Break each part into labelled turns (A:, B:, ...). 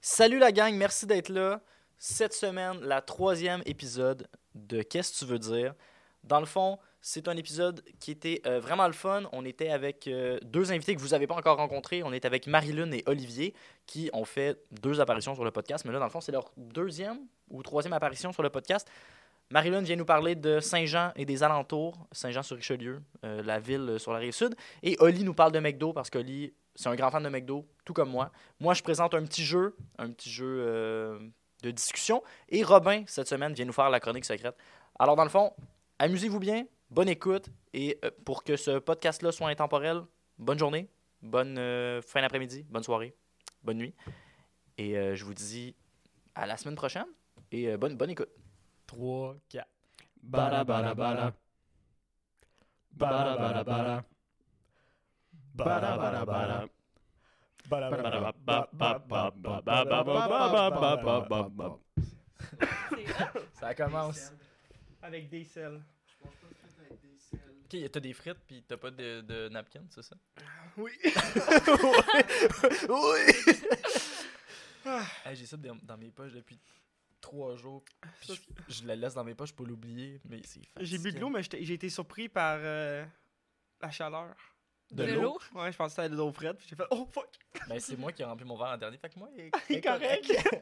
A: Salut la gang, merci d'être là. Cette semaine, la troisième épisode de Qu'est-ce que tu veux dire? Dans le fond, c'est un épisode qui était euh, vraiment le fun. On était avec euh, deux invités que vous n'avez pas encore rencontrés. On est avec Marie-Lune et Olivier qui ont fait deux apparitions sur le podcast. Mais là, dans le fond, c'est leur deuxième ou troisième apparition sur le podcast. Marie-Lune vient nous parler de Saint-Jean et des alentours, Saint-Jean-sur-Richelieu, euh, la ville sur la rive sud. Et Oli nous parle de McDo parce qu'Oli, c'est un grand fan de McDo, tout comme moi. Moi, je présente un petit jeu, un petit jeu euh, de discussion. Et Robin, cette semaine, vient nous faire la chronique secrète. Alors, dans le fond, amusez-vous bien, bonne écoute. Et euh, pour que ce podcast-là soit intemporel, bonne journée, bonne euh, fin d'après-midi, bonne soirée, bonne nuit. Et euh, je vous dis à la semaine prochaine et euh, bonne, bonne écoute.
B: 3, 4.
C: Bada bada bada. Bada bada bada. Bada bada bada.
A: Ça commence.
B: Avec des sels.
A: Ok, t'as des frites puis t'as pas de, napkin, c'est ça?
B: Oui.
A: oui! J'ai ça dans, dans mes poches depuis trois jours. puis je, je la laisse dans mes poches pour l'oublier, mais c'est
B: J'ai bu de l'eau, mais j'étais- j'ai été surpris par euh, la chaleur.
A: De l'eau?
B: Ouais, je pensais que c'était de l'eau frette, puis j'ai fait « Oh, fuck!
A: Ben, c'est moi qui ai rempli mon verre en dernier, fait que moi, Ah, il est,
B: Il est correct.
A: correct. »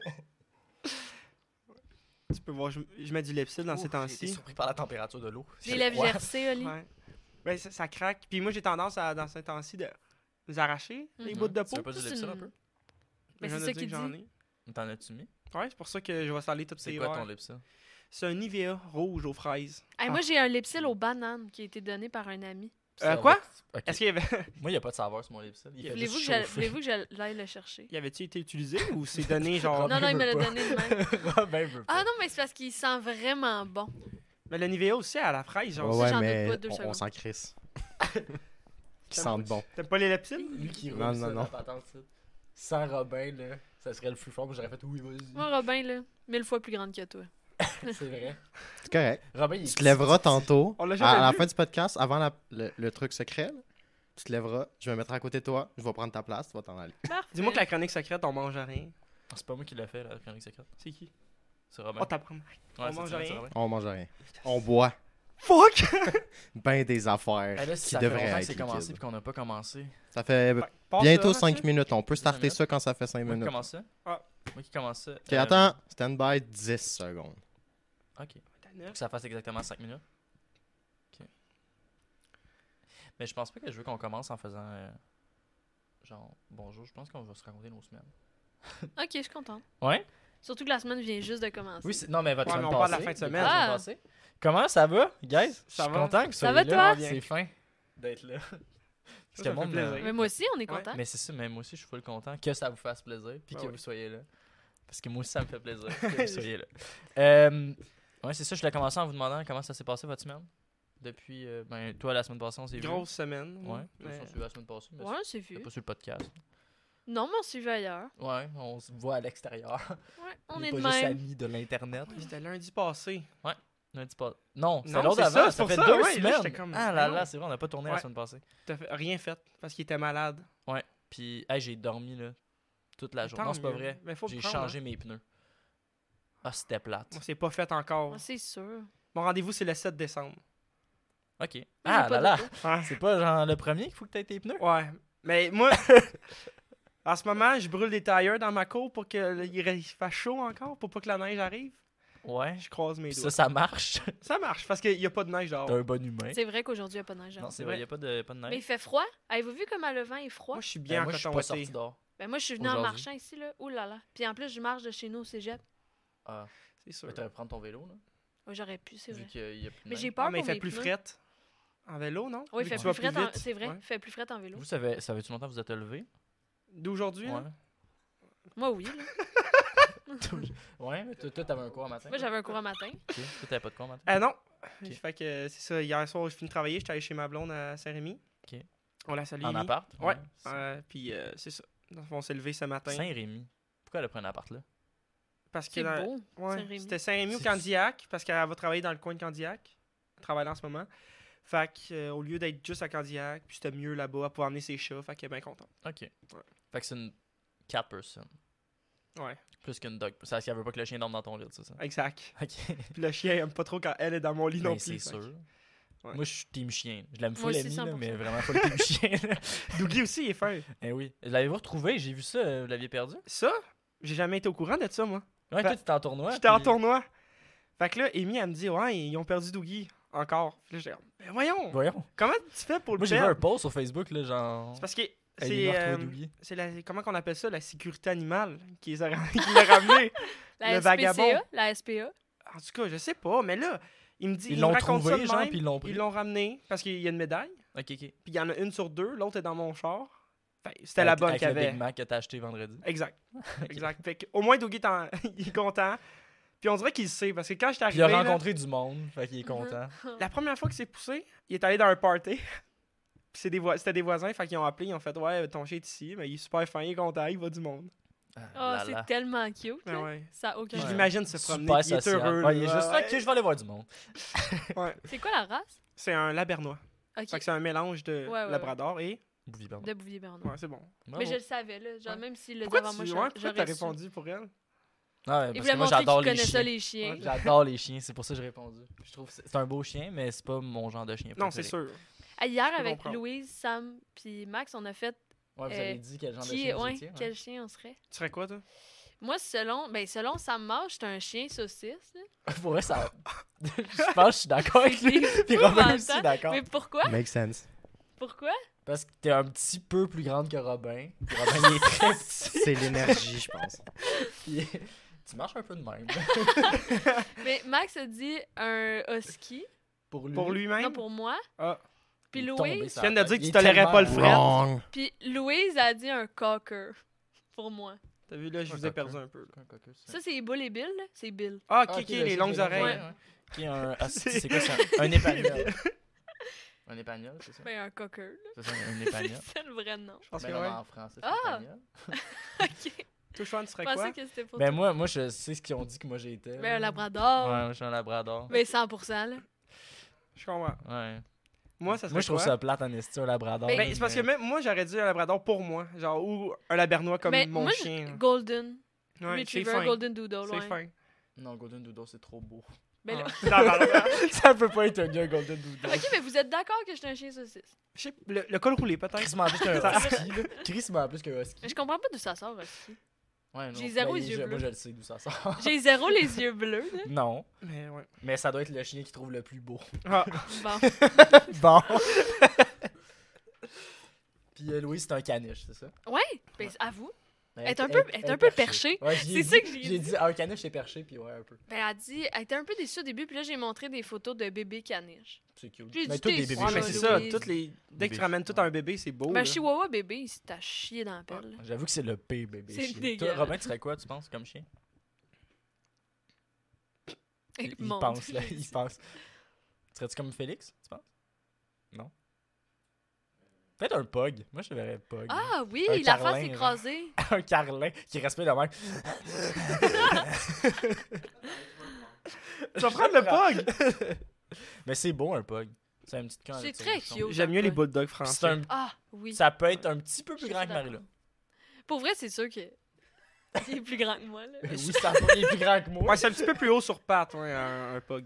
B: Tu peux voir, je, je mets du Lepsil dans ces
A: Ouh, Oh, J'ai été
B: temps-ci.
A: surpris par la température de l'eau.
D: Les lèvres
A: Ouais.
D: gercées, Oli.
B: Ouais. Ben, ça, ça craque. Puis moi, j'ai tendance, à, dans ces temps-ci, de les arracher, les
D: Mhm.
B: bouts de
A: Tu veux pas
B: peau.
A: du
D: C'est
A: Lipsil un
D: une-
A: peu?
D: Mais
B: Je viens de dire
D: c'est ça qu'il
B: que j'en
D: dit.
B: ai.
A: T'en as-tu mis?
B: Ouais, c'est pour ça que je vais saler toutes
A: C'est Euh,
B: ces
A: quoi ton
B: verres.
A: Lipsil?
B: C'est un IVA rouge aux fraises.
D: Hey, Moi, j'ai un Lipsil
A: Mm.
D: aux bananes qui a été donné par un ami.
B: Euh, quoi?
A: Ok.
B: Est-ce qu'il y avait...
A: Moi, il a pas de saveur sur mon Lipsil. Il fait
D: Voulez-vous que
A: juste
D: j'aille-
A: chauffer.
D: voulez-vous que j'aille le chercher?
B: il avait-tu été utilisé ou c'est donné genre...
A: Robin
D: non, non, il me
A: veut
D: l'a
A: pas.
D: donné de même.
A: Robin veut Ben, pas.
D: Ah non, mais c'est parce qu'il sent vraiment bon.
B: Mais le Nivea aussi, à la fraise, genre...
D: Ouais, ouais, j'en doute pas deux
C: on- on,
D: secondes.
C: s'en crisse. Qui sentent bon.
B: T'aimes pas les Lepsil?
A: Lui qui
C: Non,
A: roule
C: non,
A: ça,
C: non.
A: la patente, ça. Sans Robin, là, ça serait le plus
B: Oh,
A: fort. J'aurais fait oui, vas-y.
D: Moi, Robin, là, mille fois plus grande que toi.
A: C'est vrai.
C: C'est correct.
A: Robin, il
C: Tu te lèveras tantôt.
B: On l'a
C: À,
B: jamais
C: à la
B: vu.
C: fin du podcast, avant la- le, le truc secret, là, tu te lèveras. Je vais me mettre à côté de toi. Je vais prendre ta place. Tu vas t'en aller.
B: Dis-moi que la chronique secrète, on mange rien.
A: Ah, C'est pas moi qui l'a fait, la chronique secrète.
B: C'est qui?
A: C'est Robin.
B: On t'apprend.
A: Ouais,
B: on
A: c'est
B: mange
A: ça,
B: rien.
A: c'est Robin.
C: On mange rien. On boit
B: Fuck!
C: ben des affaires
A: Eh, là, si
C: qui
A: ça fait longtemps
C: devraient
A: que
C: être
A: c'est commencé
C: liquides.
A: puis qu'on n'a pas commencé.
C: Ça fait
B: Passe
C: bientôt
B: là,
C: 5
B: Mathieu.
C: minutes. On peut starter
A: minutes.
C: ça quand ça fait 5
A: Moi qui
C: minutes.
A: commence ça?
B: Ah.
A: Moi qui commence ça. euh,
C: Ok, attends. Stand by 10 secondes.
A: Ok.
B: T'as neuf.
A: que ça fasse exactement 5 minutes. Ok. Mais je pense pas que je veux qu'on commence en faisant. euh, genre, bonjour, je pense qu'on va se raconter nos semaines.
D: Ok, je suis contente.
A: Ouais?
D: Surtout que la semaine vient juste de commencer.
A: Oui, c'est- non, mais votre
B: Ouais,
A: semaine
B: mais on parle de la
A: passée,
B: fin de
A: votre
B: semaine.
D: Ah!
A: passée. Comment ça va, guys?
B: Ça
A: je suis
B: va.
A: content que
D: Ça
A: soyez
D: va,
A: là.
D: toi?
A: C'est fin d'être là.
B: Ça,
A: Parce que le
B: ça me fait
A: monde,
B: plaisir.
A: euh,
D: Mais moi aussi, on est
B: Ouais.
D: content.
A: Mais c'est ça, mais moi aussi, je suis full content que ça vous fasse plaisir puis
B: Ben
A: que
B: oui.
A: vous soyez là. Parce que moi aussi, ça me fait plaisir que vous soyez là. Euh, ouais, c'est ça, je l'ai commencé en vous demandant comment ça s'est passé votre semaine. Depuis, euh, ben, toi, la semaine passée, on s'est vu.
B: Grosse semaine.
A: Ouais,
B: Mais-
A: on s'est vu la semaine passée, mais
D: Mm. Ben, Ouais, c'est
A: c'est
D: vu.
A: pas sur le podcast.
D: Non, mais on s'est vu ailleurs.
A: Ouais, on se voit à l'extérieur.
D: Ouais, on
A: n'est
D: est
A: pas
D: de
A: juste
D: même.
A: amis de l'Internet.
B: Ouais, C'était lundi passé.
A: Non, dis pas- Non,
B: Non,
A: c'est l'autre
B: c'est ça,
A: avant, ça,
B: c'est pour
A: fait
B: ça,
A: deux
B: ouais, là,
A: semaines.
B: j'étais comme,
A: ah là
B: non.
A: là, c'est vrai, on n'a pas tourné la
B: Ouais.
A: semaine passée.
B: T'as fait- rien fait parce qu'il était malade.
A: Puis, hey, j'ai dormi là, toute la journée.
B: Tant
A: Non, c'est pas
B: mieux.
A: vrai.
B: Mais faut
A: J'ai
B: prendre,
A: changé mes pneus. Ah, c'était plate.
B: hein. On s'est pas fait encore.
D: Ouais, Ah, C'est sûr.
B: Mon rendez-vous, c'est le 7 décembre.
A: Ok.
D: j'ai
A: Ah là
D: pas
A: là,
D: d'auto.
B: Ouais.
A: c'est pas genre le premier qu'il faut que t'aies tes pneus.
B: Ouais. Mais moi, en ce moment, je brûle des tires dans ma cour pour qu'il fasse chaud encore, pour pas que la neige arrive.
A: Ouais.
B: Je croise mes
A: Puis ça,
B: doigts.
A: ça marche.
B: Ça marche parce qu'il y a pas de neige
A: T'es
B: dehors.
A: un bon humain.
D: C'est vrai qu'aujourd'hui, il n'y a pas de neige.
A: Non,
D: genre.
A: c'est vrai, y a pas de, pas de
D: Mais
A: neige.
D: il fait froid. Avez-vous vu comment le vent est froid?
B: Moi, je suis
A: Ben,
B: bien en
A: moi, je suis
B: coton
A: pas
B: ouaté.
A: sorti dehors.
D: Ben moi, je suis venu en
A: Aujourd'hui.
D: marchant ici, là. Ouh là là. Puis en plus, je marche de chez nous au cégep.
A: Ah,
B: C'est
A: tu
B: sûr.
A: vas prendre ton vélo, là.
D: Ouais, J'aurais pu, c'est
A: Vu
D: vrai.
A: qu'il y a plus de
D: Mais
A: neige.
D: j'ai peur
B: Ah, mais il
D: pour
B: fait
D: mes
B: plus
D: pneus.
B: frette en vélo, non? Vu
D: Oui, il
B: que
D: fait
B: tu
D: plus
B: vas plus
D: frais en...
B: vite.
D: C'est vrai,
B: Ouais.
D: il fait plus frais en vélo.
A: Vous, ça fait, ça fait-tu longtemps que vous êtes levé?
B: D'aujourd'hui, là?
D: Moi, oui. là.
A: Ouais, mais toi, toi, t'avais un cours à matin.
D: Moi, j'avais un cours à matin.
A: Ok. Toi, t'avais pas de cours à matin.
B: Ah non!
A: Ok.
B: Fait que c'est ça, hier soir, je finis de travailler, j'étais allé chez ma blonde à Saint-Rémy.
A: Ok.
B: On la salue.
A: En
B: Émilie.
A: appart?
B: Ouais. Euh, puis euh, c'est ça. Dans le fond, On s'est levé ce matin.
A: Saint-Rémy. Pourquoi elle a pris un appart, là?
B: parce que
D: C'est
B: dans-
D: beau.
B: ouais,
D: Saint-Rémy.
B: c'était Saint-Rémy au
A: C'est-
B: Candiac, parce qu'elle va travailler dans le coin de Candiac. Elle travaille là en ce moment. Fait que, euh, au lieu d'être juste à Candiac, puis c'était mieux là-bas, elle pouvait emmener ses chats, fait qu'elle est bien contente.
A: Ok. Fait que c'est une 4 personnes.
B: Ouais,
E: Plus qu'une dog. Ça, si elle veut pas que le chien dorme dans ton lit, c'est ça.
B: exact.
E: Ok.
B: Puis le chien aime pas trop quand elle est dans mon lit
A: Ben,
B: non
E: Mais
B: plus.
E: c'est
B: fait que-
E: sûr.
B: Ouais.
E: Moi, je suis team chien. Je l'aime
D: Moi
E: full
D: aussi,
E: ami, là,
D: 100%.
E: mais vraiment full team chien. là.
B: Dougie aussi, il est fin.
E: Eh oui. L'avez-vous retrouvé? J'ai vu ça. euh, Vous l'aviez perdu?
B: Ça, j'ai jamais été au courant de ça, moi.
E: Ouais,
B: Bah,
E: toi, tu t'es en tournoi.
B: J'étais en
E: puis-
B: tournoi. Fait que là, Amy, elle me dit, ouais, ils ont perdu Dougie encore. Puis là, j'étais comme, ben voyons,
E: Voyons.
B: comment tu fais pour le
E: Moi, j'ai vu
B: perdre?
E: un post sur Facebook, là, genre.
B: C'est parce que
E: Ayez-moi
B: c'est.
E: retrouvé
B: euh,
E: Dougie.
B: c'est la, comment qu'on appelle ça, la sécurité animale qui les a, qui l'a ramené.
D: La
B: Le
D: SPCA,
B: vagabond.
D: la SPA.
B: En tout cas, je sais pas, mais là, il me dit,
E: Ils
B: il me
E: l'ont
B: raconte ça
E: trouvé,
B: de
E: genre,
B: même.
E: puis ils l'ont pris.
B: Ils l'ont ramené parce qu'il y a une médaille,
E: Ok, ok.
B: puis il y en a une sur deux, l'autre est dans mon char. Fait que C'était la
E: Avec-
B: bonne
E: avec
B: qu'il y
E: le
B: avait.
E: Big Mac que t'as acheté vendredi.
B: Exact. Exact. Fait que, au moins, Dougie, t'en- il est content. Puis on dirait qu'il sait, parce que quand j'étais
E: Puis
B: arrivé.
E: il a
B: là,
E: rencontré du monde, fait qu'il est
D: Mhm.
E: content.
B: La première fois que c'est poussé, il est allé dans un party. Puis c'est des voi- c'était des voisins, fait qu'ils ont appelé, ils ont fait Ouais, ton chien est ici, mais il est super fin, il est content, il voit du monde.
D: Oh,
E: Ah Là, là.
D: c'est tellement cute.
B: Ah Ben
D: là.
B: ouais.
D: Ça a aucun
B: Puis je
E: Ouais.
B: l'imagine se promener,
E: Super
B: puis il est
E: social.
B: heureux.
E: Ouais,
B: là.
E: il est juste
B: Ouais,
E: fait, ok, je vais aller voir du monde.
D: C'est quoi la race?
B: C'est un labernois.
D: Ok,
B: Fait que c'est un mélange de
D: Ouais, ouais, ouais.
B: labrador et.
E: Bouvier, pardon.
D: de bouvier Bernard.
B: Ouais, c'est bon.
D: Mais
E: Bravo.
D: je le savais, là. Genre,
B: Ouais.
D: même s'il le dit
B: Pourquoi
D: avant moi,
B: tu
D: je-
B: ouais, pourquoi
D: j'aurais
B: t'as
D: su.
B: répondu pour elle
E: Ah ouais,
D: Il
E: parce que moi,
D: voulait montrer qu'il
E: j'adore les
D: connaissait
E: chiens.
D: les chiens.
B: Ouais.
E: J'adore les chiens, c'est pour ça que j'ai répondu. Je trouve que c'est c'est un beau chien, mais c'est pas mon genre de chien.
B: Non,
E: préféré.
B: c'est sûr.
D: Ah, Hier,
B: peux
D: avec
B: comprendre.
D: Louise, Sam puis Max, on a fait
E: Ouais, vous
D: Euh,
E: avez dit quel genre de
D: qui,
E: chien vous
D: ouais,
E: étiez, ouais.
D: quel chien on serait.
B: Tu serais quoi, toi
D: Moi, selon, ben, selon Sam Marsh, j'étais un chien saucisse. là.
E: Pour vrai, ça. je pense que je suis d'accord avec lui. Puis Robin
D: épouvantable.
E: aussi,
B: Ah.
E: d'accord.
D: Mais pourquoi?
C: Make sense.
D: Pourquoi?
E: Parce que t'es un petit peu plus grande que Robin. Puis Robin, il est très petit.
C: C'est l'énergie, je pense.
E: Puis tu marches un peu de même.
D: Mais Max a dit un husky,
E: Pour lui.
B: Pour
D: non
B: lui-même
D: pour moi.
B: Ah,
D: Puis
E: il est tombé
D: Louise,
E: sur
B: Tu viens de
E: la
B: dire
E: tête.
B: que tu
E: Il est
B: tolérais
E: tellement
B: pas le
E: gros.
B: fret.
C: Wrong.
D: puis Louise a dit un cocker pour moi.
B: t'as vu, là, je
E: Un
B: vous ai
E: cocker.
B: perdu un peu. là.
D: Ça, c'est Bull et Bill, là. C'est Bill.
B: Ah, ok,
E: Ah,
B: ok,
E: ok, là,
B: les
E: j'ai
B: longues
E: compris.
B: oreilles.
E: Ouais, ouais. Qui est un. ah, c'est c'est quoi ça Un épagnol. Un épagnol, c'est ça
D: Ben, un cocker, là.
E: C'est ça, un
D: C'est
E: épagnol.
D: ça le vrai nom.
B: Je pense
E: Ben
B: que
E: non,
B: ouais.
E: en français, c'est
D: Ah!
E: épagnol.
D: OK.
B: Toi, Chouane, tu
D: Je
B: serais quoi euh,
D: pensais que c'était pour
E: Ben
D: toi.
E: moi, moi, je sais ce qu'ils ont dit que moi j'ai été.
D: Ben, un
E: là.
D: labrador.
E: Ouais, moi, je suis un labrador.
D: Ben, 100 là.
B: Je comprends.
E: Ouais.
B: Moi, ça serait
E: Moi, je trouve
B: quoi?
E: ça plate en esti, un labrador.
D: Ben,
B: Ben, c'est parce que même moi, j'aurais dit un labrador pour moi, genre, ou un labernois comme
D: Ben,
B: mon
D: moi, je-
B: chien.
D: Golden.
B: là. Ouais, c'est
D: Retriever,
B: fin.
D: Golden Doodle,
B: C'est
D: ouais.
B: fin.
E: Non, Golden Doodle, c'est trop beau.
D: Ben, là-
B: Ah. Tabarnak.
E: ça peut pas être un gars, Golden Doodle.
D: OK, mais vous êtes d'accord que je suis un chien saucisse?
B: Je sais- le, le col roulé, peut-être.
E: Chris m'a plus qu'un
B: Ça-
E: husky, là. Chris m'a plus qu'un husky.
D: Mais je comprends pas d'où ça sort, aussi.
E: Ouais, non.
D: J'ai zéro
E: Ben,
D: les yeux
E: je- Moi,
D: bleus.
E: je le sais d'où ça sort.
D: J'ai zéro les yeux bleus, là.
E: non,
B: Mais ouais.
E: mais ça doit être le chien qui trouve le plus beau.
B: Ah,
D: Bon.
E: bon. Puis euh, Louis, c'est un caniche, c'est ça?
D: Ouais, ben, à vous.
E: Elle
D: Elle est un
E: elle-
D: peu- elle est
E: elle
D: un peu perchée.
E: Ouais, j'y ai
D: C'est ça
E: dit-
D: que j'ai
E: J'ai
D: dit.
E: dit, ah, un caniche, c'est perché, puis ouais, un peu.
D: Ben, elle a dit, elle était un peu déçue au début, puis là, j'ai montré des photos de bébés caniches.
E: C'est cute.
D: J'ai
E: Mais
D: dit
E: tous
D: t'es
E: des bébés
D: sûr,
B: ouais, mais
E: chiens.
B: c'est
D: Louise.
B: ça. Toutes les... Dès que
C: Bébé.
B: tu ramènes tout à un bébé, c'est
E: Oh,
B: beau.
D: Ben,
B: là.
D: un chihuahua bébé, il s'est à chier dans la pelle. là.
E: J'avoue que c'est le pire bébé
D: C'est
E: chien. Toi,
D: dégueulasse.
E: Robin, tu serais quoi, tu penses, comme chien? Il, il
D: Mon
E: pense,
D: Dieu,
E: là,
D: j'ai
E: il
D: dit-
E: pense. Serais-tu comme Félix, tu penses? Non? Peut-être un pug. Moi, je verrais pug.
D: Ah oui,
E: Un
D: la
E: carlin,
D: face
E: là.
D: écrasée.
E: un carlin qui respire la même.
B: Tu vas prendre le pug.
E: Mais c'est beau, un pug. C'est une petite canne.
D: C'est
E: tu sais,
D: très
E: ils sont-
D: cute.
B: J'aime mieux les bulldogs
E: Puis
B: français.
E: c'est un-
D: Ah oui.
E: Ça peut être un petit peu
D: Je
E: plus
D: suis
E: grand que
D: d'accord.
E: Marie-là.
D: Pour vrai, c'est sûr que. Il est plus grand que moi, là.
E: Oui, ça peut- il est plus grand que moi.
B: Ouais, c'est un petit peu plus haut sur pattes, ouais, un, un pug.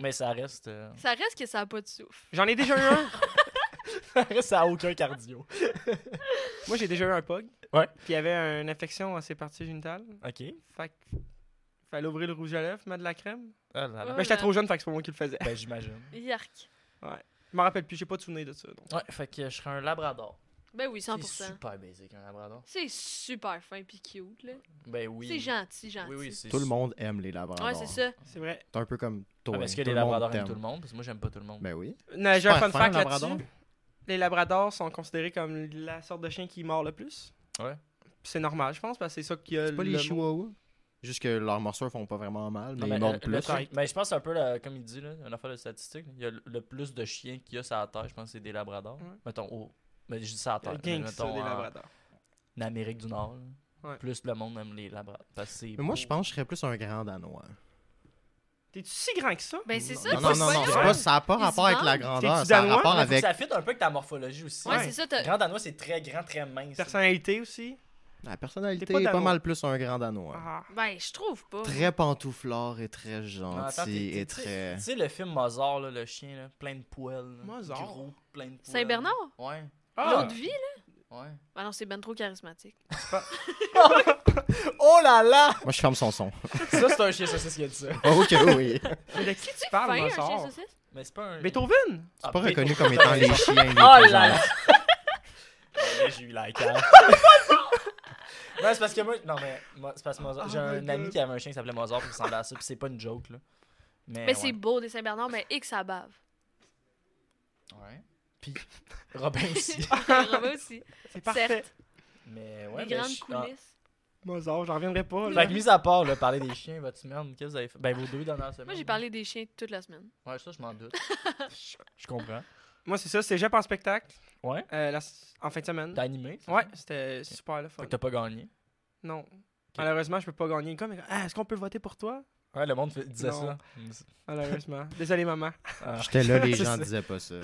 E: Mais ça reste. euh,
D: Ça reste que ça n'a pas de souffle.
B: J'en ai déjà eu un.
E: ça reste à aucun cardio.
B: Moi, j'ai déjà eu un pug.
E: Ouais.
B: Puis il y avait une infection à ses parties génitales.
E: Ok.
B: Fait que fallait ouvrir le rouge à lèvres, mettre de la crème.
E: Ah là là.
D: Ouais.
B: Mais j'étais trop jeune, fait que c'est pas moi qui le faisais.
E: Ben, j'imagine.
D: Yark.
B: Je m'en rappelle plus, j'ai pas de souvenir de ça. donc.
E: Ouais, fait que je serais un labrador.
D: Ben oui,
E: C'est
D: 100%.
E: super basic, un labrador.
D: C'est super fin pis cute, là.
E: Ben oui.
D: C'est gentil, gentil.
E: Oui, oui, c'est
C: Tout le monde aime les labradors.
D: Ouais, c'est ça.
B: C'est vrai.
C: C'est un peu comme toi.
E: Ah, mais est-ce que
C: Tout
E: les
C: le monde
E: labradors aiment
C: t'aime.
E: tout le monde? Parce que moi, j'aime pas tout le monde.
C: Ben oui.
B: Non, J'ai
C: Super
B: un fun
C: fin,
B: fact
C: un labrador.
B: là-dessus. Les labradors sont considérés comme la sorte de chien qui mord le plus.
E: Ouais.
B: Puis C'est normal, je pense, parce que c'est ça qui a
C: C'est pas
B: le
C: les
B: mot.
C: chihuahuas. Juste que leurs morsures font pas vraiment mal, mais,
E: Non,
C: ils
E: mais, euh,
C: mordent
E: le
C: plus.
E: truc- mais je pense un peu, là, comme il dit, là, une affaire de statistique. là, Il y a le, le plus de chiens qu'il y a sur la terre, je pense que c'est des labradors.
B: Ouais.
E: Mettons, au- ben, je dis ça à
B: Il y a
E: terre. mais
B: rien que ça,
E: mettons, hein.
B: des
E: en-
B: labradors.
E: en Amérique du Nord, là,
B: Ouais.
E: plus le monde aime les labradors. Parce que c'est
C: Mais moi,
E: beau.
C: je pense que je serais plus un grand danois.
B: T'es-tu si grand que ça?
D: Ben c'est ça,
C: Non,
D: c'est
C: non, non,
D: ça.
C: non,
B: vrai.
C: c'est pas, ça n'a pas
D: Ils
C: rapport avec
D: vendent.
C: la
B: T'es-tu
C: grandeur, ça
B: danois?
C: a rapport
E: Mais faut que
C: avec...
E: Ça fit un peu avec ta morphologie aussi.
D: Ouais,
B: Ouais.
D: c'est ça. t'as-
E: Grand danois, c'est très grand, très mince.
B: Personnalité aussi.
C: La personnalité
B: T'es pas
C: est pas
B: danois.
C: mal plus un grand danois.
B: Ah.
D: Ben, je trouve pas.
C: Très pantouflard et très gentil
E: Non, Ah, attends, t'es-
C: et
E: t'es-
C: très.
E: Tu sais, le film Mozart, là, le chien, là, plein de poils. là,
B: Mozart?
E: Gros, plein de poils.
D: Saint-Bernard?
E: Ouais,
B: Ah,
D: L'autre vie, là?
E: ouais.
D: Ben non, c'est ben trop charismatique.
E: Oh là là!
C: Moi, je ferme son son.
E: ça, c'est un chien, ça, c'est ce qu'il y a de ça.
C: Ah, ok, oui. C'est
B: mais de qui tu
D: Fin,
B: parles,
D: un chien
B: Mozart?
D: saucisse?
E: Mais c'est pas un.
B: Beethoven?
E: Ah,
C: pas
E: Beethoven.
C: reconnu comme étant les chiens. les
E: Oh
C: plus
E: là
C: gentils.
E: Mais j'ai eu la carte. Non, c'est parce que moi. Non, mais. moi, C'est parce que Mozart-
B: Oh
E: J'ai un
B: my
E: ami
B: God.
E: qui avait un chien qui s'appelait Mozart, puis il ressemblait à ça, puis c'est pas une joke, là. Mais.
D: Mais Ben, c'est beau des Saint-Bernard, mais et que ça bave.
E: ouais. Ouais. Puis. Robin aussi.
D: Robin aussi.
B: C'est parfait.
D: Certes,
E: mais ouais,
D: des
E: mais
D: grandes
E: je- ah.
D: coulisses.
B: Mozart, j'en reviendrai pas. là.
E: Fait que, mis à part, là, parler des chiens, votre semaine, qu'est-ce que vous avez fait? Ben, vos deux dernières semaines.
D: Moi, j'ai parlé des chiens toute la semaine.
E: Ouais, ça, je m'en doute. je, je comprends.
B: Moi, c'est ça, cégep en spectacle.
E: Ouais.
B: euh, la s- en fin de semaine.
E: T'as animé? ça?
B: Ouais, c'était super le
E: Fait
B: fun.
E: que t'as pas gagné.
B: Non. Malheureusement, je peux pas gagner. Comme, ah, est-ce qu'on peut voter pour toi?
E: Ouais, le monde fait- disait
B: Non.
E: ça.
B: Malheureusement. Désolé, maman.
E: Ah.
C: J'étais là, les
B: C'est
C: gens
B: ça.
C: disaient pas ça.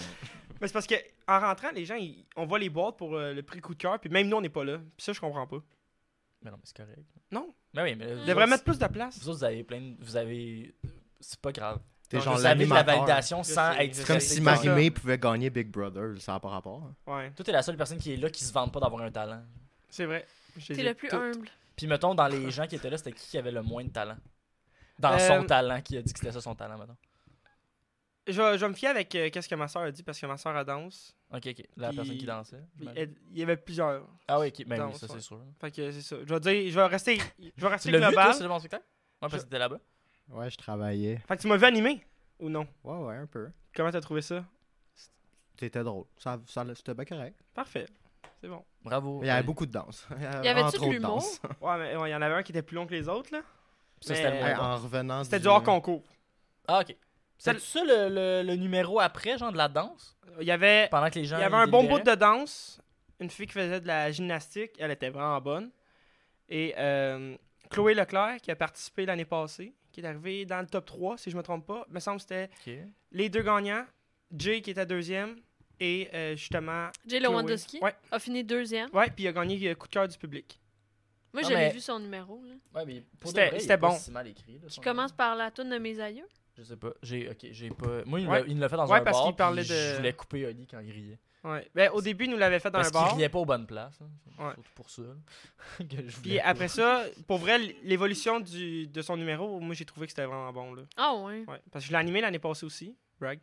B: Mais c'est parce que en rentrant, les gens, ils- on voit les boîtes pour euh, le prix coup de cœur, puis même nous, on n'est pas là. Puis ça, je comprends pas.
E: Mais non, mais c'est correct.
B: Non.
E: Mais oui, mais. là,
D: Il
E: vous
B: Il devrait
E: autres,
B: mettre plus de place.
E: Vous autres, vous avez plein de. Vous avez. C'est pas grave.
C: T'es
B: Non,
C: genre
E: vous avez de la
C: l'animateur.
E: validation
B: Je
E: sans
B: sais,
E: être.
B: je
C: C'est comme
E: stressé
B: sais.
C: si
B: C'est
E: par-
B: ça.
C: Marie-Mé pouvait gagner Big Brother, ça n'a pas rapport. hein.
B: Ouais,
E: Toi, t'es la seule personne qui est là qui se vante pas d'avoir un talent.
B: c'est vrai. Je les
D: T'es
B: ai
D: le plus
B: toutes.
D: humble.
E: Puis mettons, dans les gens qui étaient là, c'était qui qui avait le moins de talent Dans
B: Euh,
E: son talent, qui a dit que c'était ça son talent, mettons.
B: Je, vais- je vais me fier avec euh, qu'est-ce que ma soeur a dit, parce que ma soeur, elle danse.
E: Ok, ok. La
B: Puis-
E: personne qui dansait.
B: Puis
E: j'imagine.
B: elle- Il y avait plusieurs.
E: Ah oui, ok. Ben oui,
B: danse,
E: ça,
B: ouais.
E: c'est sûr.
B: Fait que c'est ça. Je vais dire, je vais rester, je vais rester
E: Tu l'as vu, toi,
B: global.
E: c'est le bon spectacle Ouais, parce que t'étais là-bas.
C: Ouais, je travaillais.
B: fait que tu m'as vu animé ou non?
C: Ouais, ouais, un peu.
B: Comment t'as trouvé ça?
C: C'était drôle. Ça, ça, C'était bien correct.
B: Parfait. C'est bon.
E: Bravo.
C: Il y avait
E: Allez.
C: beaucoup de danse. Il y
D: Y avait-tu
C: vraiment
D: de
C: trop
D: l'humour?
C: danse.
B: Ouais, mais ouais, il y en avait un qui était plus long que les autres, là.
E: Ça, c'était le
B: Mais- euh,
E: moins
C: Hey,
E: bon.
C: en revenant
B: C'était du hors concours.
E: Ah, ok. C'est
B: Celle-
E: ça le, le- le numéro après, genre de la danse
B: Il y avait,
E: Pendant que les gens.
B: il y avait un bon bout
E: délibéraient?
B: de danse. Une fille qui faisait de la gymnastique, elle était vraiment bonne. Et euh, Chloé Leclerc, qui a participé l'année passée, qui est arrivée dans le top 3, si je me trompe pas. me semble que c'était
E: Ok.
B: les deux gagnants, Jay qui était deuxième, et euh, justement.
D: Jay
B: Chloé.
D: Lewandowski
B: Ouais,
D: a fini deuxième.
B: ouais, puis il a gagné euh, coup de cœur du public.
D: Moi,
E: Non,
D: j'avais
E: Ah, mais-
D: vu son numéro. Là.
E: Ouais, mais pour de
B: C'était-
E: vrai, il est
B: c'était
E: pas
B: bon.
E: si mal écrit, là, son
D: Tu commences par la toune de mes aïeux.
E: nom. Je sais pas. J'ai ok, j'ai pas. Moi, il me
B: Ouais.
E: l'a- il me l'a fait dans
B: Ouais,
E: un
B: parce
E: bar.
B: qu'il parlait
E: puis
B: de-
E: Je voulais couper Oli quand il riait.
B: Ouais. Ben, au début, il nous l'avait fait dans
E: parce
B: un bar.
E: qu'il riait pas aux bonnes places. hein. C'est
B: Ouais.
E: Surtout pour ça. là, que je voulais
B: Puis
E: pas.
B: après ça, pour vrai, l'évolution du- de son numéro, moi j'ai trouvé que c'était vraiment bon. Là.
D: Ah ouais.
B: Ouais. Parce que je l'ai animé l'année passée aussi. Brag.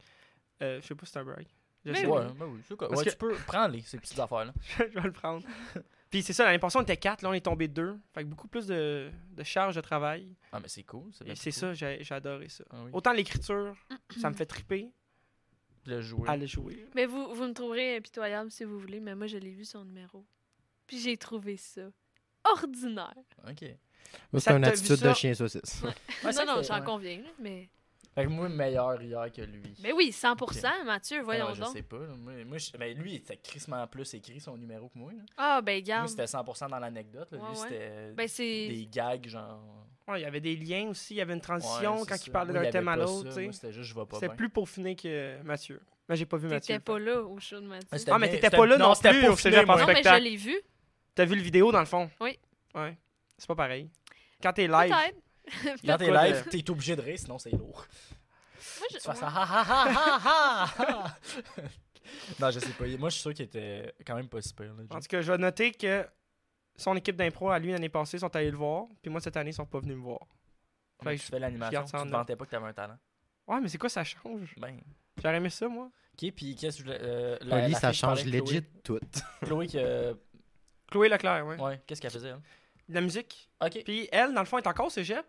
B: Euh, je sais pas si c'est un brag. Je,
D: Mais
B: sais.
E: Ouais, ben oui, c'est quoi.
B: Parce
E: Ouais,
B: que-
E: tu peux. Prends-les, ces petites affaires-là.
B: je vais le prendre. Puis c'est ça, l'année passée on était quatre, là on est tombé deux. Fait que beaucoup plus de, de charges de travail.
E: Ah, mais c'est cool. C'est bien
B: Et c'est
E: cool.
B: ça, j'ai j'ai adoré ça.
E: Ah oui.
B: Autant l'écriture, ça me fait triper
E: Le jouer.
B: à le jouer.
D: Mais vous, vous me trouverez pitoyable si vous voulez, mais moi, je l'ai vu son numéro. Puis j'ai trouvé ça ordinaire.
E: Ok.
C: Moi,
B: Ça,
C: C'était une
B: t'as vu
C: attitude
B: ça?
C: de chien saucisse.
E: Ouais, ça
D: non, non,
E: fait-
D: j'en
E: ouais.
D: conviens. là, mais...
E: Fait que moi, meilleur hier que lui.
D: mais oui, 100%, Mathieu,
E: Ah,
D: voyons
E: ouais, je
D: donc.
E: sais pas. là. Moi, moi, je- ben, lui, il était crissement plus écrit son numéro que moi. là.
D: Ah, ben,
E: Moi,
D: garde.
E: c'était 100% dans l'anecdote. là.
D: Ouais,
E: lui,
D: ouais.
E: c'était euh,
D: Ben, c'est.
E: des gags, genre.
B: Ouais, il y avait des liens aussi, il y avait une
E: Ouais,
B: transition
E: c'est
B: quand
E: ça.
B: il parlait
E: Moi,
B: d'un
E: avait
B: thème à
E: pas ça.
B: l'autre. tu sais.
E: Moi, C'était juste, je vais pas
B: C'était
E: bien.
B: plus peaufiné que Mathieu. Mais j'ai pas vu Mathieu.
D: T'étais
B: fait.
D: pas là au show de Mathieu.
E: Ouais, c'était
B: Ah, mais
E: bien-
B: t'étais
E: c'était-
B: pas là non
E: c'était
B: plus
E: pas
B: au
E: filmé,
B: cégep en
E: moi.
D: non, mais je
B: spectacle.
D: l'ai vu.
B: T'as vu le vidéo dans le fond?
D: Oui.
B: Ouais. C'est pas pareil. Quand t'es live.
D: Peut-être.
E: Quand t'es
B: Quoi de-
E: live, t'es obligé de rire, sinon c'est lourd.
D: Moi,
E: Tu
D: je-
E: fais ça,
D: ouais.
E: ha ha ha ha ha ha. Non, je sais pas. Moi, je suis sûr qu'il était quand même pas si pire. là.
B: En tout cas, je vais noter que son équipe d'impro à lui l'année passée sont allés le voir. Puis moi cette année, ils sont pas venus me voir.
E: Comment
B: fait
E: tu
B: que
E: fais l'animation,
B: garde
E: tu
B: ça en
E: te
B: note.
E: vantais pas que t'avais un talent.
B: Ouais, mais c'est quoi ça change?
E: Ben.
B: J'aurais aimé ça, moi.
E: Ok, puis qu'est-ce que je voulais- euh, la-
C: Oli,
E: la
C: ça
E: fille qui parlait
C: change
E: avec
C: legit tout.
E: Chloé, Chloé qui. euh,
B: Chloé Leclerc, ouais.
E: Ouais, qu'est-ce qu'elle faisait, elle?
B: De La musique.
E: Ok.
B: Puis elle, dans le fond, est encore au cégep.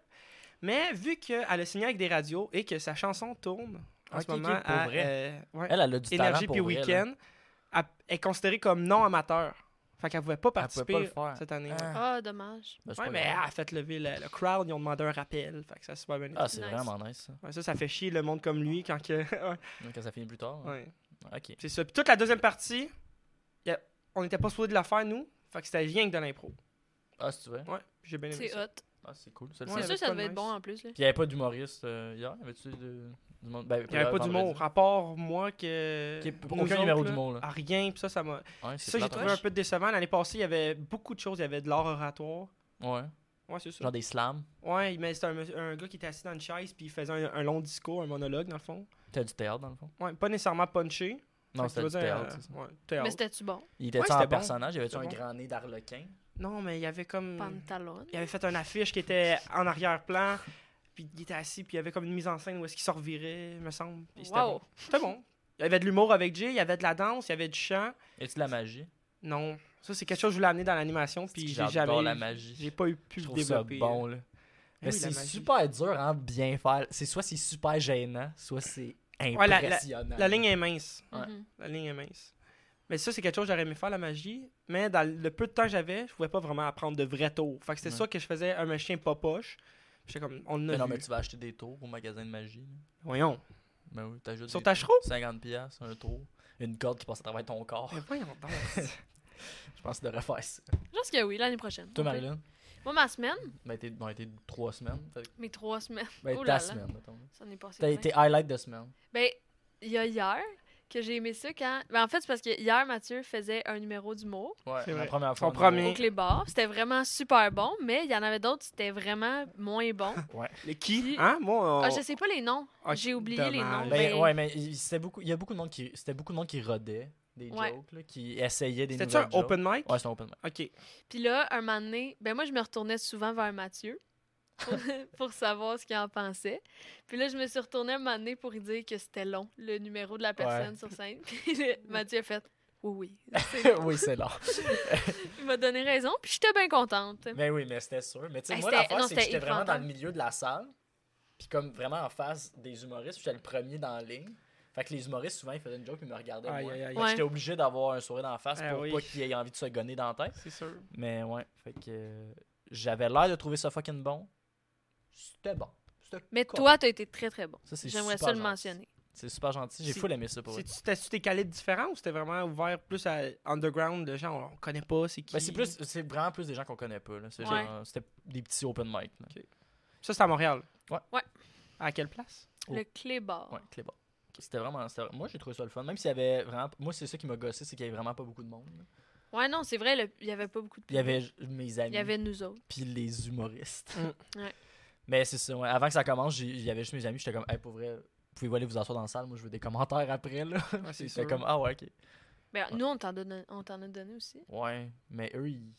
B: Mais vu qu'elle a signé avec des radios et que sa chanson tourne en
E: Ok,
B: ce
E: ok,
B: moment
E: pour
B: à,
E: vrai.
B: euh, ouais,
E: Elle, elle a du talent
B: Énergie
E: pour
B: puis
E: vrai, là.
B: Weekend, elle est considérée comme non amateur. Fait qu'elle pouvait pas
E: Elle pouvait
B: participer
E: pas le faire.
B: cette année. ouais.
E: Ah.
D: Ah, dommage.
E: Ben, c'est
B: Ouais,
E: pas
B: mais elle
E: grave.
B: a fait lever le, le crowd, ils ont demandé un rappel. Fait que ça, c'est super bien. été.
E: Ah, c'est
D: Nice.
E: vraiment nice, ça.
B: Ouais, ça, ça fait chier le monde comme lui quand que.
E: Donc, Quand ça finit plus tard. hein.
B: ouais.
E: Ok.
B: C'est ça. Puis toute la deuxième partie, y a- on n'était pas supposé de la faire, nous. Fait que c'était rien que de l'impro.
E: Ah, si tu veux.
B: Ouais, j'ai bien aimé
D: C'est
B: ça.
D: hot.
E: Ah, c'est cool. C'est le
B: Ouais,
E: fun.
D: C'est
B: avec
D: sûr que ça
B: quoi
D: devait
B: de
D: être bon
B: nice?
D: en plus. Là.
E: Puis il n'y avait pas d'humoriste euh, hier. Y avait-tu de... Du monde- ben,
B: Il n'y avait pas
E: vendredi.
B: d'humour. Rapport, moi, que.
E: Qu'il y ait
B: nous
E: aucun numéro
B: autres,
E: d'humour, là.
B: Ah, rien, puis ça, ça m'a.
E: Ouais,
B: Ça, j'ai
E: plate, hein.
B: trouvé un peu décevant. L'année passée, il y avait beaucoup de choses. Il y avait de l'art oratoire.
E: Ouais.
B: Ouais, c'est ça.
E: Genre des slams.
B: Ouais, mais c'était un, monsieur- un gars qui était assis dans une chaise, puis il faisait un, un long discours, un monologue, dans le fond.
E: T'as du théâtre, dans le fond.
B: Ouais, pas nécessairement punché.
E: Non,
B: Fait
E: c'était
B: que
E: du
B: tu vas dire,
E: théâtre.
B: euh,
E: c'est ça.
B: ouais, théâtre.
D: Mais c'était-tu bon?
E: Il était
B: Ouais,
E: en
B: c'était bon.
E: personnage, il avait-tu
B: C'était
E: un
B: bon.
E: grand nez d'arlequin
B: Non, mais il y avait comme.
D: Pantalon.
B: Il avait fait une affiche qui était en arrière-plan, puis il était assis, puis il y avait comme une mise en scène où est-ce qu'il se revirait, me semble. puis C'était
D: Wow!
B: bon. C'était bon. Il y avait de l'humour avec Jay, il y avait de la danse, il y avait du chant.
E: Y a-tu de la magie
B: Non. Ça, c'est quelque chose que je voulais amener dans l'animation, puis j'ai
E: J'adore
B: jamais.
E: la
B: J'ai
E: magie.
B: pas eu pu
E: Je
B: le
E: trouve ça
B: développer.
E: bon, là.
B: Eh
E: Mais
B: oui, la
E: c'est
B: magie.
E: super dur, hein, de bien faire. C'est soit c'est super gênant, soit c'est
B: la-
E: impressionnant.
B: La ligne est mince.
E: Ouais.
D: Mhm.
B: La ligne est mince. Mais ça, c'est quelque chose que j'aurais aimé faire, la magie. Mais dans le peu de temps que j'avais, je pouvais pas vraiment apprendre de vrais tours. Fait que c'était
E: Ouais.
B: ça que je faisais, un machin pas poche. J'étais comme, on en a
E: Mais non,
B: vu.
E: mais tu vas acheter des tours au magasin de magie. là.
B: Voyons.
E: Ben oui, t'ajoutes
B: Sur
E: des
B: ta
E: tours.
B: chevaux?
E: 50 pièces un tour. Une corde qui passe à travers ton corps.
B: Mais voyons donc.
E: Je pense que tu devrais faire ça.
D: Je pense que oui, l'année prochaine.
E: Toi,
D: On peut.
E: Marilyn,
D: Moi, ma semaine,
E: ben t'es non, été trois semaines. Fait que-
D: mes trois semaines,
E: ben
D: Oh
E: ta
D: là là.
E: semaine, mettons.
D: ça en est passé.
E: T'as
D: plein.
E: été highlight de semaine.
D: Ben, il y a hier que j'ai aimé ça quand. Ben, en fait, c'est parce que hier, Mathieu faisait un numéro d'humour
E: Ouais,
B: C'est
E: la
B: vrai.
E: première fois.
B: Son premier.
D: au Clébar. C'était vraiment super bon, mais il y en avait d'autres, c'était vraiment moins bon.
B: Le qui
D: Qui?
B: Hein Moi, on-
D: Ah, je sais pas les noms.
B: Ah,
D: J'ai oublié les
B: dommage.
D: noms.
E: Ben
D: Ben-
E: ouais, mais il c'était beaucoup- il y a beaucoup de monde qui c'était beaucoup de monde qui rodait des
D: Ouais.
E: jokes là, qui essayait des
B: C'était-tu
E: nouvelles
B: un
E: jokes.
B: open mic
E: Ouais, c'était open mic.
B: Ok.
D: Puis là, un moment donné, ben moi, je me retournais souvent vers Mathieu pour, pour savoir ce qu'il en pensait. Puis là, je me suis retournée un moment donné pour lui dire que c'était long, le numéro de la personne sur scène. Puis là, Mathieu a fait Oui, oui. c'est long.
E: oui, c'est là.
D: Il m'a donné raison, puis j'étais bien contente.
E: Mais oui, mais c'était sûr. Mais tu sais,
D: Ben,
E: moi,
D: c'était-
E: l'affaire,
D: non,
E: c'est que
D: c'était
E: j'étais vraiment dans le
D: épouvantable.
E: milieu de la salle, puis comme vraiment en face des humoristes, puis j'étais le premier dans la ligne. Fait que les humoristes, souvent, ils faisaient une joke, ils me regardaient
B: Aïe,
E: moi.
B: aïe, aïe.
E: Fait que
D: Ouais.
E: j'étais obligé d'avoir un sourire dans la face
B: Ah
E: pour
B: oui.
E: pas qu'ils aient envie de se gonner dans la tête.
B: C'est sûr.
E: Mais ouais, fait que euh, j'avais l'air de trouver ça fucking bon. C'était bon. C'était
D: Mais
E: cool.
D: toi, t'as été très, très bon.
E: Ça, c'est
D: J'aimerais
E: super
D: ça le
E: gentil.
D: mentionner.
E: C'est super gentil. J'ai
B: C'est-
E: full aimé ça pour vrai.
B: C'est- C'était-tu des calibles différents ou c'était vraiment ouvert plus à underground, de gens on connaît pas, c'est qui
E: Ben, c'est plus c'est vraiment plus des gens qu'on connaît pas là. C'est
D: Ouais.
E: genre- c'était des petits open mic là.
B: Ça, c'est à Montréal.
E: Ouais.
D: Ouais.
B: À quelle place
E: Oh.
D: Le clébar.
E: Ouais, Clébar. C'était vraiment. c'était- Moi, j'ai trouvé ça le fun. Même s'il y avait vraiment. Moi, c'est ça qui m'a gossé, c'est qu'il y avait vraiment pas beaucoup de monde. là.
D: Ouais, non, c'est vrai, le- il y avait pas beaucoup de
E: Il y avait j- mes
D: Il
E: amis,
D: y avait nous autres.
E: puis les humoristes.
D: Mm. Ouais.
E: Mais c'est ça, ouais. Avant que ça commence, j'ai- il y avait juste mes amis. J'étais comme, hey, pour vrai, pouvez-vous aller vous asseoir dans la salle? Moi, je veux des commentaires après, là.
B: Ah,
E: Puis C'était comme, ah ouais, ok.
D: Ben, Nous, on t'en donne- on t'en a donné aussi.
E: Ouais, mais eux, ils.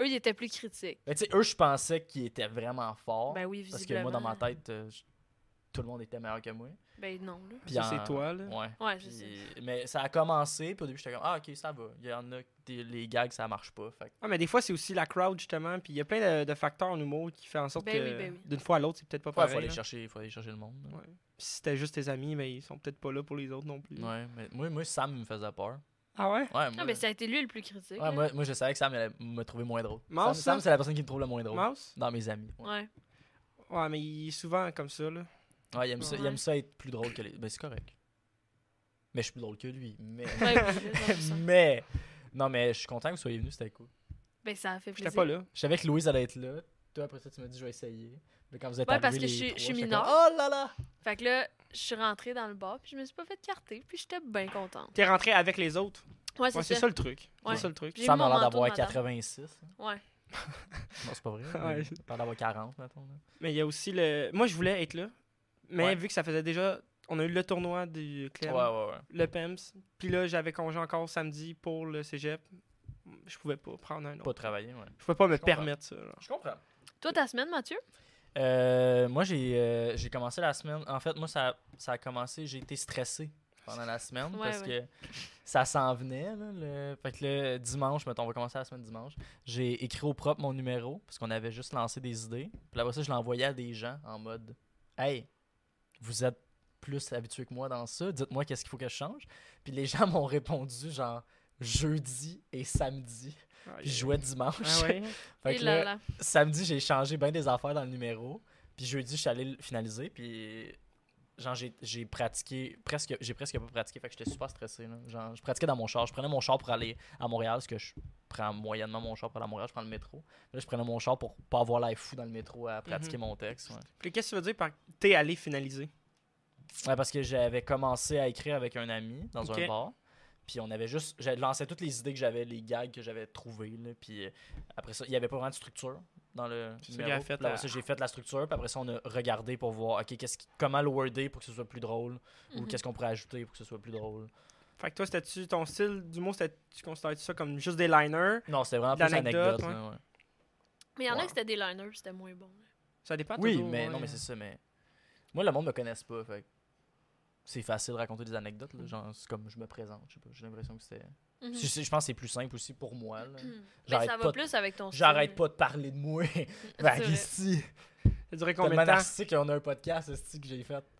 D: Eux, ils étaient plus critiques.
E: Ben, tu sais, eux, je pensais qu'ils étaient vraiment forts.
D: Ben oui,
E: parce que
D: visiblement.
E: moi, dans ma tête, euh, je- tout le monde était meilleur que moi.
D: Ben non, là.
E: Puis
B: Ça,
E: en-
B: c'est toi, là.
E: Ouais.
D: Ouais, c'est ça.
E: Puis- euh, mais ça a commencé, puis au début, j'étais comme, ah, ok, ça va. Il y en a, des, les gags, ça marche pas. Fait que-
B: Ah, mais des fois, c'est aussi la crowd, justement. Puis il y a plein de, de facteurs en humour qui fait en sorte
D: Ben
B: que
D: oui, ben oui.
B: d'une fois à l'autre, c'est peut-être pas
E: Ouais,
B: pareil. hein.
E: faut aller
B: là.
E: chercher, faut aller chercher le monde. là.
B: Ouais. Puis si c'était juste tes amis, mais ils sont peut-être pas là pour les autres non plus.
E: Ouais, mais moi, moi Sam me faisait peur.
B: Ah ouais
E: Ouais, moi,
D: Non, mais ça a été lui le plus critique.
E: ouais,
D: là.
E: moi, moi, je savais que Sam allait me trouver moins drôle.
B: Mars, hein?
E: Sam, Sam,
B: là?
E: c'est la personne qui me trouve le moins drôle
B: Mouse
E: dans mes amis. Ouais,
D: Ouais.
B: Ouais, mais il est souvent comme ça, là.
E: Ouais, il, aime ça, il
D: Ouais.
E: aime ça être plus drôle que les. Ben, c'est correct. Mais je suis plus drôle que lui. Mais.
D: Ouais, oui, là, j'aime ça.
E: mais. Non, mais je suis content que vous soyez venus, c'était cool.
D: Ben, ça a fait plaisir.
B: J'étais pas là.
E: Je savais que Louise allait être là. Toi, après ça, tu m'as dit, je vais essayer. Mais quand vous êtes
D: Ouais,
E: arrivés
D: parce que
E: les
D: je suis- je
E: trois,
D: suis
E: j'étais
D: mineure.
E: comme, Oh là là!
D: Fait que là, je suis rentrée dans le bar, puis je me suis pas fait carter, puis j'étais bien contente.
B: T'es rentré avec les autres.
D: Ouais, c'est
B: Ouais, c'est
D: ça.
B: ça le truc.
D: Ouais.
B: C'est ça le truc.
D: J'ai
E: Sam
D: mon
E: a l'air
D: manteau de
E: d'avoir
D: madame.
E: 86. hein.
D: Ouais.
E: Non, c'est pas vrai.
B: Ouais.
E: mais Il a l'air d'avoir 40, mettons. là.
B: Mais il y a aussi le. Moi, je voulais être là. Mais
E: Ouais.
B: vu que ça faisait déjà. On a eu le tournoi du Clem,
E: Ouais, ouais, ouais.
B: le PEMS. Puis là, j'avais congé encore samedi pour le cégep. Je pouvais pas prendre un
E: Pas
B: autre.
E: travailler, ouais.
B: Je pouvais pas me
E: Je comprends.
B: permettre ça. là.
E: Je comprends.
D: Toi, ta semaine, Mathieu?
E: Euh, moi, j'ai euh, j'ai commencé la semaine. En fait, moi, ça, ça a commencé. J'ai été stressé pendant la semaine
D: Ouais,
E: parce que ça s'en venait. Là, le... Fait que le dimanche, mettons, on va commencer la semaine dimanche. J'ai écrit au propre mon numéro parce qu'on avait juste lancé des idées. Puis après ça, je l'envoyais à des gens en mode Hey, vous êtes plus habitué que moi dans ça. Dites-moi qu'est-ce qu'il faut que je change. Puis les gens m'ont répondu genre jeudi et samedi.
B: Ah,
E: Puis je jouais dimanche.
B: Ah ouais?
E: Fait
D: Et
E: que
D: là,
E: là,
D: là.
E: samedi, j'ai changé bien des affaires dans le numéro. Puis jeudi, je suis allé le finaliser. Puis genre, j'ai, j'ai pratiqué, presque, j'ai presque pas pratiqué. Fait que j'étais super stressé. là. Genre, je pratiquais dans mon char. Je prenais mon char pour aller à Montréal, parce que je prends moyennement mon char pour aller à Montréal. Je prends le métro. Là, je prenais mon char pour pas avoir l'air fou dans le métro à pratiquer mon texte. ouais.
B: Puis Qu'est-ce que tu veux dire par t'es allé finaliser?
E: Ouais, parce que j'avais commencé à écrire avec un ami dans
B: Ok.
E: un bar. Puis on avait juste. Je lançais toutes les idées que j'avais, les gags que j'avais trouvés. là, puis euh, après ça, il n'y avait pas vraiment de structure dans le.
B: C'est ça
E: numéro.
B: qu'il a fait,
E: Puis après
B: euh,
E: ça, j'ai fait la structure. Puis après ça, on a regardé pour voir ok qu'est-ce qui- comment le worder pour que ce soit plus drôle. Ou
D: Mhm.
E: qu'est-ce qu'on pourrait ajouter pour que ce soit plus drôle.
B: Fait que toi, c'était-tu ton style du mot, c'était- tu considères ça comme juste des liners
E: Non, c'était vraiment
B: De
E: plus
B: l'anecdote,
E: anecdote.
B: ouais.
E: là, ouais.
D: Mais il y en a
E: Ouais.
D: que c'était des liners, c'était moins bon.
B: Ça dépend
E: Oui,
B: toujours, hein.
E: mais
B: ouais.
E: non, mais c'est ça. Mais moi, le monde me connaisse pas. Fait que c'est facile de raconter des anecdotes.
B: Mhm.
E: là, genre, c'est comme je me présente. je sais pas, J'ai l'impression que c'était.
D: Mhm.
E: Je, je pense que c'est plus simple aussi pour moi. là.
D: Ben,
E: J'arrête
D: ça va
E: pas de-
D: plus avec ton style.
E: J'arrête pas de parler de moi.
D: C'est
E: Ben,
D: vrai.
E: ici,
B: Ça durait combien
E: tellement
B: de temps
E: narcissique qu'on a un podcast, ce que j'ai fait.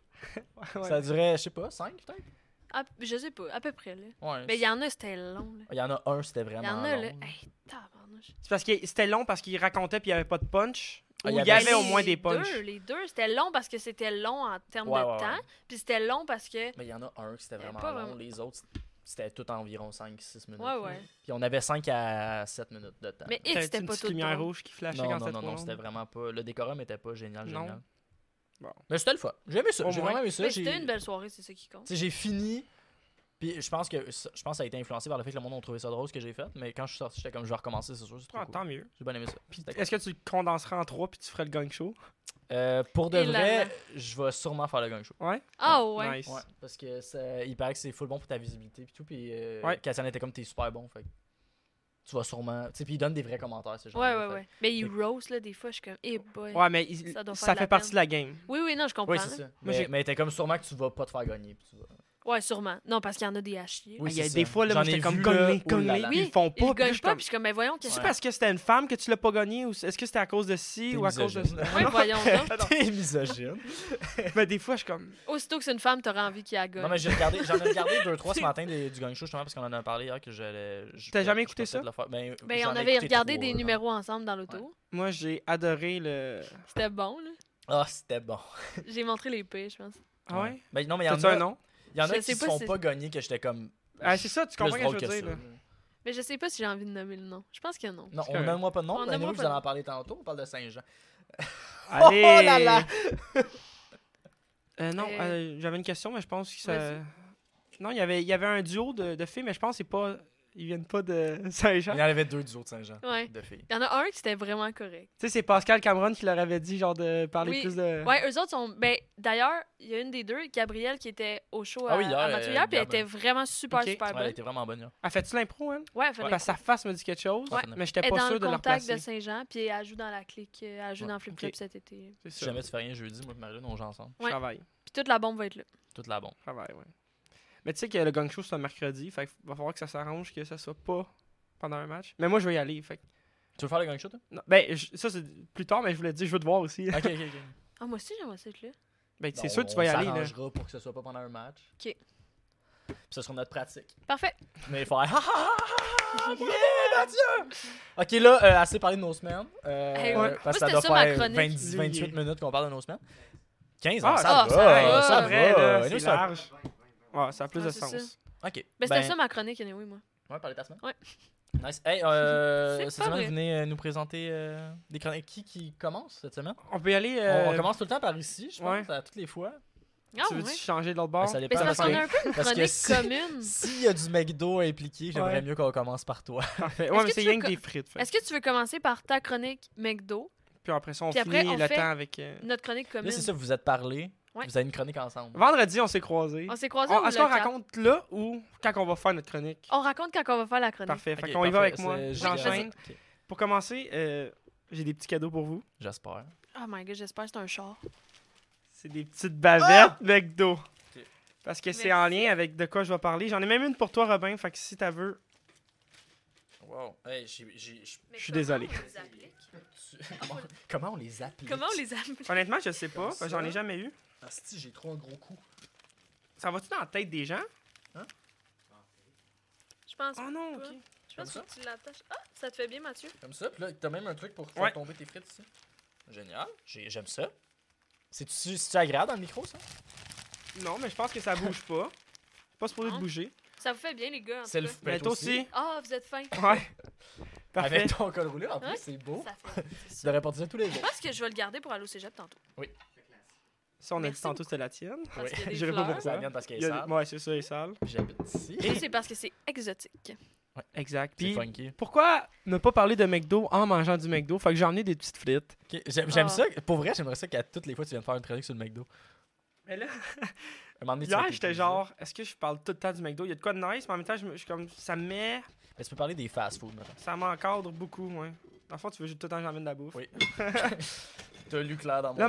B: Ouais, ouais.
E: Ça durait, je sais pas, 5 peut-être?
D: Ah, je sais pas, à peu près, là.
E: Ouais.
D: Mais il y en a, c'était long, là.
E: Il y en a un, c'était
D: Il
E: vraiment.
D: y en a, là.
E: long.
D: Hey, tabarnouche.
B: C'est parce que c'était long parce qu'il racontait puis il n'y avait pas de punch.
E: Ah,
B: ou
E: il y
B: il y avait
E: avait-
B: au moins des
D: Ben, Les
B: punchs.
D: deux, les deux. C'était long parce que c'était long en termes
E: Ouais,
D: de
E: ouais,
D: temps.
E: ouais.
D: Puis c'était long parce que.
E: Mais il y en a un que c'était
D: Il y avait
E: vraiment
D: pas
E: long.
D: vraiment-
E: Les autres, c'était tout environ 5-6 minutes.
D: Ouais, ouais.
E: Puis on avait 5 à 7 minutes de temps.
D: Mais hic,
B: T'avais-tu
D: c'était
B: une
D: pas
B: petite
D: tout.
B: lumière
D: drôle.
B: rouge qui flashait
E: Non,
B: Ah, quand
E: non,
B: c'était
E: non,
B: trop
E: non,
B: long?
E: c'était vraiment pas. Le décorum était pas génial,
B: Non.
E: génial.
B: Bon.
E: Mais c'était le fun. J'ai aimé ça.
B: Au
E: J'ai
B: moins.
E: vraiment aimé ça.
D: Mais
E: j'ai-
D: c'était une belle soirée, c'est ça qui compte.
E: Tu sais, j'ai fini. Puis je pense que ça- je pense que ça a été influencé par le fait que le monde a trouvé ça drôle ce que j'ai fait. Mais quand je suis sorti, j'étais comme je vais recommencer, c'est sûr, c'est trop
B: Ah,
E: cool.
B: Tant mieux.
E: J'ai bien aimé ça.
B: Puis
E: C'était cool.
B: est-ce que tu le condenserais en trois puis tu ferais le gang show?
E: Euh, pour de
D: Et là,
E: vrai,
D: là.
E: je vais sûrement faire le gang show.
B: Ouais.
D: Ah ouais.
B: Nice.
E: Ouais, parce que ça, il paraît que c'est full bon pour ta visibilité puis tout. Puis euh,
B: Ouais.
E: Cassian était comme t'es super bon, fait que tu vas sûrement. Tu sais, puis il donne des vrais commentaires, ce genre.
D: Ouais, ouais, ouais. Mais il
E: Fait-
D: roast, là, des fois, je suis comme, eh boy.
B: Ouais, mais il-
D: Ça
B: ça,
D: doit faire de
B: fait
D: la
B: partie
D: peine.
B: de la game.
D: Oui, oui, non, je comprends.
E: Oui, c'est
D: là.
E: ça.
B: Moi,
E: mais
B: j'ai-
E: mais t'es comme sûrement que tu vas pas te faire gagner. Puis tu vas...
D: Ouais, sûrement. Non, parce qu'il y en a des hachis.
E: Oui,
B: Ah, il y a
E: c'est
B: des
E: ça.
B: fois, là,
E: J'en
B: moi,
E: ai
B: j'étais comme
E: vu,
B: gagne
E: là,
B: les,
E: oh
B: gagne
E: là
B: les,
E: là.
B: puis ils font pas.
D: Ils
B: puis là,
D: gagnent
B: je
D: pas,
B: comme-
D: puis je suis comme, mais voyons, qu'est-ce
B: C'est
D: que
B: parce que c'était une femme que tu l'as pas gagné ou est-ce que c'était à cause de ci
E: T'es
B: ou à cause de
E: misogyne.
B: ça?
D: Ouais, voyons donc.
E: T'es misogyne.
B: mais Ben, des fois, je suis comme.
D: Aussitôt que c'est une femme, t'auras envie qu'il la gagne.
E: non, mais j'ai regardé, j'en ai regardé deux, trois ce matin des- du gang show justement parce qu'on en a parlé hier que j'allais. je-
B: T'as
E: je
B: jamais écouté
E: pensais
B: ça?
E: de le faire. Ben,
D: Ben,
E: j'en
D: on
E: ai
D: avait
E: écouté
D: regardé
E: trois,
D: des
E: genre.
D: numéros ensemble dans l'auto.
B: Moi, j'ai adoré le.
D: C'était bon, là.
E: Ah, c'était bon.
D: J'ai montré les pets, je pense.
B: Ah ouais?
E: Ben, non, mais il y en
B: T'as-tu
E: a,
B: un nom?
E: il y en
D: Je
E: a
D: sais
E: qui se
D: pas
E: font
D: si-
E: pas gagner que j'étais comme.
B: Ah, c'est ça, tu
E: plus
B: comprends ce que
E: drôle
B: je
E: que
B: veux
E: ça.
B: dire, là.
D: Mais je sais pas si j'ai envie de nommer le nom. Je pense que non.
E: Non,
B: C'est
E: on
B: correct.
E: n'a moi pas de
D: On
E: nom. Ben,
D: nommera
E: nous,
D: pas
E: vous
D: de
E: allez
D: nom.
E: en parler tantôt. On parle de hein. Saint-Jean.
B: Allez!
E: Oh là là!
B: Euh, non,
D: Euh,
B: euh, j'avais une question, mais je pense que ça.
D: vas-y.
B: Non, il y avait, il y avait un duo de, de filles, mais je pense que c'est pas. Ils viennent pas de
E: Il y
B: Saint-Jean.
E: en avait deux du autre Saint-Jean.
D: Ouais.
E: De filles.
D: Il y en a un qui c'était vraiment correct.
B: Tu sais, c'est Pascal Cameron qui leur avait dit, genre, de parler
D: Oui.
B: plus de.
D: Ouais, eux autres sont. Ben, d'ailleurs, il y a une des deux, Gabrielle, qui était au show à,
E: Ah oui, hier,
D: à Mathieu
E: euh,
D: hier, puis elle
E: Gab,
D: était
E: hein.
D: vraiment super,
B: Ok.
D: super
E: Ouais, elle
D: bonne.
E: était vraiment bonne. là.
B: Elle fait-tu l'impro, elle?
D: Ouais, elle fait de
B: Parce que sa face me dit quelque chose,
E: Ouais.
B: mais j'étais
D: Elle est
B: pas
D: dans
B: sûr
D: le
B: de leur
D: contact
B: placer.
D: de Saint-Jean, puis elle joue dans la clique, euh, elle joue
E: Ouais,
D: dans Flip
B: ok.
D: Flop cet été.
B: C'est
E: Si
B: ça.
E: jamais tu fais rien jeudi, moi et Marine, on joue ensemble.
D: Ouais.
B: Travail.
D: Puis toute la bombe va être là.
E: Toute la bombe.
B: Travail, ouais. Mais tu sais que le gang show, c'est un mercredi, fait qu'il va falloir que ça s'arrange que ça soit pas pendant un match. Mais moi, je vais y aller, fait que-
E: Tu veux faire le gang show, toi?
B: non, Ben, je- ça, c'est plus tard, mais je voulais te dire, je veux te voir aussi.
E: Ok, ok, ok.
D: Ah, moi aussi, j'aimerais ça être là.
B: Ben,
E: Bon,
B: c'est sûr que tu
E: on
B: vas y aller, là.
E: s'arrangera pour que ce soit pas pendant un match.
D: Ok.
E: Puis ce sera notre pratique.
D: Parfait.
E: Mais il faut aller. Ah, ah, ah, yeah, Mathieu! Ok, là, euh, assez parlé de nos semaines. Euh,
D: Hey,
B: ouais.
D: Moi,
E: Parce que ça
D: c'était
E: doit
D: ça, ma
E: faire
D: chronique.
E: 20, 28 minutes qu'on parle de nos semaines. 15 ans,
B: Ah,
E: ça,
D: ah,
E: va,
D: ça va,
E: ça
D: c'est
B: vrai, là,
E: va.
B: c'est
E: Nous, c'est un-
B: large. Ouais, ça a plus
D: Ah,
B: de
D: c'est ça.
B: sens.
E: Ok.
D: Ben, c'était
E: ben,
D: ça ma chronique, anyway, moi.
E: Ouais, parler de ta semaine?
D: Ouais.
E: Nice. Hey, euh,
D: C'est
E: cette
D: pas
E: semaine,
D: vrai.
E: vous venez euh, nous présenter euh, des chroniques. Qui, qui commence cette semaine?
B: On peut y aller.
E: On-
B: euh,
E: On, commence tout le temps par ici, je pense,
B: ouais.
E: à toutes les fois.
D: Ah,
B: Tu
D: ouais.
B: veux-tu changer de l'autre bord?
E: Ben, ça
D: Mais
E: dépend.
D: c'est parce
E: parce
D: qu'on
E: que-
D: a un peu une
E: parce que
D: chronique
E: si-
D: commune.
E: S'il y a du McDo impliqué, j'aimerais
B: Ouais.
E: mieux qu'on commence par toi.
B: Parfait.
D: Est-ce
B: Ouais, mais
D: que
B: c'est
D: tu veux
B: rien que
D: co-
B: des frites. fait.
D: Est-ce que tu veux commencer par ta chronique McDo,
B: Puis après ça, on
D: Puis après,
B: finit
D: on
B: le
D: fait-
B: temps avec. euh,
D: notre chronique
E: Là,
D: commune?
E: c'est ça, vous vous êtes parlé.
D: Ouais.
E: Vous avez une chronique ensemble.
B: Vendredi, on s'est croisés.
D: On s'est croisés
B: On-
D: au
B: Ah, Est-ce qu'on
D: local.
B: raconte là ou quand on va faire notre chronique?
D: On raconte quand on va faire la chronique.
B: Parfait.
E: Ok,
B: fait qu'on y va
E: parfait,
B: avec
E: c'est-
B: moi.
E: j'ai-
B: J'enchaîne.
E: Ok,
B: Pour commencer, euh, j'ai des petits cadeaux pour vous.
E: J'espère.
D: Oh my god, j'espère que c'est un char.
B: C'est des petites bavettes McDo. Parce que c'est
D: Merci.
B: en lien avec de quoi je vais parler. J'en ai même une pour toi, Robin. Fait que si t'as veux,
E: Wow. Hey, j'ai- j'ai- j'ai-
B: Je suis désolé.
E: tu- comment, comment on les applique?
D: Ah, Comment on les applique?
B: honnêtement, je sais pas.
E: Comme
B: parce que J'en ai
E: ça.
B: jamais eu.
E: Asti, j'ai trop un gros coup.
B: Ça va-tu dans la tête des gens?
D: Je pense,
B: Oh non, ok.
D: Pas. je pense
E: Comme
D: que tu l'attaches. Ah, ça te fait bien, Mathieu?
E: Comme ça, puis là, t'as même un truc pour faire
B: Ouais.
E: tomber tes frites ici. Génial. J'ai- J'aime ça. C'est-tu c'est-tu agréable dans le micro, ça?
B: Non, mais je pense que ça bouge pas. C'est pas supposé de
D: Non.
B: bouger.
D: Ça vous fait bien, les gars. en tout
E: le ben,
D: cas.
B: Mais toi aussi.
D: Ah, vous êtes fins.
B: Ouais. Parfait.
E: Avec ton col roulé, en plus,
D: Ouais.
E: c'est beau.
D: Ça fait.
E: Tu devrais porter ça tous les
D: Je
E: jours.
D: pense que je vais le garder pour aller au cégep tantôt.
B: Ça, on a
D: Merci
B: dit tantôt
D: beaucoup.
B: c'était la tienne.
D: Parce qu'il y a des
B: Je réponds
D: fleurs.
B: pourquoi.
E: Ça vient parce qu'elle
B: Il y
E: est
B: a-
E: sale.
B: Ouais, c'est ça, les salles.
E: puis J'habite ici.
D: Ça, c'est parce que c'est exotique.
B: Exact.
E: C'est
B: Puis,
E: funky.
B: pourquoi ne pas parler de McDo en mangeant du McDo? Fait que j'ai emmené des petites frites.
E: Ok, J'aime j'aime
D: Ah.
E: ça. Pour vrai, j'aimerais ça qu'à toutes les fois, tu viennes faire une chronique sur le McDo.
B: Mais là,
E: Un moment donné, tu vas
B: hier,
E: être
B: j'étais
E: obligé.
B: genre, est-ce que je parle tout le temps du McDo? Il y a de quoi de nice, mais en même temps, je me- je suis comme, ça met,
E: Mais tu peux parler des fast-food, maintenant.
B: ça m'encadre beaucoup, moi. Dans le fond, tu veux juste tout le temps que j'emmène de la bouffe.
E: Oui. T'as lu clair dans mon.
B: Là,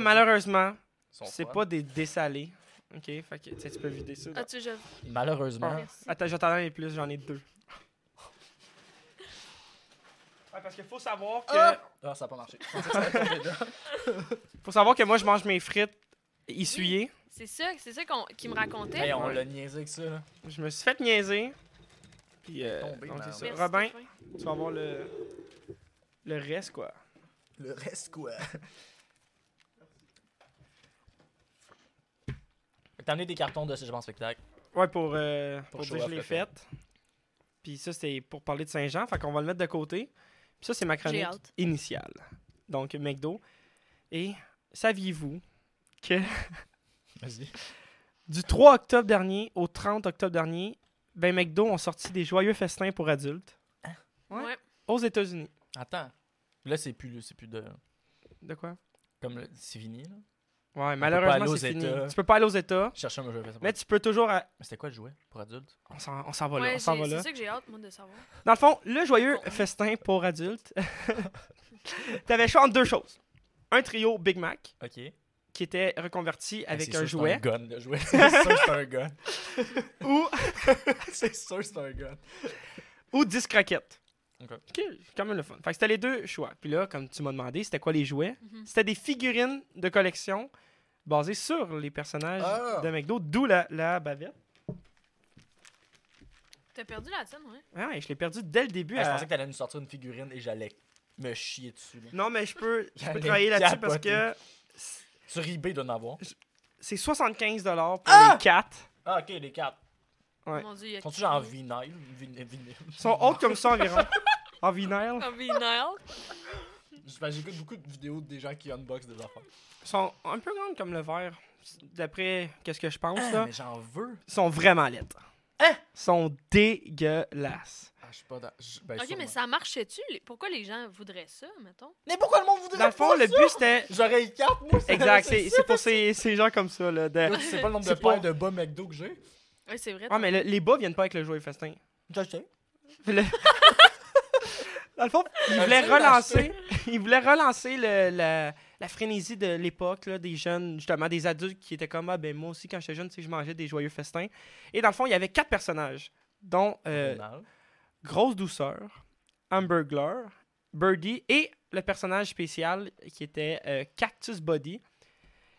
E: Ils
B: malheureusement,
E: sont
B: c'est
E: froids.
B: pas des dessalés. Ok, fait que, tu sais, tu peux vider ça. là.
D: Ah, tu je...
B: ah.
E: Malheureusement.
D: Merci.
B: Attends, j'attends les plus, j'en ai deux. Ouais, parce qu'il faut savoir que.
E: Ah! Ah, ça a pas marché. Je pensais que ça allait tomber dedans.
B: Faut savoir que moi, je mange mes frites essuyées.
D: C'est ça, c'est ça qu'on, qu'il me racontait.
E: Hey, on
B: Ouais.
E: l'a niaisé avec ça, là.
B: Je me suis fait niaiser. Puis, euh,
E: Tombé,
B: donc,
E: man.
B: c'est ça.
D: Merci,
B: Robin,
D: Stéphane.
B: tu vas avoir le. Le reste, quoi.
E: Le reste, quoi. T'as amené des cartons de ce jeu en spectacle.
B: Ouais, pour, euh,
E: Pour
B: pour
E: show
B: dire
E: off
B: je l'ai
E: le fait.
B: faite. Puis ça, c'était pour parler de Saint-Jean. Fait qu'on va le mettre de côté. Puis ça, c'est ma
D: J'ai
B: chronique
D: hâte.
B: initiale. Donc, McDo. Et saviez-vous que
E: Vas-y.
B: du 3 octobre dernier au 30 octobre dernier, ben McDo ont sorti des joyeux festins pour adultes Ouais.
D: Ouais.
B: aux États-Unis.
E: Attends. Là, c'est plus, c'est plus de.
B: De quoi?
E: Comme le- c'est fini, là.
B: Ouais,
E: aller
B: malheureusement,
E: aux
B: c'est fini.
E: États.
B: Tu peux pas aller aux États,
E: Chercher un jeu. Mais,
B: mais
E: mais
B: tu peux toujours... à-
E: c'était quoi le jouet pour adultes
B: On s'en on s'en va là,
D: Ouais,
B: on s'en
D: j'ai-
B: va là.
D: C'est ça que j'ai hâte, moi, de savoir.
B: Dans le fond, le joyeux festin pour adultes, t'avais le choix entre deux choses. Un trio Big Mac,
E: Ok. Hey,
B: qui était reconverti
E: Ah, c'est
B: avec
E: sûr
B: un
E: que c'est
B: jouet,
E: gun, le jouet. c'est sûr que c'est un gun.
B: ou,
E: C'est sûr que c'est un gun.
B: ou 10 croquettes.
E: Ok.
B: Ok, c'est quand même le fun. Fait que c'était les deux choix. Puis là, comme tu m'as demandé, c'était quoi les jouets?
D: Mhm.
B: C'était des figurines de collection basées sur les personnages
E: Ah.
B: de McDo, d'où la, la bavette.
D: T'as perdu la tienne, ouais?
B: Ah, ouais, je l'ai perdu dès le début.
E: Hey, Ben, Ah, je
B: à-
E: pensais que t'allais nous sortir une figurine et j'allais me chier dessus. là.
B: Non, mais je peux, je peux
E: J'allais
B: travailler là-dessus parce
E: capoter.
B: que
E: Sur eBay, d'en avoir.
B: c'est 75$ pour
E: Ah!
B: les 4.
E: Ah, ok, les cartes.
B: Ouais.
D: Mon dieu, il y a
E: Sont-tu genre en vinyle Vin- vinyle.
B: Ils sont hautes comme ça environ. en vinyle.
D: En vinyle?
E: J'sais- J'écoute beaucoup de vidéos des gens qui unbox des affaires.
B: Ils sont un peu grandes comme le verre. D'après qu'est-ce que je pense, là.
E: Ah, mais j'en veux.
B: Ils sont vraiment laides.
E: Hein?
B: Ils sont dégueulasses.
E: Ah, je suis pas dans. je- ben,
D: Ok,
E: sûrement.
D: mais ça marchait-tu? les- Pourquoi les gens voudraient ça, mettons?
E: Mais pourquoi le monde voudrait
B: Dans le fond,
E: pas
B: le
E: ça?
B: but c'était.
E: J'aurais une carte, moi. ça-
B: Exact,
E: c'est-
B: c'est c'est pour ces, ces gens comme ça, là. de-
E: Yo, tu sais pas le nombre de
B: C'est
E: paires
B: pour-
E: de bas McDo que j'ai.
D: Oui, c'est vrai.
B: Ouais, mais le- les bas viennent pas avec le jouet festin.
E: Je sais.
B: Le- Dans le fond, ils
E: Un
B: voulaient
E: jeu d'acheter.
B: relancer, ils voulaient relancer le- la, la frénésie de l'époque, là, des jeunes, justement, des adultes qui étaient comme, ah, ben moi aussi, quand j'étais jeune, tu sais, je mangeais des joyeux festins. Et dans le fond, il y avait quatre personnages, dont euh,
E: Ronald.
B: Grosse Douceur, Hamburglar, Birdie et le personnage spécial qui était euh, Cactus Body.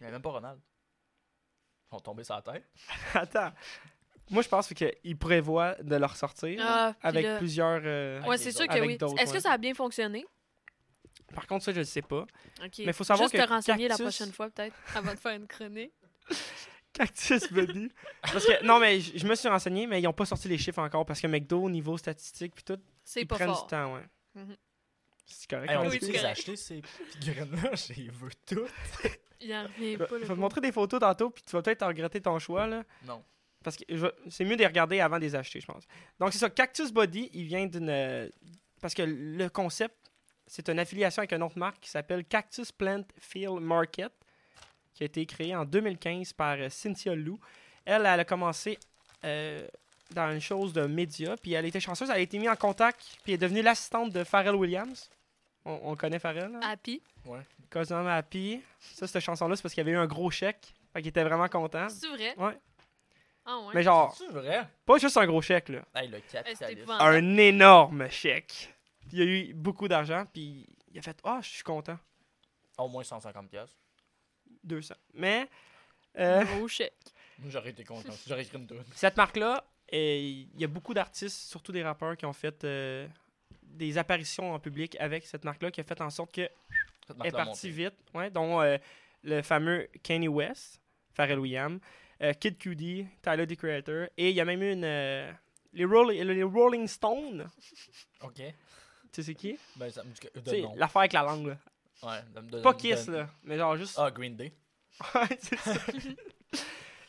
E: Il y avait même pas Ronald. Ils sont tombés sur la tête.
B: Attends, moi, je pense qu'ils prévoient de leur sortir
D: Ah, puis
B: avec
D: là-
B: plusieurs... euh,
D: Ouais, c'est sûr que
B: Avec
D: oui.
B: d'autres,
D: Est-ce que
B: ouais.
D: ça a bien fonctionné?
B: Par contre, ça, je ne sais pas.
D: Ok.
B: Mais faut savoir
D: Juste
B: que
D: te renseigner la
B: Cactus-
D: prochaine fois, peut-être, avant de faire une chronique.
B: Cactus Buddy. parce que, non, mais je je me suis renseigné, mais ils n'ont pas sorti les chiffres encore parce que McDo, au niveau statistique, puis tout,
D: C'est
B: ils
D: pas
B: prennent
D: fort.
B: du temps, ouais.
D: Mhm.
B: C'est correct.
E: Hey, on
B: on
E: peut
D: Oui,
B: dit-
D: c'est
E: les
D: correct.
E: acheter, ces figurines-là. J'y veux toutes.
D: Il en revient
B: Je vais
D: pas,
B: je
D: le
B: vais te
D: pauvre.
B: montrer des photos tantôt, puis tu vas peut-être regretter ton choix, là.
E: Non.
B: Parce que je- c'est mieux de les regarder avant de les acheter, je pense. Donc, c'est ça. Cactus Body, il vient d'une. euh, Parce que le concept, c'est une affiliation avec une autre marque qui s'appelle Cactus Plant Field Market, qui a été créée en 2015 par euh, Cynthia Lou. Elle, elle a commencé euh, dans une chose de médias, puis elle était chanceuse, elle a été mise en contact, puis elle est devenue l'assistante de Pharrell Williams. On, on connaît Pharrell, hein? là?
D: Happy.
B: Cause I'm Happy. Ça, cette chanson-là, c'est parce qu'il y avait eu un gros chèque. Fait qu'il était vraiment content.
D: C'est vrai?
B: Ouais.
D: Ah ouais.
B: Mais genre,
E: C'est vrai.
B: pas juste un gros chèque, là.
E: Hey, le
D: Hey, c'est
E: capitaliste.
D: épouvantable.
B: un énorme chèque. Puis Il y a eu beaucoup d'argent, puis il a fait Ah, je suis content,
E: Au moins 150 pièces.
B: 200. Mais euh,
D: Gros chèque.
E: J'aurais été content. J'aurais écrit une toune.
B: cette marque-là, euh, il y a beaucoup d'artistes, surtout des rappeurs, qui ont fait euh, des apparitions en public avec cette marque-là, qui a fait en sorte qu'elle
E: Cette
B: est
E: marque-là a
B: partie
E: monté.
B: vite, ouais, dont euh, le fameux Kanye West, Pharrell Williams, euh, Kid Cudi, Tyler the Creator, et il y a même eu une. euh, les, Rolling, les Rolling Stones,
E: Ok.
B: tu sais c'est qui?
E: Ben, ça me dit que.
B: Tu sais,
E: De nom.
B: L'affaire avec la langue, là.
E: Ouais, de- de-
B: Pas
E: de-
B: Kiss, là, mais genre juste
E: Euh, Ben- Ah, Green Day.
B: Ouais, c'est ça.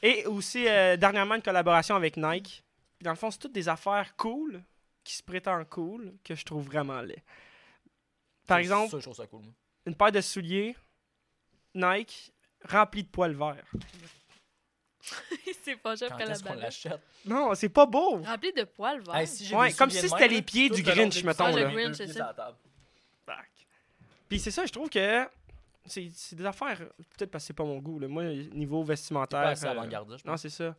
B: Et aussi, euh, dernièrement, une collaboration avec Nike. Dans le fond, c'est toutes des affaires cool, qui se prétendent cool, que je trouve vraiment laid. Par
E: C'est
B: exemple,
E: ça, je trouve ça cool. moi.
B: une paire de souliers Nike remplis de poils verts.
D: Il s'est penché
E: Quand
D: après la
E: est-ce qu'on
D: balle.
E: l'achète?
B: Non, c'est pas beau.
D: Rempli de poils verts.
E: Hey, si j'ai
B: Ouais,
E: des
B: comme
E: souliers
B: si
E: de
B: c'était
E: même,
B: les
E: là,
B: pieds
E: tout
B: du
E: le long
B: Grinch,
E: des
B: mettons,
E: pieds,
D: là.
E: deux
D: Ah, le Grinch,
E: pieds
D: c'est
E: sur la table.
B: Fuck. Puis c'est ça, je trouve que c'est c'est des affaires, peut-être parce que c'est pas mon goût. là. Moi, niveau vestimentaire.
E: Pas assez
B: euh,
E: avant-gardiste, je
B: non,
E: pense.
B: c'est ça.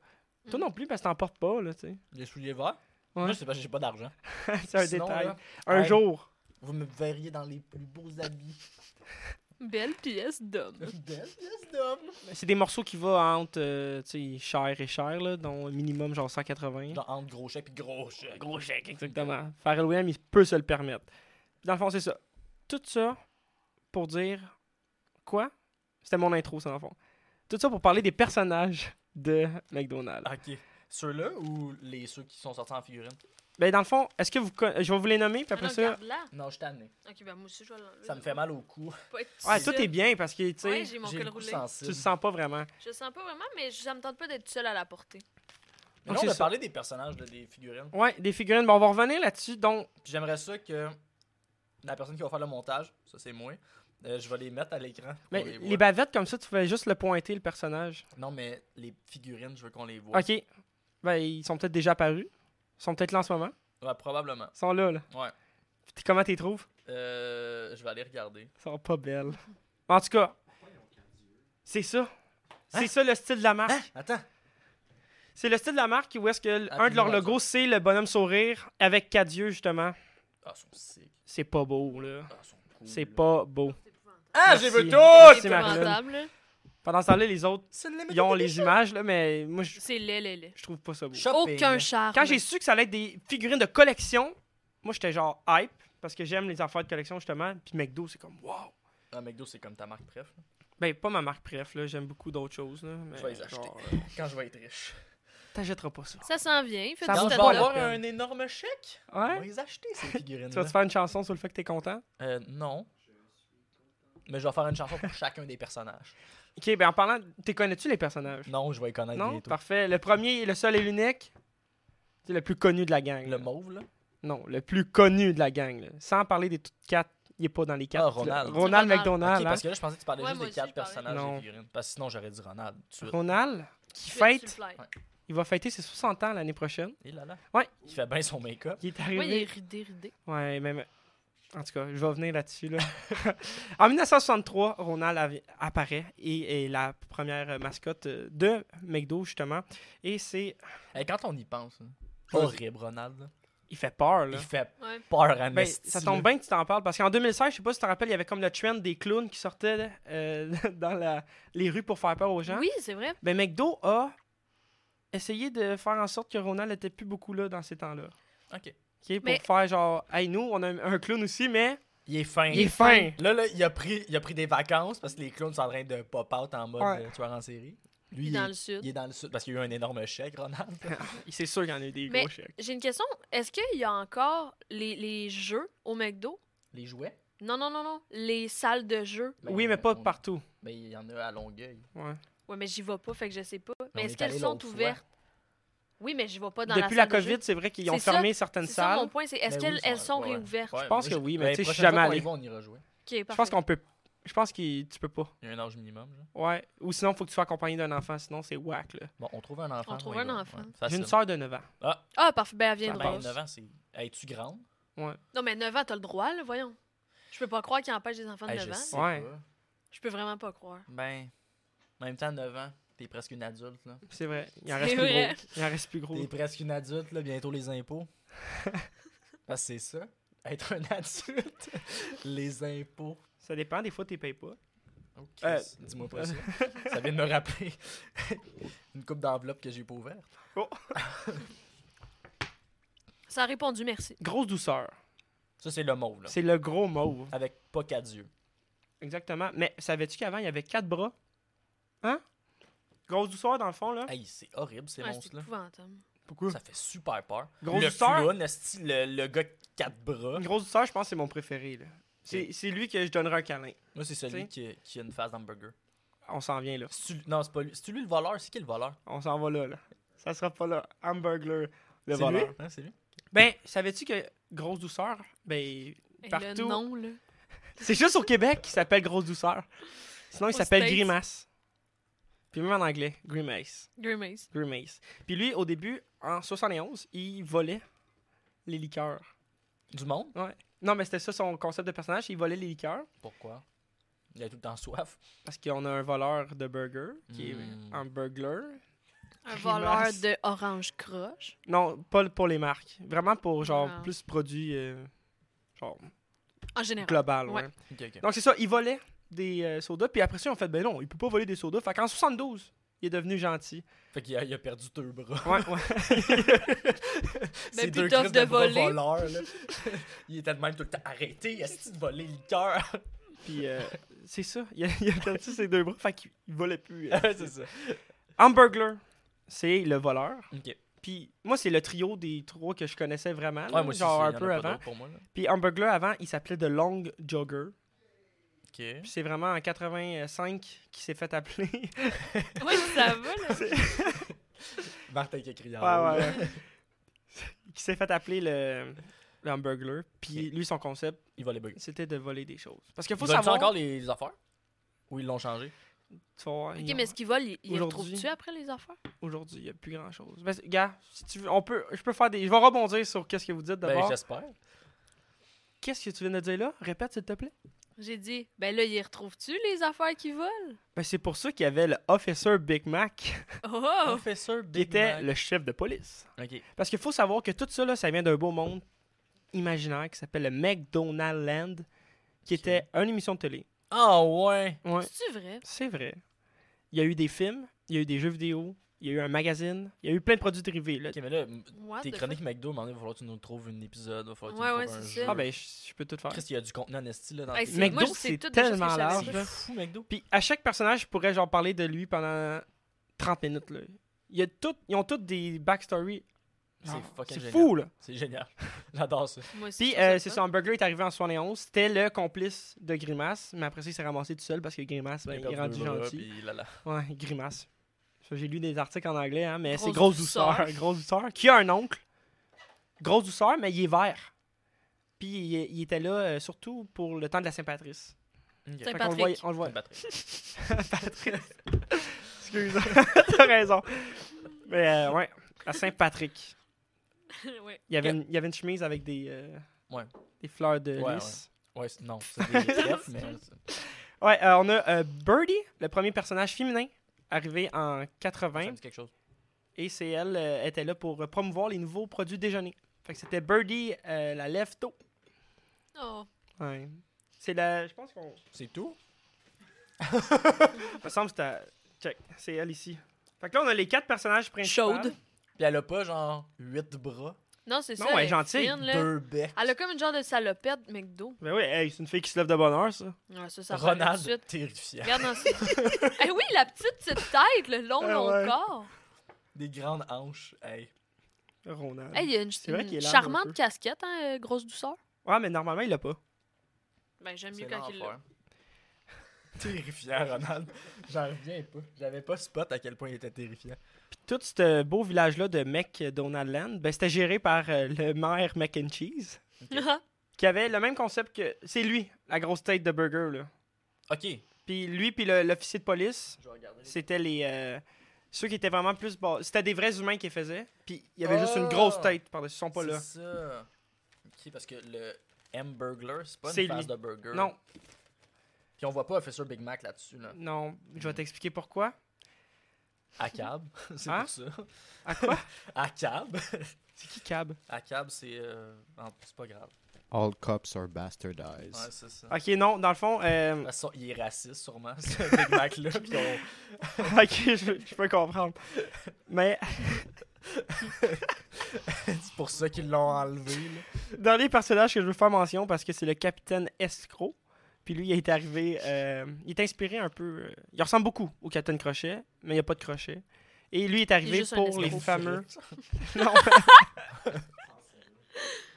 B: Toi
D: Mm.
B: non plus, parce que t'en portes pas, là, tu sais.
E: Les souliers verts?
B: Ouais.
E: Moi, c'est parce que j'ai pas d'argent.
B: c'est un
E: Sinon,
B: détail.
E: là,
B: Un
E: hey.
B: jour.
E: Vous me verriez dans les plus beaux habits.
D: Belle pièce d'homme.
E: Belle pièce d'homme.
B: C'est des morceaux qui vont entre euh, tu sais, cher et cher, là, dont minimum genre 180.
E: Genre entre gros chèque et gros chèque.
B: Gros chèque, exactement. Pharrell Williams, il peut se le permettre. Dans le fond, c'est ça. Tout ça pour dire quoi C'était mon intro, ça, dans le fond. Tout ça pour parler des personnages de McDonald's.
E: Ok. Ceux-là ou les ceux qui sont sortis en figurine?
B: Ben, dans le fond, est-ce que vous. con- Je vais vous les nommer,
D: Ah
B: puis après ça.
D: là.
E: Non, je t'en ai.
D: Ok, ben moi aussi, je vais l'enlever.
E: Ça me fait mal au cou.
B: Ouais, tout est bien parce que, tu sais,
D: Ouais, j'ai mon
E: J'ai
D: col
E: le cou
D: roulé.
B: tu
E: sensible.
B: le sens pas vraiment.
D: Je le sens pas vraiment, mais ça me tente pas d'être seule à la portée.
E: Mais
B: Donc,
E: là,
B: c'est
E: on a
B: ça.
E: parlé des personnages, là, des figurines.
B: Ouais, des figurines. Bon, on va revenir là-dessus. Donc,
E: Puis j'aimerais ça que la personne qui va faire le montage, ça c'est moi, euh, je vais les mettre à l'écran. pour qu'on
B: mais
E: les voit.
B: ben, les bavettes, comme ça, tu fais juste le pointer, le personnage.
E: Non, mais les figurines, je veux qu'on les voit.
B: OK. Ben, ils sont peut-être déjà apparus. Ils sont peut-être là en ce moment.
E: Ouais, probablement.
B: Ils sont là, là.
E: Ouais.
B: Puis t'es- comment t'es trouves?
E: Euh, je vais aller regarder.
B: Ils sont pas belles. Ben, En tout cas, c'est ça.
E: Hein?
B: C'est ça le style de la marque.
E: Attends.
B: C'est le style de la marque où est-ce que l-
E: Ah,
B: un
E: puis
B: de leurs
E: moi,
B: logos, c'est le bonhomme sourire avec quatre yeux, justement.
E: Ah, ils sont sick.
B: C'est pas beau, là.
E: Ah, ils sont cool.
B: C'est pas beau.
E: Ah,
B: Merci.
E: j'ai vu tout!
B: Oh, C'est Marilyn.
D: épouvantable, là.
B: Pendant ce temps-là, les autres,
E: C'est le limite
B: ils ont
E: de
B: les images, là, mais moi, je
D: C'est laid, laid, laid.
B: je trouve pas ça beau.
E: shopping.
D: Aucun charme.
B: Quand j'ai su que ça allait être des figurines de collection, moi, j'étais genre hype, parce que j'aime les affaires de collection, justement. Puis McDo, c'est comme, wow!
E: Ah, McDo, c'est comme ta marque, bref.
B: Ben, pas ma marque préf, là. J'aime beaucoup d'autres choses, là. mais
E: Je vais les acheter.
B: genre, euh,
E: Quand je vais être riche.
B: T'achèteras pas ça.
D: Ça s'en vient. Fais
B: Ça
D: du
E: Quand
B: vaut
E: je vais
B: Ah, pas
D: stand-up.
E: avoir
B: la
E: un
B: peine.
E: énorme chèque, on va
B: Ouais?
E: les acheter, ces figurines
B: Tu vas te faire une chanson sur le fait que t'es content?
E: Euh, non. Mais je vais faire une chanson pour chacun des personnages.
B: Ok, ben en parlant, t'es connais-tu les personnages?
E: Non, je vais les connaître
B: Non?
E: bientôt.
B: Parfait. Le premier, le seul et l'unique, c'est le plus connu de la gang.
E: Le
B: là.
E: mauve, là.
B: Non, le plus connu de la gang. là. Sans parler des toutes quatre, il est pas dans les quatre.
E: Ah,
B: là.
E: Ronald.
B: Ronald
D: Ronald.
B: McDonald.
E: ok,
B: hein.
E: parce que là, je pensais que tu parlais
D: Ouais,
E: juste
D: moi
E: des
D: aussi,
E: quatre
D: je parlais.
E: personnages
B: Non.
E: des figurines. Parce que sinon, j'aurais dit Ronald. tout de suite.
B: Ronald, qui
D: Tu fais du
B: fête,
D: fly.
B: il va fêter ses 60 ans l'année prochaine.
E: Et là, là.
B: Ouais.
E: Il fait bien son make-up.
B: Il est
D: Ouais, il est
B: arrivé.
D: ridé, ridé.
B: Ouais, même. En tout cas, je vais venir là-dessus. Là. en 1963, Ronald avi- apparaît et est la première euh, mascotte euh, de McDo, justement. Et c'est.
E: Hey, quand on y pense, hein,
B: Ouais.
E: horrible, Ronald. là.
B: Il fait peur,
E: Il
B: là.
E: fait
D: Ouais.
E: peur à
B: Ben,
E: Messi.
B: ça tombe bien que tu t'en parles parce qu'en 2016, je sais pas si tu te rappelles, il y avait comme le trend des clowns qui sortaient euh, dans la- les rues pour faire peur aux gens.
D: Oui, c'est vrai.
B: Ben, McDo a essayé de faire en sorte que Ronald n'était plus beaucoup là dans ces temps-là.
E: Ok.
B: Ok, pour
D: Mais-
B: faire genre, hey, nous, on a un, un clown aussi, mais.
E: Il est fin.
B: Il est fin.
E: Là, là, il a, pris, il a pris des vacances parce que les clowns sont en train de pop-out en mode
B: Ouais.
E: euh, tueur en série. Lui,
D: Il est
E: il,
D: dans
E: est,
D: le sud.
E: il est dans le sud parce qu'il y a eu un énorme chèque, Ronald.
B: C'est sûr qu'il y en a eu des
D: Mais-
B: gros chèques.
D: J'ai une question. Est-ce qu'il y a encore les, les jeux au McDo?
E: les jouets.
D: Non, non, non, non. Les salles de jeu.
E: Ben,
B: oui, mais pas
E: on-
B: partout.
E: Ben, il y en a à Longueuil.
B: Ouais.
D: Ouais, mais j'y vais pas, fait que je sais pas. Mais,
E: on
D: est-ce
E: est
D: qu'elles
E: allé
D: sont
E: l'autre fois.
D: ouvertes? Oui, mais j'y vais pas dans
B: Depuis la,
D: la salle de jeu.
B: COVID, c'est vrai qu'ils ont
D: C'est ça,
B: fermé certaines
D: C'est ça
B: salles.
D: mon point, c'est est-ce
E: Ben
D: qu'elles
E: oui,
D: elles sont
E: ouais.
D: réouvertes?
E: Ouais,
B: Je pense
E: moi,
B: que oui, mais
E: ben,
B: tu sais, je suis
E: prochaine
B: jamais
E: fois qu'on y
B: allé.
E: va, on ira jouer.
D: Ok,
B: Je
D: parfait.
B: pense qu'on peut. Je pense que tu peux pas.
E: Il y a un âge minimum. Genre.
B: Ouais. Ou sinon, faut que tu sois accompagné d'un enfant, sinon c'est whack, là.
E: Bon, on trouve un enfant.
D: On trouve
E: y
D: un
E: va.
D: enfant.
E: Ouais,
B: J'ai
E: facile.
B: une soeur de 9 ans.
E: Ah,
D: Ah, parfait, ben elle
E: ben,
D: viendra.
E: 9 ans, c'est. Hey, tu grande?
D: Non, mais 9 ans, t'as le droit, là, voyons. Je peux pas croire qu'ils empêchent des enfants de
E: Hey,
D: 9
E: je
D: Ah, ans.
E: sais
B: Ouais.
E: pas.
D: Je peux vraiment pas croire.
E: Ben, en même temps, 9 ans, t'es presque une adulte, là.
B: C'est vrai. Il en
D: C'est
B: reste plus
D: vrai.
B: gros. Il en reste plus gros.
E: T'es presque une adulte, là, bientôt les impôts. Parce que c'est ça, être un adulte, les impôts.
B: Ça dépend, des fois, tu payes pas.
E: Oh, Chris,
B: Euh,
E: Dis-moi pas ça. Ça vient de me rappeler une coupe d'enveloppe que j'ai pas ouverte.
D: Ça a répondu merci.
B: Grosse douceur.
E: Ça, c'est le mauve, là.
B: C'est le gros mauve.
E: Avec pas qu'à Dieu.
B: Exactement. Mais savais-tu qu'avant, il y avait quatre bras? Hein? Grosse douceur, dans le fond, là.
E: Hey, c'est horrible, ces
D: Ouais, c'est
E: monstres-là.
D: épouvantable.
B: Pourquoi?
E: Ça fait super peur.
B: Gros
E: le
B: douceur.
E: clown, esti, le, le gars de quatre bras.
B: Grosse douceur, je pense que c'est mon préféré, là. C'est c'est lui que je donnerais un câlin.
E: Moi, c'est celui
B: T'sais.
E: qui, qui a une face d'hamburger.
B: on s'en vient là.
E: C'est-tu- Non, c'est pas lui. C'est lui le voleur. C'est qui le voleur?
B: On s'en va là, là. Ça sera pas là. Hamburglar, le
E: C'est
B: voleur.
E: lui? Hein, c'est lui.
B: Ben, savais-tu que Grosse Douceur, ben,
D: Et
B: Partout.
D: Le nom, là.
B: c'est juste au Québec qu'il s'appelle Grosse Douceur. Sinon, il
D: Aux
B: s'appelle
D: States.
B: Grimace. Puis même en anglais, Grimace.
D: Grimace.
B: Grimace. Puis lui, au début, en 71, il volait les liqueurs.
E: Du monde?
B: Non, mais c'était ça son concept de personnage, il volait les liqueurs.
E: Pourquoi? Il a tout le temps soif.
B: Parce qu'on a un voleur de burger, qui
E: Mm.
B: est un burglar.
D: Un
B: Grimace.
D: voleur de orange croche.
B: Non, pas pour les marques. Vraiment pour, genre,
D: Ah.
B: plus produits, euh, genre,
D: En général.
B: global, ouais.
D: Ouais.
E: Ok, ok.
B: Donc, c'est ça, il volait des euh, sodas, puis après ça, on fait, ben non, il peut pas voler des sodas. Fait qu'en 72, il est devenu gentil.
E: Fait qu'il a, il a perdu deux bras.
B: Ouais, ouais.
E: C'est
D: plus tough
E: crises
D: Ben, de
E: bras
D: voler.
E: voleur, là. il était de même tout le temps arrêté. Est-ce de voler le cœur?
B: puis euh, c'est ça, il a, il a perdu ses deux bras, fait qu'il il volait plus. euh.
E: c'est ça.
B: Hamburglar, c'est le voleur.
E: Ok.
B: Puis moi, c'est le trio des trois que je connaissais vraiment, là,
E: Ouais, moi aussi,
B: genre
E: c'est- il y en a
B: un peu
E: pas
B: avant.
E: d'autres Pour moi, là.
B: Puis Hamburglar, avant, il s'appelait The Long Jogger.
E: Ok.
B: Puis c'est vraiment en 85 qu'il s'est fait appeler.
D: Ouais, ça va, là.
E: Martin qui a crié en haut, là.
B: Ouais, ouais, ouais. qui s'est fait appeler le, le hamburger. Puis lui, son concept,
E: Il va les bugger.
B: c'était de voler des choses. Parce qu'il faut
E: Ils volent-tu
B: savoir.
E: encore les, les affaires? Ou ils l'ont changé?
B: Tu vas voir,
D: Ok,
B: non.
D: mais ce qu'il vole, il, il
B: Aujourd'hui.
D: retrouve-tu après les affaires?
B: Aujourd'hui, il n'y a plus grand chose. Mais, gars, si tu veux, on peut, je peux faire des. Je vais rebondir sur qu'est-ce que vous dites
E: Ben,
B: d'abord.
E: j'espère.
B: Qu'est-ce que tu viens de dire là Répète, s'il te plaît.
D: J'ai dit, ben là, il retrouve-tu les affaires qu'il vole?
B: Ben, c'est pour ça qu'il y avait le Officer Big Mac,
D: Oh!
E: Professeur
B: qui était le chef de police.
E: Ok.
B: Parce qu'il faut savoir que tout ça, là, ça vient d'un beau monde imaginaire qui s'appelle le McDonaldland, qui
E: Ok.
B: était une émission de télé.
E: Ah ouais!
B: Ouais.
D: C'est-tu vrai?
B: C'est vrai. Il y a eu des films, il y a eu des jeux vidéo, il y a eu un magazine, il y a eu plein de produits dérivés. Là.
E: Ok, mais là,
D: What
E: tes
D: the
E: chroniques McDo, il va falloir que tu nous trouves un épisode. Va falloir que tu
D: Ouais,
E: nous
D: ouais,
E: trouves un
D: c'est ça.
E: jeu.
B: Ah ben, je je peux tout faire.
E: Chris, il y a du contenu en esti, là, dans
D: Hey,
E: tes-
D: c'est-
B: McDo,
D: moi, je sais
B: c'est
D: toutes des choses que je
B: tellement
D: savais.
B: large.
E: C'est
B: là.
E: fou, McDo.
B: Puis à chaque personnage, je pourrais genre parler de lui pendant 30 minutes. Là. Il y a tout- ils ont tous des backstories.
E: Ah, C'est
B: Genre,
E: fucking
B: C'est
E: génial.
B: fou, là.
E: C'est génial. J'adore ça.
D: fuck? Moi aussi,
B: Puis
D: je trouve
B: euh,
D: le
B: c'est
D: fun.
B: ça, Hamburger est arrivé en 71. C'était le complice de Grimace, mais après ça, il s'est ramassé tout seul parce que Grimace, ben,
E: Il a
B: il est
E: perdu
B: rendu
E: deux bras,
B: gentil.
E: puis là, là.
B: Ouais, Grimace. Ça, J'ai lu des articles en anglais, hein, mais c'est
D: Grosse
B: Grosse Douceur.
D: Douceur.
B: Grosse Douceur. Qui a un oncle. Grosse Douceur, mais il est vert. Puis il, il était là euh, surtout pour le temps de la Saint-Patrice.
E: Ok.
D: Saint-
B: Fait qu'on le voyait- On le
E: Pas
B: voit.
E: de batterie.
B: Patrice. Excuse. T'as raison. Mais euh, ouais, à Saint-Patrick.
D: Ouais.
B: Il y avait, une, il y avait une chemise avec des, euh,
E: Ouais.
B: des fleurs de
E: Ouais,
B: lys.
E: Ouais, c'est- non, c'est des crêpes, mais.
B: Ouais, euh, on a euh, Birdie, le premier personnage féminin, arrivé
E: Ça
B: en
E: me
B: 80.
E: dit quelque chose.
B: Et c'est elle euh, était là pour euh, promouvoir les nouveaux produits déjeuner. Fait que c'était Birdie, euh, la lève-tôt.
D: Oh.
B: Ouais. C'est la. Je pense qu'on.
E: C'est tout?
B: Il me semble que c'est à- Check. C'est elle ici. Fait que là, on a les quatre personnages principaux.
D: Chaude.
E: Puis elle a pas genre 8 bras,
D: Non, c'est ça.
B: Non, elle est
D: elle
B: gentille.
D: fine, là.
E: deux becs.
D: Elle a comme une genre de salopette McDo.
B: Ben oui, hey, c'est une fille qui se lève de bonne heure, ça.
D: Ouais, ça, ça apparaît tout de
E: Ronald,
D: suite.
E: terrifiant.
D: Regarde dans ce- Eh oui, la petite, petite tête, le long,
B: Ah
D: long
B: ouais.
D: corps.
E: Des grandes hanches. Hey.
B: Ronald.
D: Eh, il y a une,
B: vrai
D: une
B: qu'il est large un peu.
D: charmante casquette, hein, euh, grosse douceur.
B: Ouais, mais normalement, il l'a pas.
D: Ben, j'aime mieux
E: C'est
D: quand il l'a.
E: l'enfer. Terrifiant, Ronald. J'en reviens pas. J'avais pas spot à quel point il était terrifiant.
B: Puis tout ce beau village-là de McDonaldland, ben c'était géré par euh, le maire Mac and Cheese, qui avait le même concept que. C'est lui, la grosse tête de burger, là.
E: Ok. Je
B: Puis lui, puis le- l'officier de police,
E: vais regarder.
B: c'était les euh, ceux qui étaient vraiment plus bas. C'était des vrais humains qui les faisaient. Puis il y avait juste une
D: Oh!
E: Ah!
B: grosse tête par-dessus. Ils sont pas là.
E: C'est ça. Ok, parce que le hamburger, c'est pas
B: C'est
E: une face
B: lui.
E: de burger.
B: Non,
E: Puis on voit pas Officer Big Mac là-dessus, là.
B: non, je vais t'expliquer pourquoi.
E: À cab. c'est
B: Hein?
E: pour ça.
B: À quoi
E: À cab.
B: C'est qui cab
E: À cab, c'est. euh, en- C'est pas grave.
C: All cops are bastardized.
E: Ouais, c'est ça.
B: Ok, non, dans le fond, euh,
E: Ah, ça, Il est raciste, sûrement, ce Big Mac-là. Puis on-
B: ok, je, je peux comprendre. Mais
E: c'est pour ça qu'ils l'ont enlevé, là.
B: dans les personnages que je veux faire mention, parce que c'est le capitaine escroc, puis lui, il est arrivé, euh, il est inspiré un peu. euh, il ressemble beaucoup au capitaine crochet, mais il n'y a pas de crochet. Et lui est arrivé
D: juste un
B: pour les
D: escroc.
B: fameux. non.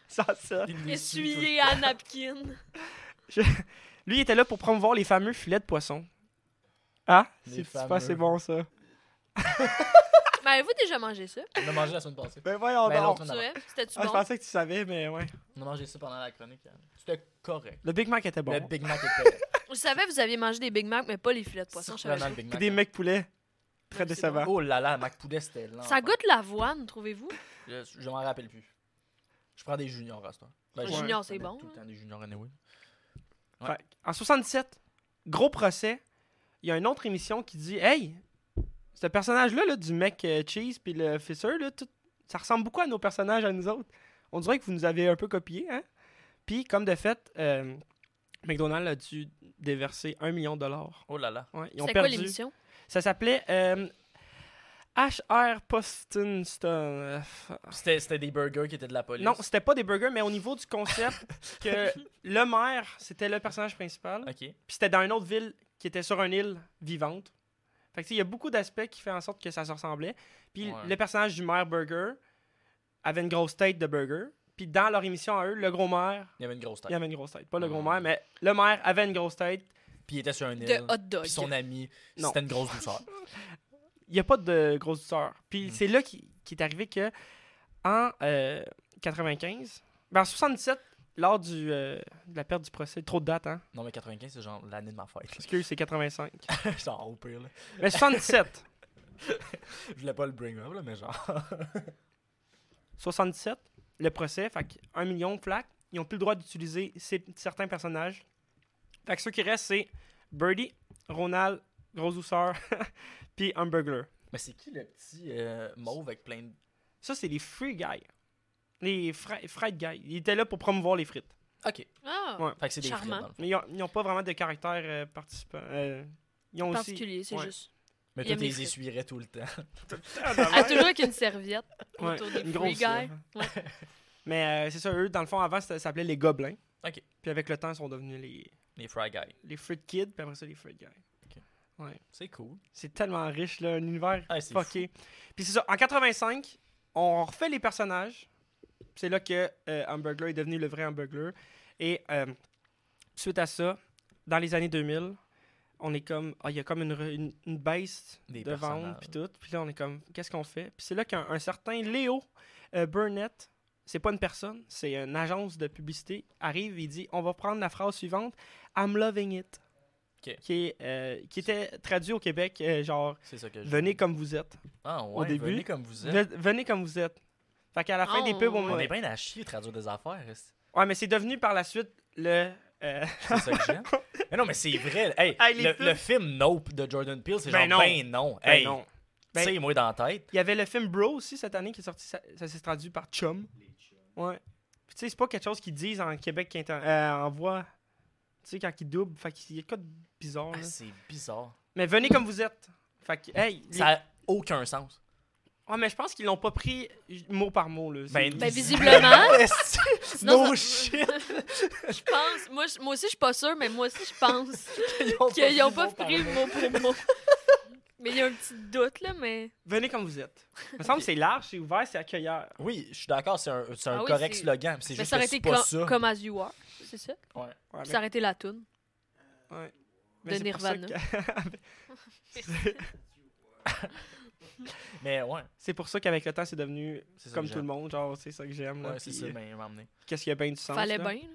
B: Sans ça.
E: Il
D: Essuyé à napkin. Ben,
B: Lui il était là pour promouvoir les fameux filets de poisson Ah,
E: Les
B: c'est
E: fameux.
B: pas c'est bon ça.
D: Mais avez-vous déjà mangé ça?
E: On a mangé la semaine passée.
B: Ben voyons
E: Ben
B: donc.
E: non.
D: Tu vois? C'était-tu
B: Ah, je
D: bon?
B: pensais que tu savais, mais ouais.
E: On a mangé ça pendant la chronique. hein. C'était correct.
B: Le Big Mac était bon.
E: Le Big Mac était
D: Je savais que vous aviez mangé des Big Mac, mais pas les filets de poisson. je savais
E: Surprenant, le Big
B: Puis
E: Mac.
B: des mecs poulets. Très
D: Ouais, c'est
B: décevant.
E: Oh là là, Mac Poulet, c'était lent.
D: pas. Ça goûte l'avoine, trouvez-vous?
E: Je, je m'en rappelle plus. Je prends des juniors à ce temps. Ben,
D: Les
E: je-
D: juniors,
E: je
D: c'est
E: prends
D: bon,
E: Tout le
D: hein.
E: temps des juniors anyway.
B: Fait que, en 67, gros procès. Il y a une autre émission qui dit Hey, ce personnage-là là, du mec euh, Cheese puis le fisseur, là, tout- ça ressemble beaucoup à nos personnages, à nous autres. On dirait que vous nous avez un peu copiés. Hein? Puis, comme de fait, euh, McDonald's a dû déverser un million de dollars.
E: Oh là là.
B: Ouais, ils ont
D: C'était quoi
B: perdu.
D: l'émission?
B: ça s'appelait euh, HR Postinstone.
E: C'était c'était des burgers qui étaient de la police.
B: Non, c'était pas des burgers, mais au niveau du concept, que le maire, c'était le personnage principal.
E: Ok.
B: Puis c'était dans une autre ville qui était sur une île vivante. Fait que tu sais, il y a beaucoup d'aspects qui fait en sorte que ça se ressemblait. Puis
E: Ouais.
B: le personnage du maire Burger avait une grosse tête de burger. Puis dans leur émission à eux, le gros maire,
E: Il y avait une grosse tête.
B: il avait une grosse tête. Pas le gros
E: Mm.
B: maire, mais le maire avait une grosse tête.
E: Puis il était sur un île.
D: De hot dog.
E: euh, Puis son ami,
B: Non.
E: c'était une grosse douceur.
B: Il n'y a pas de grosse douceur. Puis
E: Mm.
B: c'est là qui qui est arrivé que en euh, 95, ben en 77, lors du, euh, de la perte du procès, trop de dates, hein?
E: non, mais 95, c'est genre l'année de ma fête.
B: Excuse, c'est 85.
E: genre au pire, là.
B: mais 77,
E: Je voulais pas le bring up, là, mais genre.
B: 67, le procès, fait que 1 million de plaques. Ils n'ont plus le droit d'utiliser ces- certains personnages. Fait que ceux qui restent, c'est Birdie, Ronald, Grosse Douceur, puis Hamburglar.
E: Mais c'est qui le petit euh, mauve avec plein de.
B: Ça, c'est les free guys. Les fri- fried guys. Ils étaient là pour promouvoir les frites.
E: Ok.
D: Ah,
B: Ouais.
E: Fait que c'est des frites,
D: Charmant.
E: dans le fond.
B: Mais ils ont- ils n'ont pas vraiment de caractère euh, participant. euh, ils ont aussi.
D: particulier, c'est
B: ouais.
D: juste.
E: Mais
D: Il
E: toi,
D: aime
E: tu
D: les
E: les
D: frites.
E: essuierais tout le temps.
D: Ah, toujours avec une serviette
B: ben Ouais,
D: autour des
B: une
D: free
B: grosse,
D: guys.
B: euh,
D: Ouais.
B: Mais euh, c'est ça, eux, dans le fond, avant, ça ça s'appelait les gobelins.
E: Ok.
B: Puis avec le temps, ils sont devenus les,
E: Les Fry Guys.
B: les Fruit Kids, puis après ça, les Fruit Guys.
E: C'est cool.
B: C'est tellement riche, là, un univers
E: Ah, c'est
B: fucké. Puis c'est ça, en 85, on refait les personnages. C'est là que euh, Hamburglar est devenu le vrai Hamburglar. Et euh, suite à ça, dans les années 2000, on est comme, ah, il y a comme une, re- une, une baisse
E: Des
B: de vente,
E: personnages.
B: puis tout. Puis là, on est comme, qu'est-ce qu'on fait? Puis c'est là qu'un un certain Léo euh, Burnett, c'est pas une personne, c'est une agence de publicité, arrive et dit, on va prendre la phrase suivante, I'm loving it.
E: Ok.
B: Qui, est, euh, qui était traduit au Québec, euh, genre,
E: C'est ça que je.
B: venez comme vous êtes.
E: Ah, ouais,
B: au début.
E: Venez comme vous êtes.
B: Ve- Venez comme vous êtes. Fait qu'à la fin des
D: Oh.
B: pubs, on...
E: On est
B: ouais.
E: bien à chier traduire des affaires. est-ce que
B: mais c'est devenu par la suite le. euh,
E: C'est ça que j'aime. mais non, mais c'est vrai. Hey,
B: Hey, Ah, les
E: le,
B: pubs.
E: le film Nope de Jordan Peele, c'est
B: Ben
E: genre
B: non.
E: ben non.
B: ben
E: hey,
B: non.
E: Tu
B: Ben-
E: sais, moi dans la tête.
B: Il y avait le film Bro aussi cette année qui est sorti, ça, ça s'est traduit par Chum. Ouais. Puis tu sais, c'est pas quelque chose qu'ils disent en Québec qui euh, en voix. Tu sais, quand ils doublent, fait qu'il y a quoi de bizarre.
E: Ah,
B: là.
E: c'est bizarre.
B: mais venez comme vous êtes. Fait que, hey. les-
E: Ça a aucun sens.
B: Ouais, mais je pense qu'ils l'ont pas pris j- mot par mot, là. C'est-
D: Ben, visiblement.
E: Est-ce que-
D: Non,
E: no
D: ça-
E: shit.
D: Je pense, moi, je- moi aussi, je suis pas sûre, mais moi aussi, je pense qu'ils
E: Ils
D: n'ont pas pris mot pour mot. Mais il y a un petit doute, là, mais.
B: Venez comme vous êtes. Il me semble que c'est large, c'est ouvert, c'est accueilleur.
E: Oui, je suis d'accord, c'est un, c'est un
D: Ah oui,
E: correct
D: c'est-
E: slogan. C'est
D: Mais
E: juste
D: ça
E: que
D: aurait
E: c'est
D: été
E: pas
D: com-
E: ça.
D: comme as you are, c'est ça?
B: Ouais,
D: Puis ça aurait été la toune.
B: mais
D: de
B: c'est pour ça
D: Nirvana.
B: que-
E: Mais ouais,
B: c'est pour ça qu'avec le temps, c'est devenu
E: c'est ça.
B: comme
E: que
B: tout le
E: j'aime.
B: monde, genre, c'est ça que j'aime. là,
E: Ouais, c'est
B: puis,
E: ça,
B: euh,
E: mais m'emmener.
B: Qu'est-ce qu'il y a bien du sens.
D: Fallait
B: là.
D: bien. là.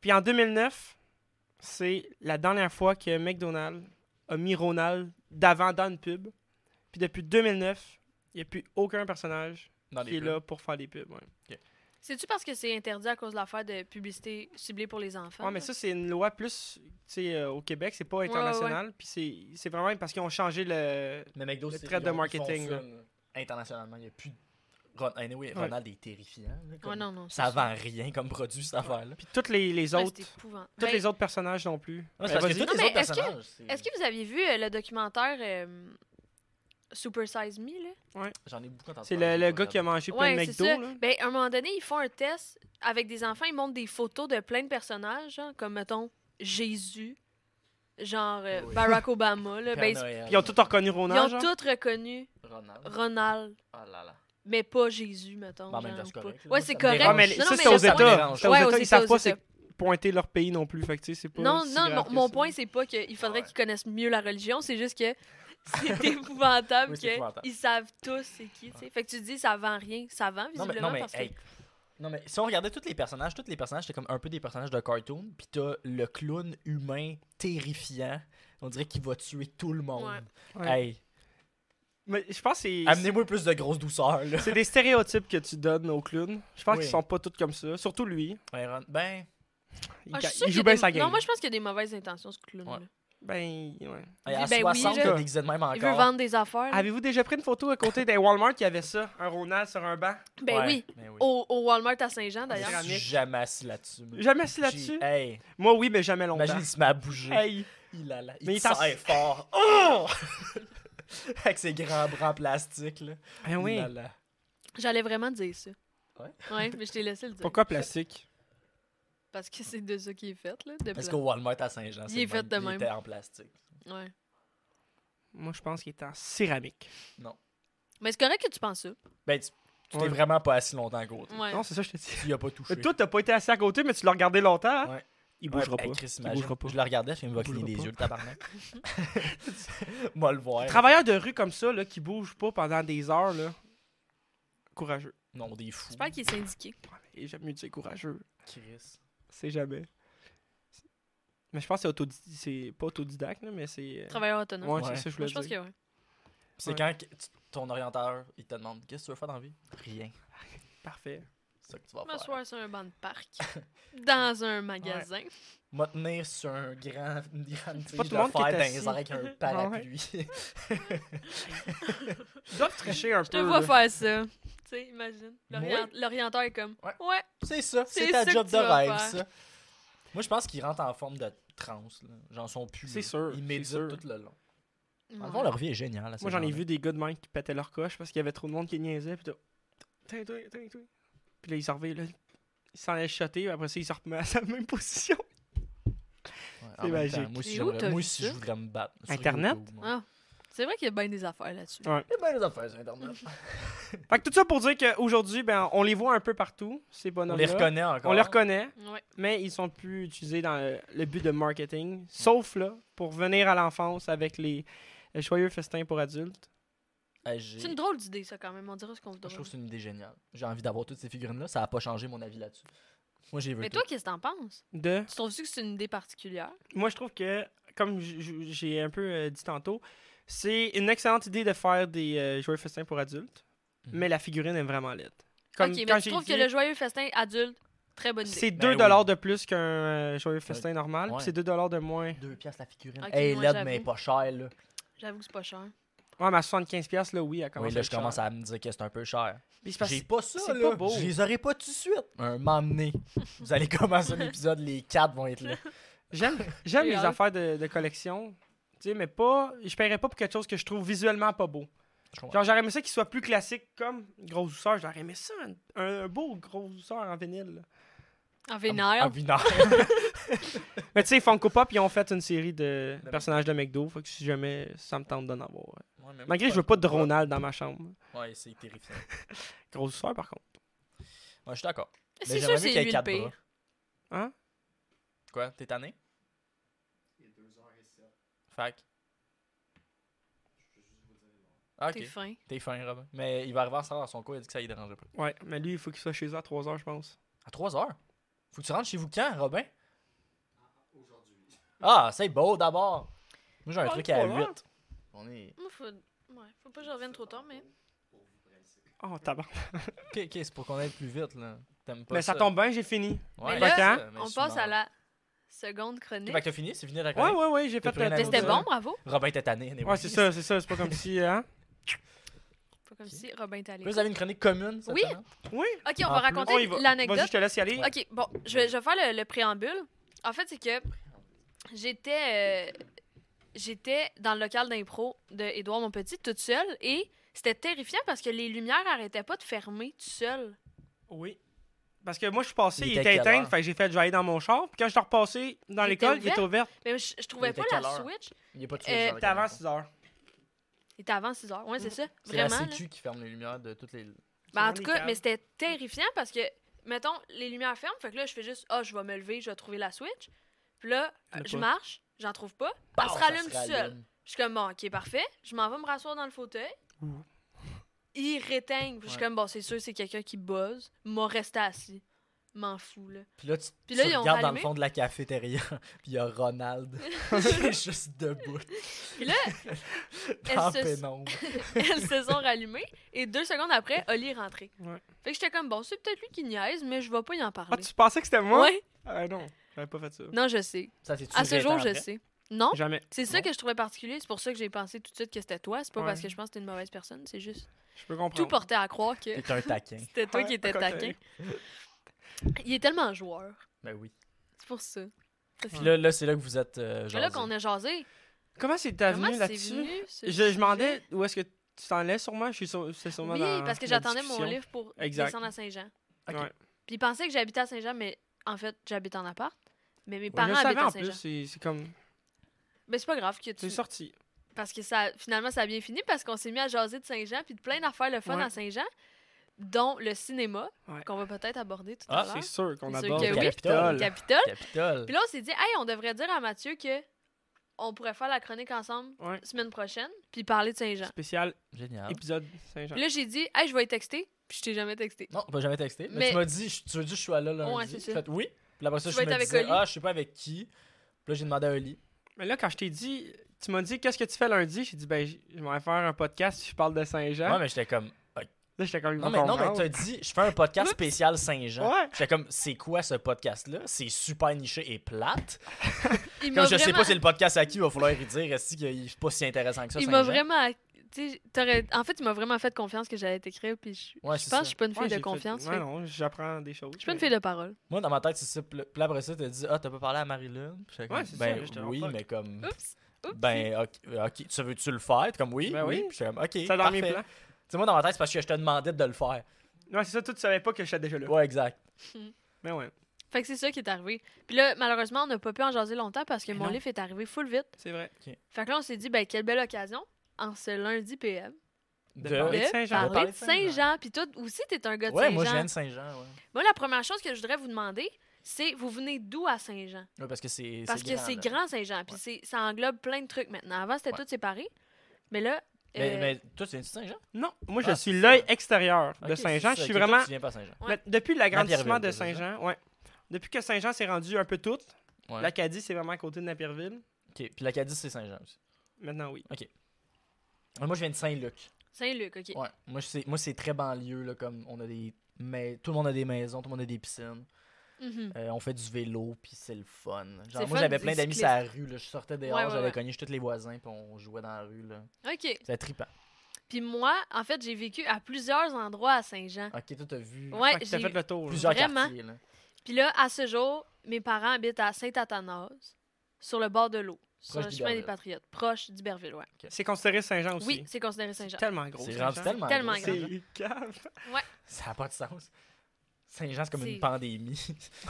B: Puis en 2009, c'est la dernière fois que McDonald's a mis Ronald d'avant dans une pub. Puis depuis 2009, il n'y a plus aucun personnage
E: Dans les
B: qui est
E: pubs.
B: là pour faire des pubs. Ouais,
D: C'est-tu parce que c'est interdit à cause de l'affaire de publicité ciblée pour les enfants?
B: Ouais, mais
D: là?
B: ça, c'est une loi plus tu sais, euh, au Québec, c'est pas
D: Ouais, ouais,
B: international. Puis c'est- c'est vraiment parce qu'ils ont changé le.
E: Mais McDo,
B: Le
E: c'est-
B: trait
E: ils
B: de
E: ont- ils
B: marketing,
E: font ça,
B: là.
E: là, Internationalement, il n'y a plus de. Ron- Anyway,
B: Ouais.
E: Ronald est terrifiant. là, comme-
D: Ouais, non, non.
E: Ça
D: c'est
E: vend rien comme produit, cette affaire-là.
B: Puis toutes les, les
D: Ouais,
B: autres.
D: c'est épouvant.
B: Tous
D: Ben,
B: les autres personnages non plus.
E: Non, c'est parce
B: Ben,
E: que
B: vas-y.
E: tous les
D: Non, mais
E: autres
D: est-ce que-
E: personnages. c'est-
D: Est-ce que vous aviez vu euh, le documentaire euh, Super Size Me, là?
E: J'en ai beaucoup entendu.
B: C'est le,
E: parler,
B: le
E: j'ai pas
B: gars qui a
E: regardé.
B: mangé plein
D: Ouais,
B: de
D: c'est
B: McDo.
D: ça.
B: là.
D: Ben, à un moment donné, ils font un test avec des enfants. Ils montrent des photos de plein de personnages, genre, comme, mettons, Jésus, genre euh,
E: Oui.
D: Barack Obama. Là,
E: Père
D: ben, ils-
E: Noël,
B: Ils ont tous reconnu
D: ils ont
B: Ronald. genre.
D: tous reconnu
E: Ronald.
D: Ronald,
E: Ah là là. mais
D: mais pas Jésus, mettons.
E: Bon, en même
D: genre,
E: temps, c'est
D: ou pas.
E: correct, là.
D: Ouais,
E: Moi,
D: c'est
E: ça me
D: correct.
B: Ah, mais
E: dérange.
D: Non,
B: ça,
D: mais
B: c'est aux
D: ça me
B: États.
E: dérange.
B: C'est aux
D: Ouais,
B: États,
D: aux
B: Ils
D: États,
B: savent
D: aux
B: pas c'est
D: États.
B: pointer leur pays non plus. Fait que, tu sais, c'est pas
D: Non,
B: si
D: non,
B: grave
D: mon,
B: que
D: mon
B: ça.
D: point, c'est pas qu'il faudrait
F: Ouais.
D: qu'ils connaissent mieux la religion, c'est juste que c'est épouvantable
E: Oui, c'est épouvantable.
D: qu'ils savent tous c'est qui, tu sais. Fait que tu te dis, ça vend rien. Ça vend,
E: Non,
D: visiblement,
E: mais, non, mais,
D: parce que...
E: hey. Non, mais si on regardait tous les personnages, tous les personnages, c'était comme un peu des personnages de cartoon, puis t'as le clown humain terrifiant, on dirait qu'il va tuer tout le monde.
B: Ouais.
E: Hey,
B: Mais je pense que c'est-
D: Ah,
E: amenez-moi plus de grosse douceur, là.
B: c'est des stéréotypes que tu donnes aux clowns. Je pense
E: Oui.
B: qu'ils sont pas tous comme ça. Surtout lui.
E: Ouais, Ron- Ben,
B: Il,
D: Ah, je suis
B: il
D: sûre qu'il y
B: joue
D: a
B: bien
D: des-
B: sa game.
D: Non, moi, je pense qu'il y a des mauvaises intentions, ce
E: Ouais.
D: clown-là.
B: Ben, ouais.
E: hey, à
D: Ben oui,
E: 60,
D: je-
E: t'es déguisé de même encore.
D: Il veut vendre des affaires. là.
B: Avez-vous déjà pris une photo à côté d'un Walmart qui avait ça? Un Ronald sur un banc?
D: Ben
E: Ouais,
D: oui,
E: ben
D: au, au Walmart à Saint-Jean, d'ailleurs.
E: Je suis jamais assis là-dessus. moi.
B: Jamais assis là-dessus?
E: J'ai- Hey,
B: Moi, oui, mais jamais longtemps.
E: imagine, il se met à bouger.
B: Hey,
E: Il a la... Il
B: Mais il
E: tire
B: t'en-
E: fort. Oh! Avec ses grands bras en plastique, là.
D: Ah,
B: ben oui.
E: Il a la-
D: J'allais vraiment dire ça.
E: Ouais?
D: Ouais, mais je t'ai laissé le dire.
B: Pourquoi plastique?
D: Parce que c'est de ça qui est fait, là. De
E: Parce qu'au
D: plat.
E: Walmart à Saint-Jean,
D: Il
E: c'est
D: est
E: le
D: fait de
E: Il
D: même.
E: était en plastique.
D: Ouais.
B: Moi, je pense qu'il est en céramique.
D: Mais c'est correct que tu penses ça.
E: Ben, tu tu t'es
B: Ouais.
E: vraiment pas assis longtemps à côté.
D: Ouais.
B: Non, c'est ça que je te dis.
E: Tu y as pas touché.
B: Euh, Toi, t'as pas été assis à côté, mais tu l'as regardé longtemps. hein?
E: Ouais.
B: Il bougera
E: Ouais,
D: ben,
E: hey,
B: pas.
E: Chris,
B: il
E: imagine.
B: bougera pas.
E: Je le regardais, je me va
B: Il
E: cligner des
B: bougera pas.
E: yeux, le tabarnak. Moi le voir.
B: Travailleurs de rue comme ça, là, qui bougent pas pendant des heures, là. Courageux.
E: Non, des fous.
D: J'espère qu'il est syndiqué.
B: Et j'aime mieux dire courageux.
E: Chris.
B: C'est jamais. Mais je pense que c'est autodi- c'est pas autodidacte, là, mais c'est. euh,
D: Travailleur autonome.
B: Ouais,
E: Ouais.
B: c'est ça que je
D: Moi,
B: voulais
D: je pense
B: dire.
D: que oui.
E: C'est
B: Ouais.
E: quand que tu- ton orienteur, il te demande Qu'est-ce que tu veux faire dans la vie Rien.
B: Parfait.
E: C'est ça que tu vas faire.
D: M'asseoir sur un banc de parc. dans un magasin.
E: M'a tenir sur un grand, une grande tige
B: pas
E: de
B: tout le monde qui
E: fer
B: est
E: dans les
B: assis.
E: airs avec un parapluie.
B: Ils doivent tricher un
D: Je te
B: peu.
D: vois
B: là.
D: faire ça. Tu sais, imagine. L'orient-
E: Ouais.
D: L'orienteur est comme.
E: Ouais.
D: Ouais.
E: c'est ça, c'est
D: C'est
E: ta
D: ça
E: job
D: que
E: de
D: tu vas
E: rêve,
D: faire.
E: ça. Moi, je pense qu'ils rentrent en forme de transe. là. J'en sont plus.
B: C'est
E: là.
B: sûr, c'est
E: Ils méditent
B: sûr.
E: tout le long. En
D: Ouais.
E: fond, leur vie est géniale. à ces
B: Moi, j'en ai
E: gens-là.
B: vu des gars de main qui pétaient leur coche parce qu'il y avait trop de monde qui niaisait. Puis là, tiens, toi, tiens, toi. Puis là, ils s'en revenaient, là. Ils s'en allaient shotter, puis après ça, ils se reprenaient à sa même position.
E: Ouais, en
B: C'est
E: même temps,
B: magique.
E: Moi aussi,
D: Mais où
E: j'aimerais-
D: t'as
E: moi
D: vu
E: aussi,
D: ça?
E: je voudrais me battre. Sur
B: Internet?
E: YouTube, moi.
D: Ah, C'est vrai qu'il y a bien des affaires là-dessus.
B: Ouais.
E: Il y a bien des affaires sur Internet.
B: Fait que tout ça pour dire qu'aujourd'hui, ben, on les voit un peu partout, ces
E: On
B: bonhommes
E: les reconnaît encore.
B: On les reconnaît,
D: Ouais.
B: mais ils sont plus utilisés dans le, le but de marketing, sauf là, pour venir à l'enfance avec les les joyeux festins pour adultes.
E: Hey, Ah, j'ai-
D: C'est une drôle d'idée, ça, quand même. On dira ce qu'on
E: Je
D: voudra.
E: trouve que c'est une idée géniale. J'ai envie d'avoir toutes ces figurines-là. Ça n'a pas changé mon avis là-dessus. Moi, j'ai vu
D: Mais
E: tout.
D: toi, qu'est-ce que t'en penses?
B: De...
D: Tu trouves-tu que c'est une idée particulière?
B: Moi, je trouve que, comme j- j- j'ai un peu euh, dit tantôt, c'est une excellente idée de faire des euh, joyeux festins pour adultes,
E: Mhm.
B: mais la figurine est vraiment laide.
D: ok,
B: quand
D: mais tu
B: j'ai
D: trouves
B: dit,
D: que le joyeux festin adulte, très bonne idée.
B: c'est
E: Ben
B: 2
E: oui.
B: de plus qu'un euh, joyeux festin normal, puis
E: Ouais.
B: c'est 2 de moins.
E: Deux piastres la figurine.
D: Ok,
E: hey,
D: moi,
E: l'aide,
D: j'avoue.
E: mais pas cher, là.
D: J'avoue que c'est pas cher.
B: Ouais, mais à 75 pièces là, oui, elle commence
E: Oui, là,
B: à
E: je commence à me dire que c'est un peu cher. J'ai pas ça,
B: c'est
E: là.
B: pas beau.
E: Je les aurais pas tout de suite. Un moment donné. Vous allez commencer l'épisode, les quatre vont être là.
B: J'aime, j'aime
D: J'ai
B: les
D: hâte.
B: affaires de, de collection, tu sais, mais pas... Je paierais pas pour quelque chose que je trouve visuellement pas beau.
E: Je comprends.
B: Genre, j'aurais aimé ça qu'il soit plus classique, comme Grosse douceur. J'aurais aimé ça, un, un beau Grosse douceur en vinyle. là.
D: En
E: En
D: vénère.
E: vinard.
B: Mais tu sais, Funko Pop, ils ont fait une série de
E: De
B: personnages de McDo. Fait que si jamais ça me tente d'en avoir. ouais.
E: Ouais, mais
B: Malgré que je veux pas de Ronald dans ma chambre.
E: Ouais, c'est terrifiant.
B: Grosse douceur, par contre.
E: Moi, je suis d'accord. Mais
D: C'est sûr
E: j'aimerais
D: que
E: mieux qu'il
D: c'est
E: y ait
D: lui le
E: quatre bras.
D: pire.
B: Hein?
E: Quoi? T'es tanné? Fac. Ah, ok.
D: T'es fin.
E: T'es fin, Robin. Mais il va arriver en retard dans son cours, il a dit que ça y dérangeait pas.
B: Ouais, mais lui, il faut qu'il soit chez eux à 3 heures, je pense.
E: À 3 heures? Faut que tu rentres chez vous quand, Robin? Aujourd'hui. Ah, c'est beau d'abord! Moi j'ai un
B: Ah,
E: truc
B: trois
E: à
B: heures?
E: 8. On est.
D: Moi, faut... Ouais, faut pas que je revienne trop tard, mais.
B: Oh, tabac.
E: Ok, ok, c'est pour qu'on aille plus vite là. T'aimes pas
B: Mais ça, tombe bien, j'ai fini.
E: Ouais,
D: Mais
B: là,
E: c'est ça, mais
D: On
E: souvent.
D: passe à la seconde chronique.
E: Ok, fait que t'as fini? C'est fini la
B: Ouais,
E: chronique?
B: ouais, ouais, j'ai
E: T'as
B: fait
E: pris un
B: le
D: Mais
E: avion
B: tour
D: c'était
B: de-
E: Ouais.
D: bon, bravo.
E: Robin t'es tanné. anyway.
B: Ouais, c'est ça, c'est ça. C'est pas comme si. Hein?
D: Pas comme si Robin était allé.
E: Là, vous avez une chronique commune, cette
D: Oui.
E: semaine? En
B: Oui.
D: Ok, on va
E: Ah, plus-
B: On y
D: raconter
B: va. Vas-y,
D: l'anecdote.
B: je te laisse y aller.
D: Ok, bon, je vais, je vais faire le, le préambule. En fait, c'est que j'étais euh, j'étais dans le local d'impro de Édouard Montpetit toute seule et c'était terrifiant parce que les lumières arrêtaient pas de fermer tout seul.
B: Oui. Parce que moi, je suis passé,
E: Il
B: il,
E: était
B: était
E: quelle
B: éteint,
E: heure?
B: fait que j'ai fait, je vais aller dans mon char. Puis quand je suis repassé dans
D: Il
B: l'école,
D: était
B: il était ouvert.
D: Mais je, je trouvais
E: Il était
D: pas la
E: quelle heure?
D: switch.
E: Il n'y a pas de
D: Euh,
E: sujet.
B: C'était avant 6 heures.
D: Il était avant 6 heures. Ouais, c'est ça.
E: C'est la
D: Vraiment. là.
E: CQ qui ferme les lumières de toutes les.
D: Ben, en
B: Vraiment
D: tout
B: des
D: cas,
B: caves.
D: mais c'était terrifiant parce que mettons, les lumières ferment. Fait que là, je fais juste, ah, je vais me lever, je vais trouver la Switch. Puis là,
B: Il y en a
D: je
B: pas.
D: marche, j'en trouve pas. Elle Bah, se rallume toute seule. Je suis comme, bon, ok, parfait. Je m'en vais me rasseoir dans le fauteuil.
B: Ouh.
D: Il réteigne. Puis je suis
E: Ouais.
D: comme, bon, c'est sûr, c'est quelqu'un qui buzz. M'a resté assis. M'en fous, là.
E: Puis là, tu,
D: Puis là,
E: tu
D: ils ont
E: regardes dans le
D: rallumé.
E: fond de la cafétéria, puis il y a Ronald qui est juste debout
D: Puis là,
E: en
D: se-
E: pénombre.
D: elles se sont rallumées. Et deux secondes après, Oli est rentré.
B: Ouais.
D: Fait que j'étais comme, bon, c'est peut-être lui qui niaise, mais je vais pas y en
B: Ah,
D: parler.
B: tu pensais que c'était moi?
D: ouais?
B: Ah non, j'avais pas fait ça.
D: Non, je sais.
E: Ça, c'est
D: À ce jour, je sais. Non?
B: Jamais.
D: C'est ça que je trouvais particulier. C'est pour ça que j'ai pensé tout de suite que c'était toi. C'est pas
B: Ouais.
D: parce que je pense que t'es une mauvaise personne. C'est juste.
B: Je peux comprendre.
D: Tout portait à croire que
E: T'es un taquin.
D: c'était toi qui étais
B: Ouais,
D: taquin. Il est tellement joueur.
E: ben oui.
D: C'est pour ça. Parce que-
E: Puis là, là c'est là que vous êtes. euh,
D: C'est là
E: jasés.
D: qu'on a jasé.
B: Comment c'est
D: Comment
B: venu
D: c'est
B: là-dessus?
D: venu? ce
B: Je, je m'en
D: sujet?
B: demandais où est-ce que tu t'en laisses sûrement. Je suis sûr- c'est sûrement
D: Oui,
B: dans
D: parce que
B: la
D: j'attendais mon
B: discussion.
D: livre pour
B: Exact.
D: descendre à Saint-Jean.
E: Ok.
B: Ouais.
D: Puis il pensait que j'habitais à Saint-Jean, mais en fait, j'habite en appart. Mais mes
B: Ouais, je
D: parents
B: le savais
D: habitent à
B: en plus,
D: Saint-Jean.
B: c'est c'est comme.
D: Mais c'est pas grave que tu.
B: C'est sorti.
D: Parce que ça, finalement, ça a bien fini parce qu'on s'est mis à jaser de Saint-Jean puis de plein d'affaires le fun
B: Ouais.
D: à Saint-Jean, dont le cinéma,
B: Ouais.
D: qu'on va peut-être aborder
E: Ah,
D: tout à
B: C'est
D: l'heure.
B: sûr qu'on
D: C'est sûr
B: aborde
D: que
B: le
D: oui.
B: Capitole.
D: Capitole.
E: Capitole.
D: Puis là, on s'est dit, hey, on devrait dire à Mathieu que on pourrait faire la chronique ensemble
B: Ouais.
D: semaine prochaine, puis parler de Saint-Jean.
B: Spécial
E: Génial.
B: épisode Saint-Jean.
D: Puis là, j'ai dit, hey, je vais y texter, puis je t'ai jamais texté.
E: Non, on m'a jamais texté. Mais,
D: Mais-
E: tu m'as dit, je- tu veux dire, je suis là lundi.
D: Ouais, c'est
E: J'ai
D: ça.
E: fait oui. Puis après ça,
D: Tu
E: je
D: vas être
E: me
D: avec
E: disais,
D: Oli.
E: ah, je sais pas avec qui. Puis là, j'ai demandé à Oli.
B: Mais là, quand je t'ai dit, tu m'as dit, qu'est-ce que tu fais lundi? J'ai dit, ben, j- je vais faire un podcast, je parle de Saint-Jean.
E: Ouais, mais j'étais comme. ok.
B: Là, j'étais comme,
E: Non, mais, non, mais t'as dit, je fais un podcast
D: Oups.
E: spécial Saint-Jean.
B: Ouais.
E: J'étais comme, c'est quoi ce podcast-là? C'est super niché et plate.
D: Il m'a
E: Comme je sais
D: vraiment-
E: pas c'est le podcast à qui, il va falloir y dire est-ce qu'il est pas si intéressant que ça.
D: Il m'a
E: Saint-Jean?
D: vraiment. tu sais, t'aurais- En fait, il m'a vraiment fait confiance que j'allais t'écrire, puis je,
E: Ouais,
D: je
E: c'est
D: pense
E: ça.
D: que je suis pas une fille
B: Ouais, j'ai fait-
D: de confiance.
B: Ouais,
D: fait-
B: non, j'apprends des choses.
D: Je suis pas une
B: mais-
D: fille de parole.
E: Moi, dans ma tête, c'est ça. Puis là- puis après ça, t'as dit, ah, t'as pas parlé à Marilyn? Puis j'étais comme,
B: Ouais, c'est ça,
E: ben,
B: j'étais en
E: oui,
B: fuck.
E: mais comme.
D: Oups! Oups!
E: Ben, ok, ok, tu veux-tu le faire? T'es comme, oui,
B: Ben oui.
E: oui. Puis j'étais comme, ok.
B: Ça dans mes
E: parfait.
B: plans.
E: Tu sais, moi, dans ma tête, c'est parce que je te demandais de le faire.
B: Ouais, c'est ça, toi, tu savais pas que j'étais déjà là.
E: Ouais, exact.
B: Mais ouais,
D: Fait que c'est ça qui est arrivé. Puis là, malheureusement, on n'a pas pu en jaser longtemps parce que
B: Mais
D: mon
B: non.
D: livre est arrivé full vite.
B: c'est vrai.
D: Fait que là, on s'est dit, ben, quelle belle occasion, en ce lundi PM,
B: De
E: De-
B: parler
D: de
B: de Saint-Jean.
E: De parler
D: parler de
E: de Saint-Jean.
D: Saint-Jean. Puis toi aussi, t'es un gars de
E: Ouais, moi, je viens
D: Saint-Jean.
E: de Saint-Jean, ouais.
D: Moi, la première chose que je voudrais vous demander, c'est vous venez d'où à Saint-Jean?
E: Ouais, parce que c'est.
D: Parce que c'est
E: là.
D: grand, Saint-Jean. Puis
E: Ouais.
D: c'est- ça englobe plein de trucs maintenant. Avant, c'était
E: Ouais.
D: tout séparé. Mais là.
E: Mais,
D: euh,
E: mais toi, tu viens de Saint-Jean?
B: Non, moi, je
E: Ah,
B: suis
E: c'est
B: l'œil
E: ça.
B: extérieur de
E: Ok,
B: Saint-Jean.
E: c'est
B: Je
E: ça.
B: suis
E: Ok, toi,
B: vraiment.
E: Tu viens pas à Saint-Jean.
D: Ouais.
B: Mais Depuis l'agrandissement de
E: Napierville, c'est ça?
B: Saint-Jean, ouais. Depuis que Saint-Jean s'est rendu un peu toute,
E: Ouais.
B: l'Acadie, c'est vraiment à côté de Napierville.
E: Ok, puis l'Acadie, c'est Saint-Jean aussi.
B: Maintenant, oui.
E: Ouais, Moi, je viens de Saint-Luc.
D: Saint-Luc, OK.
E: Ouais. Moi, c'est moi, c'est très banlieue, là, comme on a des. Mais tout le monde a des maisons, tout le monde a des piscines.
D: Mhm.
E: Euh, on fait du vélo, puis c'est le fun.
D: C'est
E: Genre,
D: le
E: moi,
D: fun
E: j'avais
D: du
E: plein d'amis sur
D: cycliste.
E: la rue. Là. Je sortais dehors,
D: Ouais, ouais,
E: j'avais
D: ouais.
E: cogné tous les voisins, puis on jouait dans la rue. là.
D: OK.
E: C'était trippant.
D: Puis moi, en fait, j'ai vécu à plusieurs endroits à Saint-Jean.
E: Ok, toi, t'as vu
D: Ouais,
B: Fait que t'as
D: j'ai
B: fait le tour. là.
E: plusieurs
D: vraiment.
E: quartiers. Là.
D: Puis là, à ce jour, mes parents habitent à Saint-Athanas, sur le bord de l'eau, sur
E: Proche
D: le chemin des
E: d'Iberville.
D: Patriotes, proche d'Iberville, ouais.
B: C'est considéré Saint-Jean aussi.
D: Oui, c'est considéré
B: c'est
D: Saint-Jean.
B: tellement gros.
E: C'est
B: Saint-Jean.
E: rendu tellement,
D: Tellement
E: gros,
D: grand.
E: Saint-Jean.
B: C'est cave.
E: Ça n'a pas de sens. Saint-Jean, c'est comme
D: C'est-
E: une pandémie.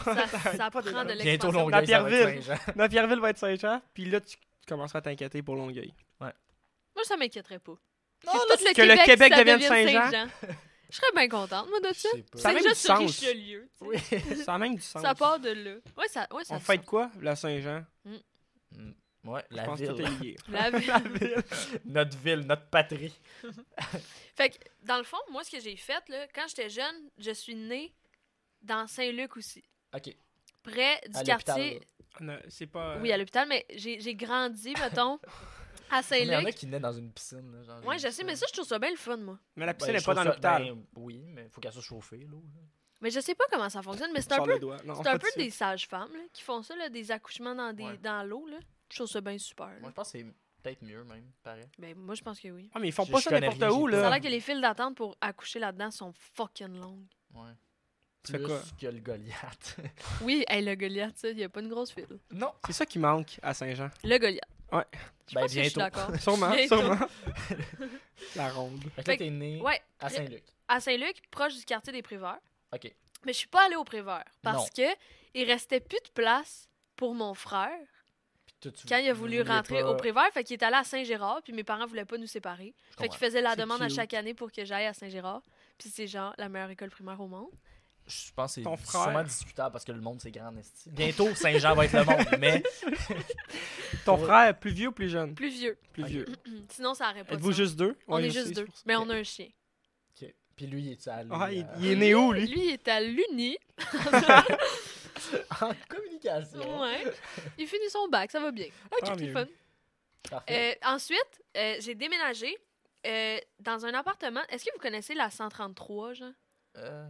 D: Ça, ça prend
B: pas
D: de
B: d'élan.
D: l'expansion.
E: Bientôt, Longueuil, ça va
B: Napierville.
E: être Saint-Jean.
B: Napierville va être Saint-Jean, puis là, tu tu commenceras à t'inquiéter pour Longueuil.
D: Moi, ça m'inquiéterait pas.
E: Non,
D: C'est
E: là,
D: tout le
B: que
D: Québec,
B: le Québec
D: ça
B: devienne
D: devienne
B: Saint-Jean.
D: Saint-Jean. Je serais bien contente, moi, de
E: Je
D: ça.
E: sais pas.
B: Ça a
D: C'est
B: même
D: juste
B: du
D: sur
B: sens.
D: Richelieu. tu sais.
E: Oui.
B: Ça a même du sens.
D: Ça part de là. Ouais, ça, ouais, ça
B: On
D: se
B: fête quoi, la Saint-Jean?
E: Mm. Ouais,
B: Je
E: la
B: pense que tout
E: ville.
B: est lié.
D: sent. La vie.
B: euh,
E: notre ville, notre patrie.
D: Fait que, dans le fond, moi, ce que j'ai fait, là, quand j'étais jeune, je suis née dans Saint-Luc aussi,
E: Ok.
D: près du
E: À
D: quartier.
E: l'hôpital.
B: Non, C'est pas... euh,
D: Oui, à l'hôpital, mais j'ai j'ai grandi, mettons, à
E: Mais Il y en a
D: Saint-Luc.
E: qui naissent dans une piscine. Là, genre,
D: Ouais, je sais, mais ça, je trouve ça bien le fun, moi.
B: Mais la
E: Ben,
B: piscine
E: je
B: n'est pas
E: trouve
B: dans
E: ça-
B: l'hôpital.
E: ben, oui, mais faut qu'elle soit chauffée, l'eau. là.
D: Mais je sais pas comment ça fonctionne, mais c'est un
B: Sors le
D: peu,
B: doigt. Non,
D: c'est un
B: pas
D: peu
B: dessus.
D: des sages-femmes là, qui font ça, là, des accouchements dans, des,
E: Ouais.
D: dans l'eau. là. Je trouve ça bien super. là.
E: Moi, je pense que c'est peut-être mieux, même, pareil.
D: Ben, moi, je pense que oui.
B: Ah, mais ils font
E: Je-
B: pas
E: je
B: ça
E: connais
B: n'importe
E: rien,
B: où,
E: j'ai
D: Ça a
B: là.
D: l'air que les files d'attente pour accoucher là-dedans sont fucking longues.
E: Ouais.
B: Tu fais
E: Plus
B: quoi?
E: que le Goliath.
D: Oui, hey, le Goliath, ça, il n'y a pas une grosse file.
E: non.
B: C'est ça qui manque à Saint-Jean.
D: Le Goliath.
B: Ouais.
D: Je
E: Ben,
D: pense que je suis
E: bientôt.
D: d'accord.
B: Sûrement,
D: Bientôt.
B: sûrement. la ronde.
E: Fait que
D: Fait
E: là, t'es né
D: Ouais,
E: à Saint-Luc.
D: à Saint-Luc, proche du quartier des Préveurs.
E: Ok.
D: Mais je suis pas allée au Prévert parce
E: Non.
D: que il restait plus de place pour mon frère
E: Puis toi, tu
D: quand il a
E: vous
D: voulu
E: voulais
D: rentrer
B: euh,
E: pas-
D: au Prévert, fait qu'il est allé à Saint-Gérard, puis mes parents voulaient pas nous séparer.
E: Je
D: Fait qu'il
E: comprends.
D: faisait la
B: C'est
D: demande à
B: cute.
D: chaque année pour que j'aille à Saint-Gérard, puis c'est genre la meilleure école primaire au monde.
E: je pense que
B: Ton
E: c'est
B: frère.
E: sûrement discutable parce que le monde, c'est grand esti. Bientôt, Saint-Jean va être le monde, mais
B: Ton frère, plus vieux ou plus jeune?
D: Plus vieux. Hmm.
B: Plus
E: Ok.
B: vieux.
D: Sinon, ça aurait pas de
B: Êtes-vous
D: sens.
B: juste deux?
D: On
B: Ouais,
D: est
B: je
D: juste
B: sais,
D: deux.
B: c'est pour ça.
D: Mais on a un chien.
E: OK. Puis lui, il est allé
B: Ah, il,
E: euh,
B: il est né où, lui?
D: Lui, il est à l'Uni.
E: en communication.
D: Ouais. Il finit son bac, ça va bien.
B: Tant
D: c'est
B: mieux.
D: fun.
E: Parfait.
D: Euh, ensuite, euh, j'ai déménagé euh, dans un appartement. Est-ce que vous connaissez la 133, genre?
E: Euh,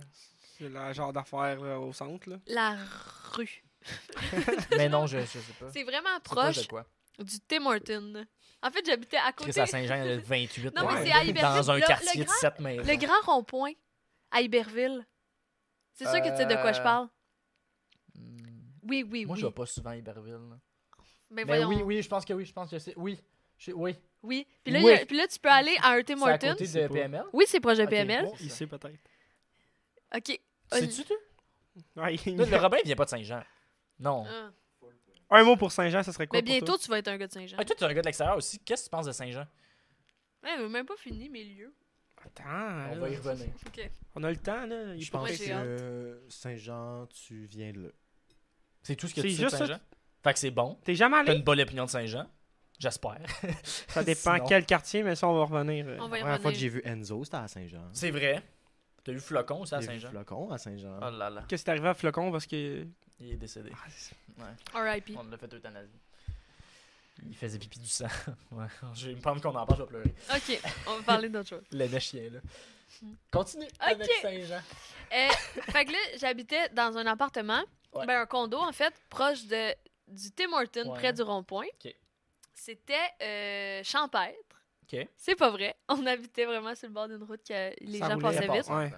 B: C'est le genre d'affaire là, au centre, là.
D: La rue.
E: mais non, je, je sais pas.
D: C'est vraiment
E: C'est proche
D: proche
E: de quoi?
D: du Tim Hortons. En fait, j'habitais à
E: Chris
D: côté
E: à Saint-Jean, il y en a 28
D: Non,
B: mais
E: ouais.
B: c'est
D: à Iberville.
E: dans un
D: Le- le
E: quartier de
D: grand-
E: 7 maisons.
D: le grand rond-point à Iberville. C'est sûr que tu sais de quoi je
E: Euh,
D: parle.
E: Hmm.
D: Oui, oui,
E: Moi,
D: oui.
E: je vais pas souvent à Iberville. là. Mais
D: Ben voyons.
E: oui,
D: Oui.
E: oui, je pense que oui, je pense que c'est... Oui, je... oui.
D: Puis, là,
E: Oui.
D: il y a- puis là, tu peux aller à un Tim
E: C'est à
D: Hortons.
E: côté
B: C'est
E: de
B: pas-
E: PML?
D: Oui, c'est proche de
E: Ok,
D: PML.
E: bon,
B: Il sait peut-être.
D: OK.
E: Sais-tu, toi?
B: Ouais, il-
E: Là, Le Robin, il vient pas de Saint-Jean. Non.
D: Ah.
B: Un mot pour Saint-Jean, ça serait quoi
D: Mais
B: pour toi?
D: bientôt, tu vas être un gars de Saint-Jean.
E: Ah, toi, t'es un gars de l'extérieur aussi. Qu'est-ce que tu penses de Saint-Jean?
D: Ouais, mais même pas fini mes lieux.
B: Attends,
E: On
B: Ah, là.
E: va y revenir.
D: OK.
B: on a le temps, là. Il
C: Je
B: est pas
C: pense
D: j'ai
B: pressé.
D: hâte.
C: que Saint-Jean, tu viens de là.
E: C'est tout ce que
B: C'est
E: tu sais de
B: juste ça.
E: Saint-Jean? Fait que c'est bon.
B: T'es jamais
E: T'as
B: allé?
E: une bonne opinion de Saint-Jean. J'espère.
B: Ça dépend
E: Sinon.
B: quel quartier, mais ça, on va revenir. euh.
D: On va
C: La
D: y
C: première fois que
D: revenir.
C: j'ai vu Enzo, c'était à Saint-Jean.
E: C'est vrai. T'as eu Flocon aussi à
C: J'ai vu
E: Saint-Jean?
C: Flocon à Saint-Jean.
E: Oh là là.
B: Qu'est-ce qui est arrivé à Flocon? Parce que...
E: Il est décédé.
B: Ah, c'est-
D: R.I.P.
E: On l'a fait euthanasie. Il faisait pipi du sang. ouais. Je vais me prendre qu'on en parle, je vais pleurer.
D: OK, on va parler d'autre chose.
E: Le chien, là. Continue avec Saint-Jean.
D: Euh, fait que là, j'habitais dans un appartement,
E: Ouais.
D: ben un condo en fait, proche de du Tim Hortons,
E: Ouais.
D: près du rond-point.
E: Ok.
D: C'était euh, champêtre.
E: Ok.
D: C'est pas vrai. On habitait vraiment sur le bord d'une route que les
B: Ça
D: gens
B: roulait
D: passaient
B: pas.
D: vite.
B: Ouais.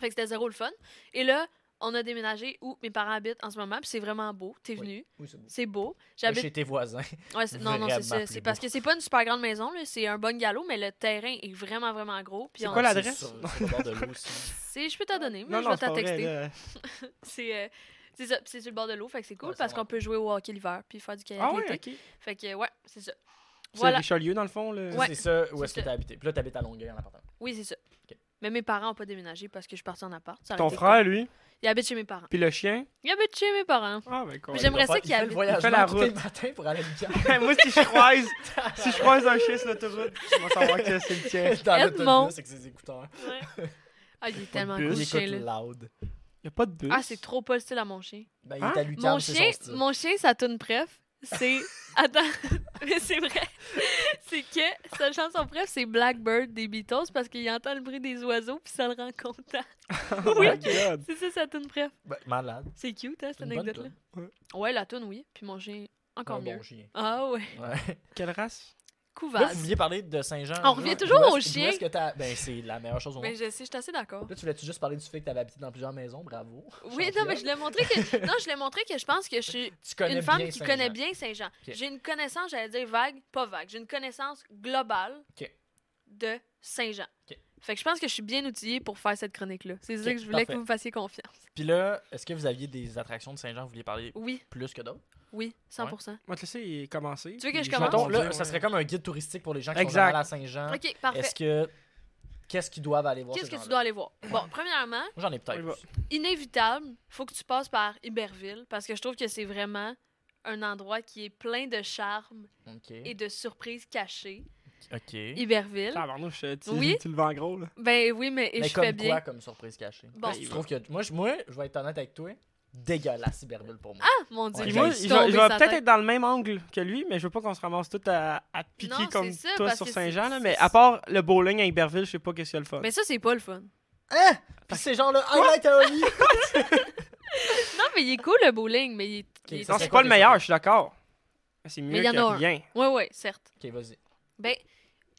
D: Fait que c'était zéro le fun. Et là, on a déménagé où mes parents habitent en ce moment, puis c'est vraiment beau. T'es
E: Oui.
D: venu,
E: Oui, c'est beau.
D: c'est beau.
E: Là,
D: J'habite
E: Chez tes voisins.
D: Ouais, c'est- non, non,
E: Vraiment
D: c'est ça.
E: plus
D: C'est parce
E: beau.
D: que c'est pas une super grande maison, là. C'est un bon galop, mais le terrain est vraiment, vraiment gros. Puis
B: C'est
D: on-
B: quoi l'adresse?
E: Sur, sur le bord de l'eau aussi.
D: C'est- Je peux t'en donner, mais
B: Non,
D: je
B: non,
D: vais
B: c'est pas
D: t'en
B: vrai,
D: texter.
B: là.
D: C'est euh, c'est ça. Puis c'est sur le bord de l'eau, fait que c'est cool
E: Ouais, ça
D: parce
E: va.
D: qu'on peut jouer au hockey l'hiver puis faire du kayak
B: Ah
D: l'été.
B: ouais, OK.
D: Fait que, ouais, c'est ça.
B: C'est
D: Voilà.
B: Richelieu, dans le fond, là.
D: Ouais.
E: C'est ça où
D: C'est
E: est-ce que
D: ça.
E: t'as habité. Puis là, t'habites à Longueuil en appartement.
D: Oui, c'est ça.
E: Ok.
D: Mais mes parents ont pas déménagé parce que je suis partie en appart. Ça aurait
B: Ton
D: été
B: frère,
D: cool.
B: lui,
D: Il habite chez mes parents.
B: puis le chien.
D: Il habite chez mes parents.
B: Ah, ben, quoi.
D: Mais j'aimerais
E: Il va
D: ça
E: faire-
D: qu'il
E: il fait
D: habite.
E: le voyage
B: Il fait la
E: tous les
B: route.
E: matins pour aller à Lucas.
B: Moi, si je croise, si je croise un chien sur l'autoroute, je vais savoir que c'est le tien.
E: Dans
D: Edmond.
E: l'autobus avec ses écouteurs.
D: Ah, il
E: Pas de
D: est tellement
E: bus.
D: cool,
E: Il
D: ce
E: écoute
D: chien, là.
E: loud.
B: Y a pas de bus.
D: Ah, c'est trop pas le style à mon chien.
E: Ben, il
B: Hein?
E: est à l'UQAM,
D: Mon
E: c'est
D: chien,
E: son style.
D: mon chien, sa tune préf, c'est. Attends, mais c'est vrai. C'est que sa chanson préf, c'est Blackbird des Beatles parce qu'il entend le bruit des oiseaux puis ça le rend content.
B: Oh my God.
D: C'est ça sa tune préf.
E: Ben, malade.
D: C'est cute, hein, cette
E: C'est une bonne
D: anecdote-là.
B: toune.
D: Ouais, la tune, oui. Puis mon chien, encore
E: Un
D: mieux.
E: bon chien.
D: Ah ouais,
E: Ouais.
B: Quelle race?
E: Là,
D: couvade.
E: vous vouliez parler de Saint-Jean.
D: On
E: D'où-
D: revient
E: d'où
D: toujours
E: est-ce-
D: au
E: d'où
D: chien.
E: est-ce que t'as- Ben, c'est la meilleure chose au monde.
D: Mais je sais, je suis assez d'accord.
E: Là, tu voulais-tu juste parler du fait que t'avais habité dans plusieurs maisons? Bravo.
D: Oui, non,
E: Championne.
D: mais je l'ai montré que. Non, je l'ai montré que je pense que je suis
E: Tu connais
D: une femme
E: bien
D: qui
E: Saint-Jean.
D: connaît bien Saint-Jean.
E: Ok.
D: J'ai une connaissance, j'allais dire vague, pas vague. J'ai une connaissance globale
E: Ok.
D: de Saint-Jean.
E: Ok.
D: Fait que je pense que je suis bien outillée pour faire cette chronique-là. C'est ça
E: Ok,
D: que je voulais que
E: parfait.
D: vous me fassiez confiance.
E: Puis là, est-ce que vous aviez des attractions de Saint-Jean que vous vouliez parler
D: Oui,
E: plus que d'autres?
D: oui, 100%.
B: On va te laisser commencer.
D: Tu veux que
B: puis
D: je
B: vais
D: commence?
E: Mettons,
B: te
E: là,
B: dire,
E: ça
B: ouais.
E: serait comme un guide touristique pour les gens qui sont
B: Exact.
E: jamais allés à Saint-Jean.
D: OK, parfait.
E: Est-ce que... Qu'est-ce qu'ils doivent aller voir?
D: Qu'est-ce
E: ces
D: que tu
E: gens-là?
D: dois aller voir? Bon, premièrement,
E: Moi, j'en ai peut-être.
B: On y va.
E: plus.
D: inévitable, faut que tu passes par Iberville parce que je trouve que c'est vraiment un endroit qui est plein de charme
E: OK.
D: et de surprises cachées.
E: OK.
D: Iberville.
B: Tabarnouche, euh, tu,
D: Oui.
B: tu le vends gros, là.
D: Ben oui, mais et
E: Mais
D: je fais
E: comme
D: bien.
E: quoi, comme surprise cachée?
D: Bon.
E: Je trouve que... Moi, je, moi, je vais être honnête avec toi. Dégueulasse, Cyberbule, pour moi.
D: Ah, mon Dieu,
E: Ouais,
B: Puis
D: je
B: moi,
D: me
B: je
D: suis
B: vais,
D: tombée
B: je vais
D: sa
B: peut-être
D: tête.
B: être dans le même angle que lui, mais je veux pas qu'on se ramasse tout à, à te piquer
D: Non, c'est
B: comme
D: ça,
B: toi
D: parce
B: sur
D: que
B: Saint-Jean,
D: c'est-
B: là. Mais
D: c'est-
B: à part le bowling à Iberville, je sais pas qu'est-ce qu'il y a le fun.
D: Mais ça, c'est pas le fun.
E: Puis c'est genre le highlight à Oli.
D: Non, mais il est cool le bowling, mais il est. il est-
E: ça
B: non,
E: serait
B: c'est
E: quoi
B: pas le
E: tes
B: meilleur,
E: surprises?
B: je suis d'accord. Mais C'est mieux
D: il y en a
B: que
D: un.
B: rien.
D: Ouais, ouais, certes.
E: OK, vas-y.
D: Ben,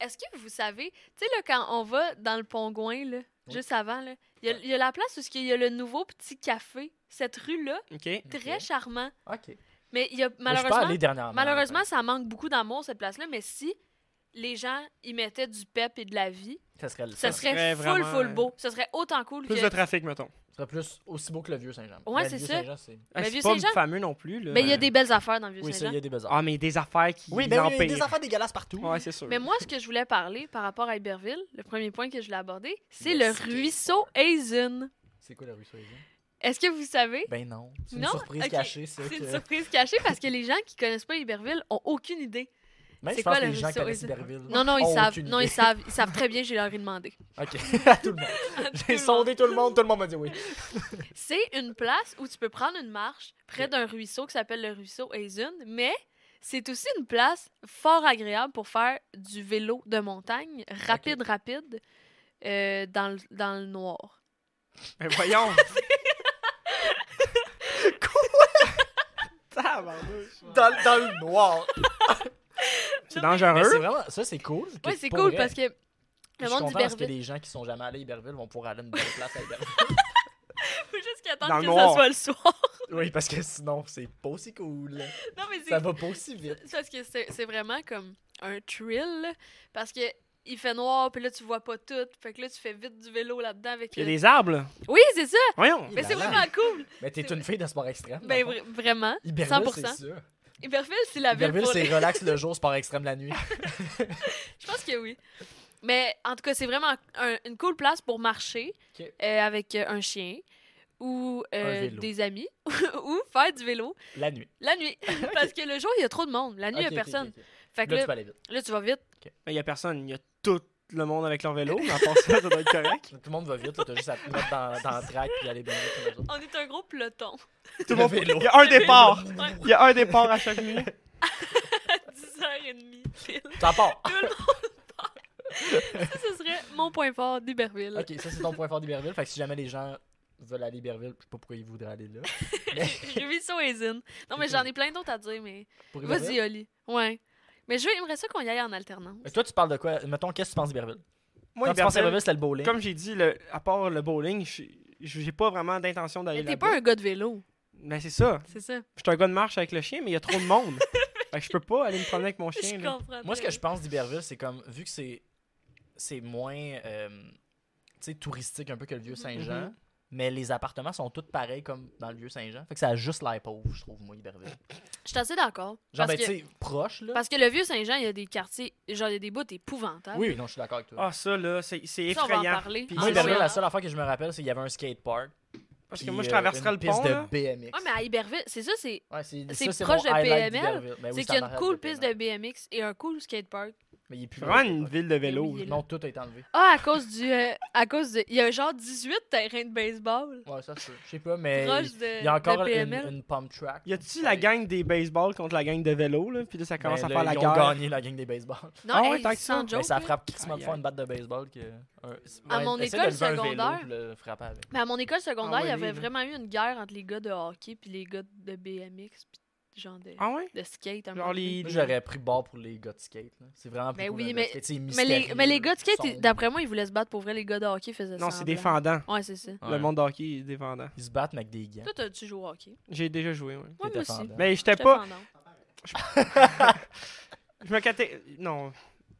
D: est-ce que vous savez, tu sais, là, quand on va dans le Pongouin, là,
E: Oui.
D: juste avant, là, il y, a- il y a la place où il y a le nouveau petit café. Cette rue-là,
B: OK.
D: très
E: Ok.
D: charmant.
E: OK.
D: Mais il y
E: Mais Je suis
D: a
E: pas
D: malheureusement.
E: allé dernièrement.
D: Malheureusement, ça manque beaucoup d'amour, cette place-là, mais si les gens y mettaient du pep et de la vie,
E: Ça serait le
D: ça
E: fun.
D: serait,
B: serait
D: full,
B: vraiment,
D: full
B: euh,
D: beau. Ça serait autant cool
B: Plus
D: que.
B: de trafic, mettons.
E: Ce serait plus aussi beau que le vieux Saint-Jean.
D: Ouais,
E: Ben, le
D: c'est
E: vieux
D: ça.
E: Saint-Jean, c'est.
B: Ah,
D: Mais
B: C'est
D: vieux
B: pas
D: Saint-Jean-
B: fameux non plus, là.
D: Mais il y a des belles affaires dans le
E: Oui, ça,
D: Vieux-Saint-Jean.
E: il y a des besoins.
B: Ah, mais des affaires qui
E: oui, ben oui, il y a des
B: empirent.
E: affaires dégueulasses partout.
B: Ouais, c'est sûr. Ben
D: Mais moi, ce que je voulais parler par rapport à Iberville, le premier point que je voulais aborder, c'est
E: Le
D: le
E: skate
D: ruisseau Hazen.
E: C'est quoi le ruisseau Hazen?
D: Est-ce que vous savez?
E: Ben non. C'est une
D: Non?
E: surprise
D: Ok.
E: cachée, ça.
D: C'est
E: que-
D: une surprise cachée parce que les gens qui connaissent pas Iberville ont aucune idée.
E: Même
D: C'est
E: je pense
D: quoi
E: que
D: la
E: les gens
D: surprise?
E: connaissent Iberville.
D: Non, non, ils
E: ont
D: savent.
E: aucune
D: Non, ils
E: idée.
D: savent. Ils savent très bien, j'ai leur ai demandé.
E: OK, à tout le monde. J'ai
D: le monde.
E: sondé tout le monde, tout le monde m'a dit oui.
D: C'est une place où tu peux prendre une marche près d'un ruisseau qui s'appelle le ruisseau Hazen, mais c'est aussi une place fort agréable pour faire du vélo de montagne, rapide, rapide, euh, dans, le, dans le noir.
B: Mais voyons!
E: Dans, dans le noir. Mais
B: C'est
E: c'est
B: dangereux.
E: vraiment, ça c'est cool.
D: Oui, c'est cool parce que
E: je
D: le
E: suis
D: monde
E: content parce que
D: d'Iberville,
E: les gens qui sont jamais allés à Iberville vont pouvoir aller à une belle place à Iberville.
D: faut juste qu'ils
B: Dans
D: attendent
B: le
D: que
B: noir.
D: ça soit le soir.
E: oui, parce que sinon c'est pas aussi cool.
D: non, mais c'est
E: Ça va pas aussi vite.
D: C'est parce que c'est c'est vraiment comme un thrill, là, parce que il fait noir, puis là, tu vois pas tout. Fait que là, tu fais vite du vélo là-dedans avec...
B: Il y a
D: le-
B: des arbres, là.
D: Oui, c'est ça!
B: Voyons!
E: Il
D: Mais
E: la
D: c'est
E: lame.
D: vraiment cool!
E: Mais t'es
D: C'est
E: une fille de sport extrême.
D: Ben,
E: dans le fond.
D: vra- vraiment.
E: Iberville,
D: 100%.
E: c'est ça.
D: Iberville, c'est la ville
E: Iberville,
D: pour...
E: c'est relax le jour, sport extrême la nuit.
D: Je pense que oui. Mais en tout cas, c'est vraiment un- une cool place pour marcher
E: Ok.
D: euh, avec euh, un chien ou euh,
E: Un vélo.
D: des amis ou faire du vélo
E: La nuit.
D: la nuit. Parce que le jour, il y a trop de monde. La nuit, il
E: Ok,
D: y a
E: ok,
D: personne.
E: ok, ok.
D: Fait que
E: Là,
D: là,
E: tu peux aller vite.
D: là, tu vas vite.
B: Mais il y a personne. Il y a tout le monde avec leur vélo. mais En passant, ça doit être correct.
E: Tout le monde va vite, là, t'as juste à te mettre dans, dans le track puis aller bien vite. comme les autres.
D: On est un gros peloton.
B: Tout le
E: Le
B: monde-
E: vélo.
B: Il y a un départ.
D: Ouais,
B: Il y a un départ à chaque minute.
D: 10h30 pile.
E: Ça part.
D: Ça, ce serait mon point fort d'Iberville.
E: Ok, ça c'est ton point fort d'Iberville. Fait que si jamais les gens veulent aller à Iberville, je sais pas pourquoi ils voudraient aller là.
D: J'ai vu ça au Hazen. Non, mais j'en ai plein d'autres à dire, mais...
E: Pour Iberville,
D: Vas-y, Oli. Ouais. Mais je veux, aimerais ça qu'on y aille en alternance.
E: Mais Euh, toi, tu parles de quoi Mettons, qu'est-ce que tu penses d'Iberville
B: Moi,
E: Quand tu penses à
B: Iberville,
E: Iberville, c'était le bowling.
B: comme j'ai dit, le- à part le bowling, je- je- j'ai pas vraiment d'intention d'aller
D: Mais t'es
B: là
D: pas un gars de vélo,
B: Mais c'est ça.
D: c'est ça?
B: Je suis un gars de marche avec le chien, mais il y a trop de monde. fait que je peux pas aller me promener avec mon
D: Je
B: chien. là.
D: comprends.
E: Moi, ce
D: très
E: que je pense d'Iberville, c'est comme, vu que c'est c'est moins euh, tu sais, touristique un peu que le vieux Saint-Jean,
B: Mhm.
D: Mm-hmm.
E: mais les appartements sont tous pareils comme dans le vieux Saint-Jean. Fait que ça a juste l'air pauvre, je trouve, moi, Iberville.
D: Je suis assez d'accord.
E: Genre,
D: parce,
E: ben, tu
D: que,
E: sais, proche, là.
D: parce que le vieux Saint-Jean, il y a des quartiers, genre, il y a des bouts épouvantables.
E: Oui, non, je suis d'accord avec toi.
B: Ah, ça, là, c'est c'est
D: Ça, on va en
B: effrayant.
D: parler. Ah,
B: Puis
E: moi,
B: c'est
E: Iberville,
B: ça.
E: la seule affaire que je me rappelle, c'est qu'il y avait un skatepark.
B: Parce que
E: puis,
B: moi, je
E: euh,
B: traverserais
E: une
B: le pont.
E: piste de
B: là.
E: BMX.
D: Ouais, Ah, mais à Iberville, c'est ça, c'est
E: Ouais, c'est
D: c'est
E: ça, c'est
D: proche
E: mon
D: de
E: highlight
D: PML,
E: d'Iberville. Ben oui,
D: c'est
E: c'est en
D: qu'il y a une
E: arrière
D: cool
E: PML.
D: piste de BMX et un cool skatepark.
E: Mais il est plus
B: C'est vraiment
E: là,
B: une
E: ouais.
B: ville de vélo.
D: Oui,
B: là.
D: ville.
E: Non, tout est enlevé.
D: Ah, à cause du. euh, à cause de. Il y a genre 18 terrains de baseball
E: Ouais, ça, c'est. Je sais pas, mais.
D: proche
E: il-
D: de.
E: Il y a encore
D: de
E: une,
D: PML.
E: une pump track.
B: Y a-tu la gang des baseball contre la gang de vélo, là? Puis là, ça
E: Ben,
B: commence à
E: là,
B: faire la
E: ils
B: guerre.
E: ont gagné la gang des baseball.
D: Non,
B: Ah ouais,
D: hey,
B: tant que ça.
D: sans joke.
E: Mais ça
D: là.
E: frappe crissement de
B: Aïe,
E: faire
B: aïe.
E: une batte de baseball que. un-
D: À mon
E: essaie
D: école
E: de lever un vélo
D: secondaire-
E: puis le frapper avec.
D: Mais à mon école secondaire,
E: Ah
D: il
B: Envoyé,
D: y avait
B: là.
D: vraiment eu une guerre entre les gars de hockey puis les gars de BMX puis genre de,
B: Ah ouais?
D: de skate. à un
B: Genre
D: moment donné.
B: les-
E: Moi, j'aurais pris bord pour les gars de skate. là. C'est vraiment plus
D: Ben
E: cool,
D: oui,
E: le
D: mais-
E: skate, c'est
D: Mais les,
E: mystérieux,
D: mais les gars de skate,
E: sombre.
D: d'après moi, ils voulaient se battre pour vrai. Les gars de hockey faisaient ça.
B: Non, c'est défendant.
D: Ouais, c'est ça.
E: Ouais.
B: Le monde d'hockey est défendant.
E: Ils se battent, mais avec des gants.
D: Toi, t'as-tu joué au hockey?
B: J'ai déjà joué, ouais.
D: Ouais,
E: T'es
D: moi aussi.
E: défendant.
B: Mais j'étais
D: J'étais
B: pas.
D: fendante.
B: Je me caté... Non.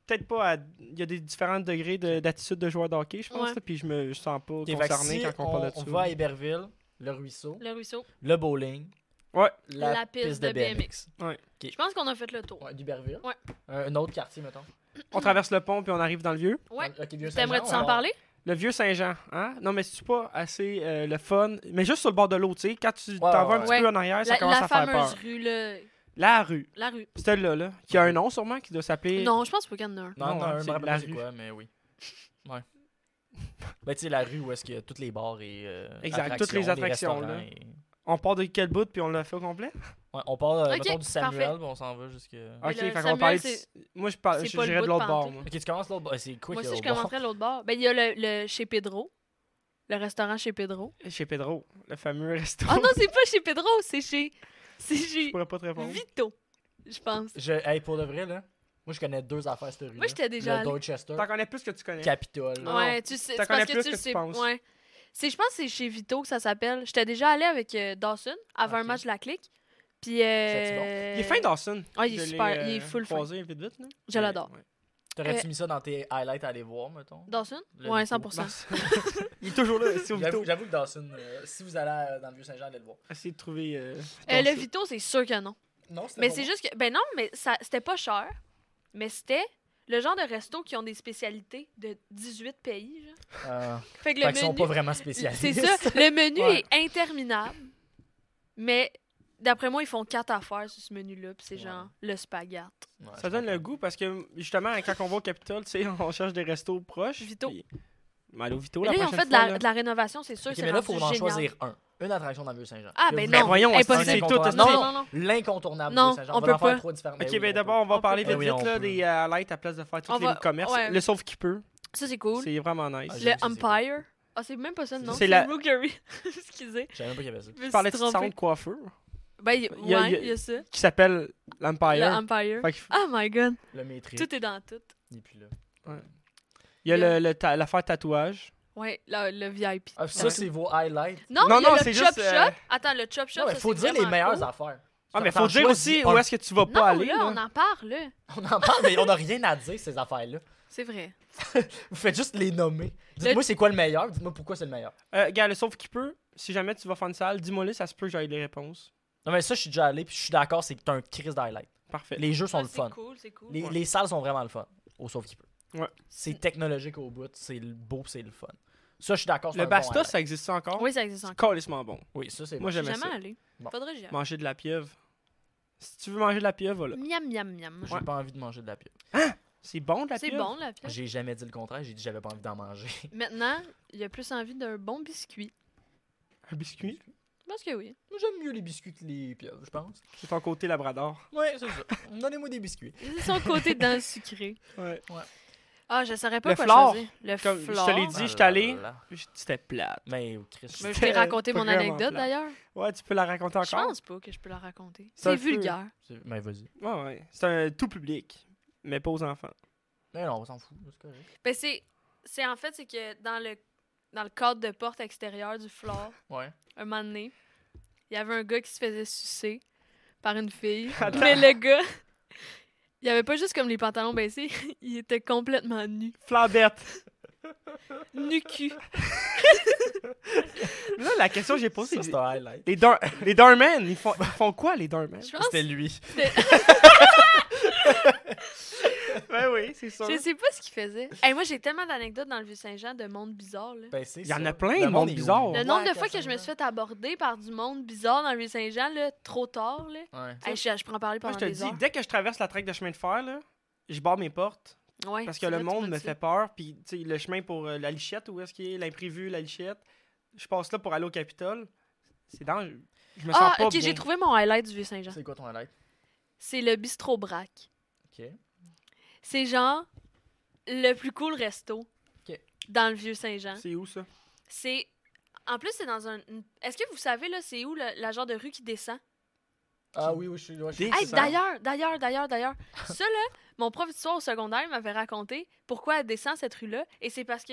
B: Peut-être pas à. Il y a des différents degrés de- d'attitude de, joueur d'hockey, je pense,
D: Ouais.
B: là, puis je me je sens pas
E: Ok, fait que
B: concerné
E: si
B: quand on,
E: on,
B: parle de
E: on
B: ça.
E: va à Iberville, le ruisseau,
D: Le ruisseau.
E: le bowling,
B: Ouais.
E: la,
D: La piste de BMX.
B: Ouais.
D: Je pense qu'on a fait le tour.
E: Ouais, d'Iberville.
D: Ouais.
E: Un, un autre quartier, mettons.
B: On traverse le pont, puis on arrive dans le vieux.
D: Ouais.
E: Ok, Vieux-Saint-Jean,
D: T'aimerais-tu
E: on
D: s'en
E: va-
D: parler?
B: Le vieux Saint-Jean, hein? Non, mais c'est pas assez euh, le fun. Mais juste sur le bord de l'eau, tu sais, quand tu t'en vas un
E: ouais.
B: petit
D: Ouais.
B: peu en arrière, ça
D: La,
B: commence
D: la
B: à faire
D: fameuse
B: peur.
D: rue, le-
B: La rue,
D: la rue.
B: celle-là, là, qui a un nom sûrement, qui doit s'appeler.
D: Non, je pense pas qu'il y en a un.
E: Non,
B: Non,
E: non,
B: hein,
E: je
B: c'est
E: me rappelle
B: la
E: pas c'est
B: rue.
E: quoi, mais oui. Ouais. ben, tu sais, la rue où est-ce qu'il y a toutes les bars et. euh,
B: Exact, toutes les attractions,
E: des
B: là.
E: restaurants et-
B: On part de quel bout, puis on l'a fait au complet?
E: Ouais, on part, euh,
D: Ok,
E: mettons, du Samuel,
D: parfait.
E: puis on s'en va jusque.
B: Ok,
D: le
B: fait qu'on va
D: Samuel,
B: parler de-
D: c'est-
B: Moi, je parle,
D: c'est
B: je
D: pas le
B: dirais
D: bout
B: de
D: de
B: l'autre bord,
D: pente.
B: moi.
E: Ok, tu commences l'autre. bar. C'est quick,
D: Moi aussi, je
E: l'autre bar.
D: commencerais l'autre bord. Ben, il y a le, le chez Pedro. Le restaurant chez Pedro.
B: Chez Pedro, le fameux restaurant.
D: Ah non, c'est pas chez Pedro, c'est chez. C'est
B: Je
D: chez
B: pourrais pas te répondre.
D: Vito, je pense.
E: Je, hey, pour de vrai, là, moi, je connais deux affaires cette rue.
D: Moi, j'étais déjà
E: Le
D: allée.
E: Dorchester,
B: T'en connais plus que tu connais.
E: Capitole.
B: Non.
D: Ouais, tu sais,
B: T'en
D: c'est
B: connais
D: parce que
B: plus
D: tu
B: que
D: le
B: tu
D: sais.
B: penses.
D: Ouais. C'est, je pense que c'est chez Vito que ça s'appelle. J'étais déjà allée avec euh, Dawson avant un
E: Ok.
D: match de la clique. Puis. Euh,
E: C'est-tu bon?
B: Il est fin, Dawson.
D: Ouais, il est
B: Je l'ai,
D: super, il est
B: euh,
D: full fin.
B: croisé vite, vite, là.
D: Je l'adore.
B: Ouais.
E: T'aurais-tu mis ça dans tes highlights à aller voir, mettons
D: Dawson?
E: Le
D: ouais,
E: Vito.
D: 100%.
B: Il est toujours là, c'est au
E: J'avoue
B: Vito.
E: j'avoue que Dawson, euh, si vous allez euh, dans le Vieux-Saint-Jean, allez le voir.
B: Essayez de trouver. euh,
D: Euh, le
B: Dawson.
D: Vito, c'est sûr que non.
E: Non, c'était
D: Mais
E: pas
D: c'est
E: bon.
D: juste que. Ben non, mais ça, c'était pas cher. Mais c'était. le genre de resto qui ont des spécialités de 18 pays. Genre.
E: Euh,
D: Fait que
E: fait
D: le
E: qu'ils sont pas
D: menu,
E: vraiment
D: c'est
E: spécialistes.
D: ça, le menu
B: Ouais.
D: est interminable. Mais d'après moi, ils font quatre affaires sur ce menu-là, puis c'est
E: Ouais.
D: genre le spaghette.
E: Ouais,
B: Ça donne le goût parce que justement, quand on va au Capitole, tu sais, on cherche des restos proches.
D: Vito.
B: puis- Mais aller au Vito,
D: Mais
B: la
D: là, ils ont
B: prochaine
D: fait de
B: fois,
D: la,
B: là.
D: de la rénovation, c'est sûr,
E: Ok,
D: c'est
E: mais là,
D: rendu
E: faut en
D: génial.
E: choisir un. Une attraction dans le Vieux-Saint-Jean.
D: Ah,
E: Là,
D: ben
E: vous-
B: Ben
D: non.
B: voyons,
D: Hey,
B: c'est
D: pas
B: c'est
E: si-
B: tout. est-ce que
E: Non,
B: c'est-
D: non, non.
E: L'incontournable
D: Non,
E: Vieux-Saint-Jean.
D: on
E: va
D: peut
E: en faire
D: pas.
E: trois différents. Ben
B: Ok,
E: oui,
B: ben
E: on
B: d'abord, on
D: on
B: va
D: peut
B: parler
E: pas.
B: vite,
E: Ben
B: vite
E: oui, on
B: là,
E: peut.
B: des euh, lights à place de faire tous
D: On
B: les
D: va-
B: commerces.
D: ouais.
B: Le sauve qui peut,
D: Ça, c'est cool.
B: c'est vraiment nice.
E: Ah, j'ai-
D: Le
E: je sais pas.
D: Empire. Ah, c'est même pas ça le nom.
B: C'est
D: C'est
B: la-
D: Rookery. Excusez.
E: peut. Je savais même pas qu'il y avait ça.
D: Je me
B: Tu
D: suis
B: parlais de
D: trompée.
B: centre coiffeur
D: Ben, y-
B: Il y a-
D: ouais,
B: il y a-
D: il y a ça.
B: qui s'appelle
D: Le
B: l'Empire.
D: Empire.
B: Fait qu'il faut-
D: Oh my god.
E: Le maîtrise.
D: Tout est dans tout.
E: Il est plus là.
B: Il y a
D: le-
B: le- le ta- l'affaire tatouage.
D: Ouais, le, le VIP.
E: Ah, ça, c'est vos highlights.
D: Non,
B: Non,
D: il y a
B: non,
D: le
B: c'est
D: Chop
B: juste,
D: Shop.
B: euh,
D: Attends, le Chop Shop.
E: Non, mais
D: ça,
E: faut
D: c'est
E: dire les
D: vraiment
E: meilleures
D: cool.
E: affaires.
B: Ah, mais
E: T'en
B: faut dire
E: choisis
B: aussi
E: un.
B: où est-ce que tu vas
D: Non,
B: pas aller.
D: là,
B: là.
D: on en parle, là.
E: On en parle, mais on n'a rien à dire, ces affaires-là.
D: C'est vrai.
E: Vous faites juste les nommer. Dites-moi c'est quoi le meilleur, dites-moi pourquoi c'est le meilleur.
B: Euh, gars, le sauve qui peut, si jamais tu vas faire une salle, dis-moi là, ça se peut que j'aille les réponses.
E: Non, mais ça, je suis déjà allé, puis je suis d'accord, c'est que t'as un crise d'highlight.
B: Parfait.
E: Les jeux sont
D: Ah,
E: le
D: C'est
E: fun.
D: cool, c'est cool.
E: Les,
B: Ouais.
E: les salles sont vraiment le fun, au sauf qui peut.
B: Ouais.
E: C'est technologique au bout, c'est le beau, c'est le fun. Ça, je suis d'accord. c'est
B: Le
E: un bon
B: basta,
E: highlight.
B: ça existe ça encore?
D: Oui, ça existe
B: C'est
D: encore.
B: calissement bon.
E: Oui, ça, c'est
B: Moi,
E: bon.
D: J'ai
B: j'aimais
D: jamais
B: ça.
D: allé.
E: Bon.
D: Faudrait que j'y aille.
B: Manger de la pieuvre. Si tu veux manger de la pieuvre, voilà.
D: Miam, miam, miam.
E: J'ai pas envie de manger de la pieuvre.
B: C'est bon de la
D: C'est
B: pieuvre?
D: bon, la pieuvre.
E: J'ai jamais dit le contraire, j'ai dit j'avais pas envie d'en manger.
D: Maintenant, il y a plus envie d'un bon biscuit.
B: Un biscuit?
D: Je pense que oui.
E: Moi, J'aime mieux les biscuits que les pieuvres, je pense.
B: C'est ton côté labrador.
E: Ouais, c'est ça. Donnez-moi des biscuits.
D: C'est son côté dans le sucré.
B: Ouais.
D: Ah, je saurais pas
B: Le
D: quoi
B: flore.
D: choisir. Le
B: Comme je te
D: flore.
B: l'ai dit. Si, je suis
E: Ah
B: allé. C'était plate.
E: oh Mais oh, Chris.
D: Mais je
B: C'était
D: t'ai raconté mon
B: vraiment
D: anecdote
B: plate.
D: d'ailleurs.
B: Ouais, tu peux la raconter
D: Je
B: encore?
D: pense pas que je peux la raconter.
B: Ça
D: C'est
B: le peut.
D: vulgaire.
E: c'est- Mais vas-y.
B: Ouais, ouais. C'est un tout public, mais pas aux enfants.
E: Mais non, on s'en fout. c'est correct.
D: Ben c'est, c'est en fait c'est que dans le dans le cadre de porte extérieure du floor,
E: Ouais.
D: un moment donné, il y avait un gars qui se faisait sucer par une fille.
B: Attends.
D: mais le gars, il avait pas juste comme les pantalons baissés, il était complètement nu,
B: Flambette!
D: nu cul.
B: Mais là, la question que j'ai
E: Ça,
B: posée,
E: c'est un highlight.
B: les, dar- les Darman, ils font, ils font quoi, les Darman?
D: Je pense.
E: C'était lui.
B: Ben oui, c'est ça.
D: Je sais pas ce qu'il faisait. Hey, moi j'ai tellement d'anecdotes dans le Vieux-Saint-Jean de monde bizarre là.
E: Ben, c'est
B: Il y en
E: ça.
B: a plein,
E: Le
B: le monde
E: est
B: bizarre.
E: weird.
D: Le nombre de
E: Ouais,
D: fois que je me suis fait aborder par du monde bizarre dans le Vieux-Saint-Jean là, trop tard là.
E: Ouais.
D: Hey, je, je pourrais en parler
B: Moi,
D: pendant
B: je te
D: des
B: dis,
D: heures.
B: dès que je traverse la traque de chemin de fer, là, je barre mes portes.
D: Ouais,
B: Parce que
D: c'est
B: le
D: vrai, tu
B: monde
D: m'as
B: me
D: dit.
B: fait peur. Puis, tu sais, le chemin pour euh, la lichette, où est-ce qu'il est l'imprévu, la lichette. Je passe là pour aller au Capitole. C'est dangereux. Je me sens
D: Ah,
B: pas
D: ok,
B: bien.
D: j'ai trouvé mon highlight du Vieux-Saint-Jean.
E: C'est quoi ton highlight?
D: C'est le bistrot braque.
E: Ok.
D: C'est genre le plus cool resto
E: Ok.
D: dans le vieux Saint-Jean.
B: C'est où ça?
D: C'est en plus c'est dans un une- Est-ce que vous savez là c'est où le- la genre de rue qui descend
E: Ah oui, oui, je suis. ouais, je suis-
B: Des-
D: Hey,
B: Descend.
D: d'ailleurs, d'ailleurs, d'ailleurs, d'ailleurs. ça là, mon prof d'histoire au secondaire il m'avait raconté pourquoi elle descend cette rue là et c'est parce que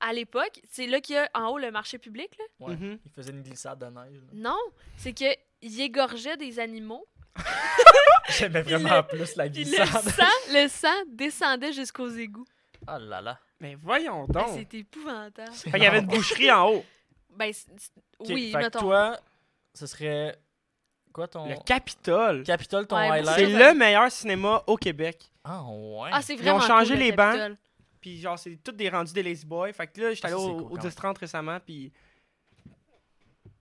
D: à l'époque, c'est là qu'il y a en haut le marché public là.
E: Ouais.
B: Mhm.
E: Il faisait une glissade de neige. là.
D: Non, c'est que il égorgeait des animaux.
E: J'aimais
D: Puis le-
E: vraiment plus la
D: Puis le
E: glissade.
D: sang, le sang descendait jusqu'aux égouts.
E: Ah là là.
B: Mais voyons
D: Hey,
B: donc.
D: C'était épouvantable.
B: Fait qu'il y avait une boucherie en haut.
D: Ben c'est- c'est-
E: Ok,
D: oui,
E: fait que
D: mettons.
E: toi, ce serait. Quoi ton.
B: Le Capitole.
E: Capitole, ton
D: Ouais,
B: C'est
E: highlight.
D: ça-
B: le meilleur cinéma au Québec.
E: Ah ouais.
D: Ah, c'est
B: Ils ont
D: vraiment
B: changé
D: cool, le
B: les bancs.
D: Capitole.
B: Puis genre, c'est toutes des rendus des Lazy Boys. Fait que là, j'étais
E: Ah,
B: allé
E: ça, c'est
B: au,
E: cool,
B: au
E: quand
B: 10-30 récemment, puis...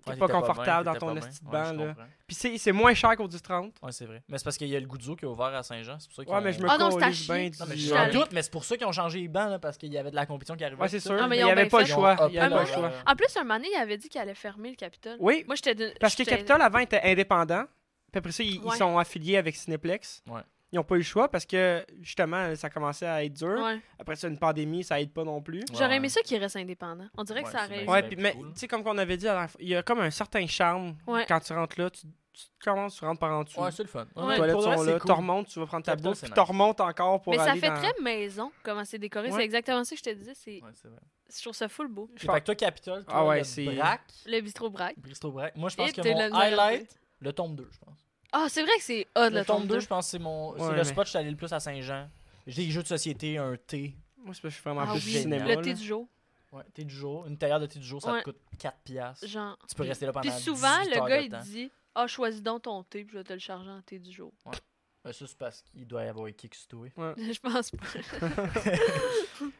E: Ouais,
B: pas
E: bien,
B: confortable dans
E: t'étais
B: ton
E: pas bien.
B: esti de
E: Ouais,
B: banc,
E: je
B: là.
E: comprends.
B: Puis c'est c'est moins cher qu'au 10-30.
E: Ouais, c'est vrai. Mais c'est parce qu'il y a le Goudzo qui est ouvert à Saint-Jean. C'est pour ça qu'ils
B: Ouais,
E: ont-
B: mais je me
D: Ah non, c'est à
B: calisse
D: chier.
B: bien du-
E: Non, mais
D: suis
E: j'en
D: allée.
E: doute, mais c'est pour ça qu'ils ont changé les bancs, là, parce qu'il y avait de la compétition qui arrivait.
B: Ouais, c'est sûr.
D: Ah, mais
B: mais
D: ils
B: il
D: ont
B: n'y avait
D: bien
B: pas le
D: fait.
B: choix.
E: Ils ont
B: Il y avait
D: up
B: pas le
D: le-
B: choix.
D: En plus, un moment donné, il avait dit qu'il allait fermer le Capitole.
B: Oui,
D: Moi, j'étais de...
B: parce que
D: j'étais-
B: Capitol avant était indépendant. Puis après ça, ils, ils
D: Ouais.
B: sont affiliés avec Cineplex.
E: Ouais.
B: Ils n'ont pas eu le choix parce que justement, ça commençait à être dur.
D: Ouais.
B: Après ça, une pandémie, ça aide pas non plus.
E: Ouais,
D: J'aurais
E: ouais.
D: aimé ça qu'il reste indépendant. On dirait
E: Ouais,
D: que ça
E: c'est
D: aurait...
E: bien.
B: Ouais,
E: ben
B: puis
E: plus
B: mais tu
E: cool.
B: sais, comme on avait dit, la dernière fois, il y a comme un certain charme
D: Ouais.
B: quand tu rentres là. Tu, tu commences, tu rentres par en dessous.
E: Ouais, c'est le fun.
D: Ouais,
B: les toilettes
E: pour de vrai,
B: sont
E: c'est
B: là,
E: cool.
B: tu remontes, tu vas prendre ta
E: Capitol,
B: bouffe,
E: c'est
B: puis tu
E: nice.
B: remontes encore pour
D: Mais ça
B: aller
D: fait
B: dans-
D: très maison, comment c'est décoré.
B: Ouais.
D: C'est exactement ça que je te disais. C'est...
E: Ouais, c'est vrai.
D: Je trouve ça full beau.
E: Fait que toi, Capitole, toi,
B: Ah ouais,
E: le
B: c'est-
E: Brac,
D: Le bistrot braque.
E: Bristol Brac. Moi, je
D: Et
E: pense que
D: t'es la
E: mon
D: misère à
E: highlight, le tome 2, je pense.
D: Ah, c'est vrai que c'est
E: Le,
D: hot, le
E: tome 2,
D: 2.
E: je pense que c'est mon... c'est
B: Ouais,
E: le
B: mais-
E: spot que je suis allé le plus à Saint-Jean. J'ai des jeux de société, un thé.
B: Moi, c'est parce que je suis vraiment
D: Ah
B: plus
D: oui,
B: cinéma.
D: le
B: là.
D: thé du jour.
E: Ouais, thé du jour. Une tailleur de thé du jour, ça
D: Ouais.
E: te coûte 4 piastres.
D: Genre...
E: Tu peux rester là pendant
D: Puis souvent,
E: 18 heures
D: le gars,
E: de
D: il
E: temps.
D: dit... Ah, choisis donc ton thé, puis je vais te le charger en thé du jour.
E: Ouais. Mais ça, c'est parce qu'il doit y avoir un kick sur toi.
D: Je pense pas.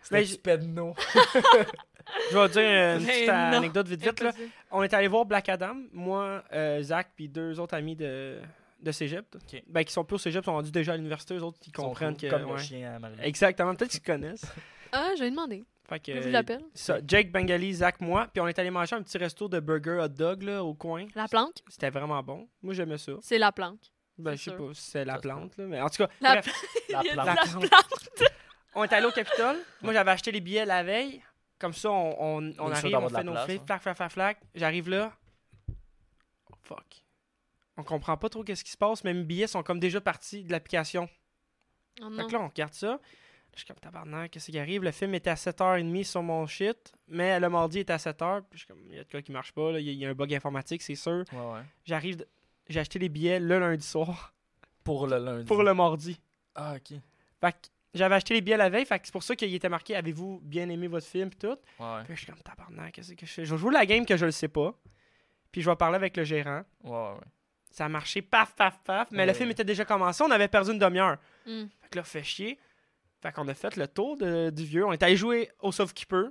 E: C'est
B: Mais
E: un
B: j-
E: petit pedno.
B: Je vais dire euh, une
D: Mais
B: petite
D: non.
B: anecdote vite vite. Là.
D: Impossible.
B: On est allé voir Black Adam, moi, euh, Zach, puis deux autres amis de, de Cégep.
E: Ok.
B: Ben, qui sont plus au Cégep, sont rendus déjà à l'université, eux autres, qui comprennent que.
E: Comme le
B: ouais.
E: chien à Marie.
B: Exactement, peut-être qu'ils connaissent.
D: Ah, je vais demander.
B: Fait que,
E: Euh,
D: Vous l'appelle?
B: ça, Jake, Bengali, Zach, moi, puis on est allé manger un petit resto de burger hot dog là, au coin.
D: La planque?
B: C'était vraiment bon. Moi, j'aimais ça.
D: C'est la planque.
B: Ben,
D: C'est
B: je sais
D: sûr.
B: pas si c'est la
E: Ça se peut.
B: plante, là, mais en tout cas,
D: La
B: bref,
E: La
D: Il y a de
E: plante.
D: la
B: La plante. on est allé au Capitole. Moi, j'avais acheté les billets la veille. Comme ça, on, on, on
E: sûr
B: arrive,
E: d'avoir
B: on
E: de la
B: fait nos
E: place,
B: flics,
E: hein.
B: flac, flac, flac, flac. J'arrive là. Oh, fuck. On comprend pas trop qu'est-ce qui se passe, mais mes billets sont comme déjà partis de l'application.
D: Oh
B: Fait
D: non.
B: que là, on regarde ça. Je suis comme tabarnak, qu'est-ce qui arrive? Le film était à 7h30 sur mon shit, mais le mardi était à 7h. Puis je suis comme, il y a de quoi qui marche pas, là. il y, a- il y a un bug informatique, c'est sûr.
E: Ouais, ouais.
B: J'arrive, de- j'ai acheté les billets le lundi soir
E: Pour le lundi.
B: pour le mardi.
E: Ah, ok. Ouais,
B: Fait que j'avais acheté les billets la veille, fait que c'est pour ça qu'il était marqué Avez-vous bien aimé votre film pis tout.
E: ouais.
B: Puis je suis comme tabarnak, qu'est-ce que je fais? Je vais jouer la game que je le sais pas. Puis je vais parler avec le gérant.
E: Ouais, ouais. ouais.
B: Ça a marché paf paf paf, mais le
E: Ouais.
B: film était déjà commencé, on avait perdu une demi-heure.
D: Hmm.
B: Fait que là, fait chier. Fait qu'on a fait le tour de- du vieux. On est allé jouer au Sauvekeeper,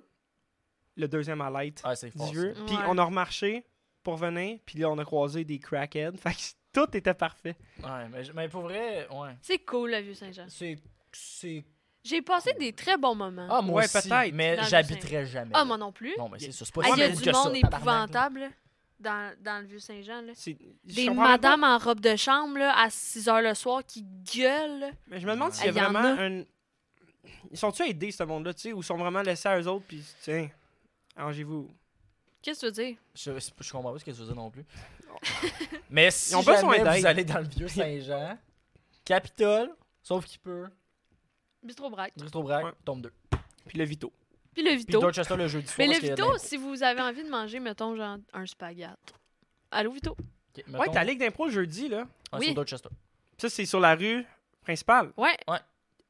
B: le deuxième à light
E: Ah, c'est
B: du
E: fort.
B: vieux.
E: ça.
D: ça.
B: Puis
D: Ouais.
B: on a remarché pour venir, puis là, on a croisé des crackheads. Fait que tout était parfait.
E: Ouais, mais, je- mais pour vrai, ouais.
D: C'est cool, le Vieux-Saint-Jean.
E: C'est. c'est-
D: J'ai passé des très bons moments. Ah,
E: Oh. Ah, moi
B: Ouais,
E: aussi,
B: peut-être.
E: Mais
D: Dans le
E: j'habiterais jamais. là.
D: moi non plus.
E: Non, mais c'est ça. C'est pas
D: Ah, Il y a
E: si
D: du
E: cool que
D: monde
E: ça, tabarnak.
D: épouvantable là, dans, dans le Vieux-Saint-Jean. là.
B: C'est- je
D: Des
B: comprends pas.
D: madames en robe de chambre là, à 6 h le soir qui gueulent. là.
B: Mais je me demande s'il y a
D: Il Ah, y en
B: vraiment
D: a.
B: un. Ils sont-tu aidés, ce monde-là, tu sais, ou sont vraiment laissés à eux autres, puis tiens, arrangez-vous.
D: Qu'est-ce que tu veux dire?
E: Je, je comprends pas ce que tu veux dire non plus. Mais si
B: Ils ont
E: jamais
B: besoin d'aide.
E: vous allez dans le vieux Saint-Jean, Capitole, sauf qu'il peut,
D: Bistrobrac.
E: Retrobrac,
B: Ouais.
E: tombe 2.
B: Puis le Vito.
D: Puis le
E: Puis
D: Vito.
E: Dorchester le jeudi soir.
D: Mais le
E: parce qu'il y a de
D: Vito, si vous avez envie de manger, mettons, genre un spaghetti. Allô, Vito?
E: l'impro. Ok,
B: Ouais,
E: mettons,
B: t'as la Ligue d'impro le jeudi, là.
E: ouais,
D: oui.
E: sur Dorchester.
B: Ça, c'est sur la rue principale,
D: Ouais.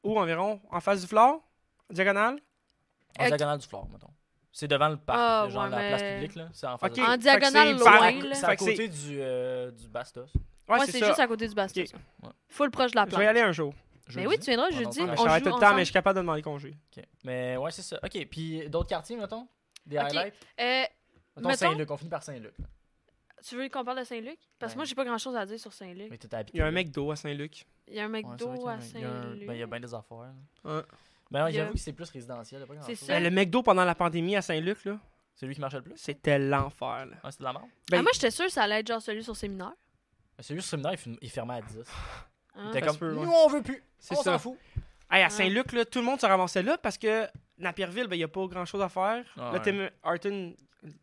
B: ou environ en face du flore, diagonale.
E: En
D: Ok.
E: diagonale du Flore, mettons. C'est devant le parc,
D: Ah,
E: genre
D: ouais,
E: la
D: mais-
E: place publique, là. C'est en face
B: Ok.
E: de-
B: Fait
D: En
B: que
D: diagonale,
B: c'est par-
D: loin. là.
E: C'est
B: Fait
E: à
B: que
E: côté du, euh, du Bastos.
B: Ouais,
D: Ouais,
B: c'est
D: c'est
B: ça.
D: juste à côté du Bastos.
B: Ok.
D: ça.
E: Ouais.
D: Full proche de la
B: Je vais y
D: plante.
B: aller un jour.
D: Mais
E: jeudi.
D: oui, tu viendras
E: On
D: jeudi.
E: entend
B: Je
E: la
D: On
B: travaille
D: joue
B: tout le temps,
D: ensemble.
B: mais je suis capable de demander congé.
E: Ok. Mais ouais, c'est ça. OK, puis d'autres quartiers, mettons? Des
D: Ok.
E: highlights?
D: Euh,
E: Mettons,
D: Mettons-
E: Saint-Luc, on finit par Saint-Luc. là.
D: Tu veux qu'on parle de Saint-Luc? Parce que
E: Ouais.
D: moi, j'ai pas grand-chose à dire sur Saint-Luc.
E: Mais t'es habité.
B: Il y a un
E: là.
B: mec d'eau à Saint-Luc.
D: Il y a un
E: Ouais, c'est vrai
D: McDo à
E: qu'il y a un- il y a un-
D: Saint-Luc.
E: Ben, il y a bien des affaires.
B: Ouais.
E: Mais non,
D: Il y a-
E: j'avoue que c'est plus résidentiel. y a pas grand-chose.
D: ça.
B: Ben, le mec d'eau pendant la pandémie à Saint-Luc, là,
E: C'est lui qui marchait le plus?
B: c'était l'enfer, là.
E: Ouais, c'est de la merde.
B: Ben,
D: Ah, moi, j'étais sûre que ça allait être genre celui sur séminaire.
E: C'est juste séminaire, il, fin- il fermait à 10.
D: Hein?
E: Il était
B: ça
E: comme,
B: se peut, ouais.
E: nous on veut plus.
B: C'est
E: On
B: ça.
E: s'en fout.
B: Hey, à
D: Ah.
B: Saint-Luc, là, tout le monde se ramassait là parce que Napierville, ben, il n'y a pas grand-chose à faire.
E: Ah,
B: le
E: ouais.
B: Tim Horton.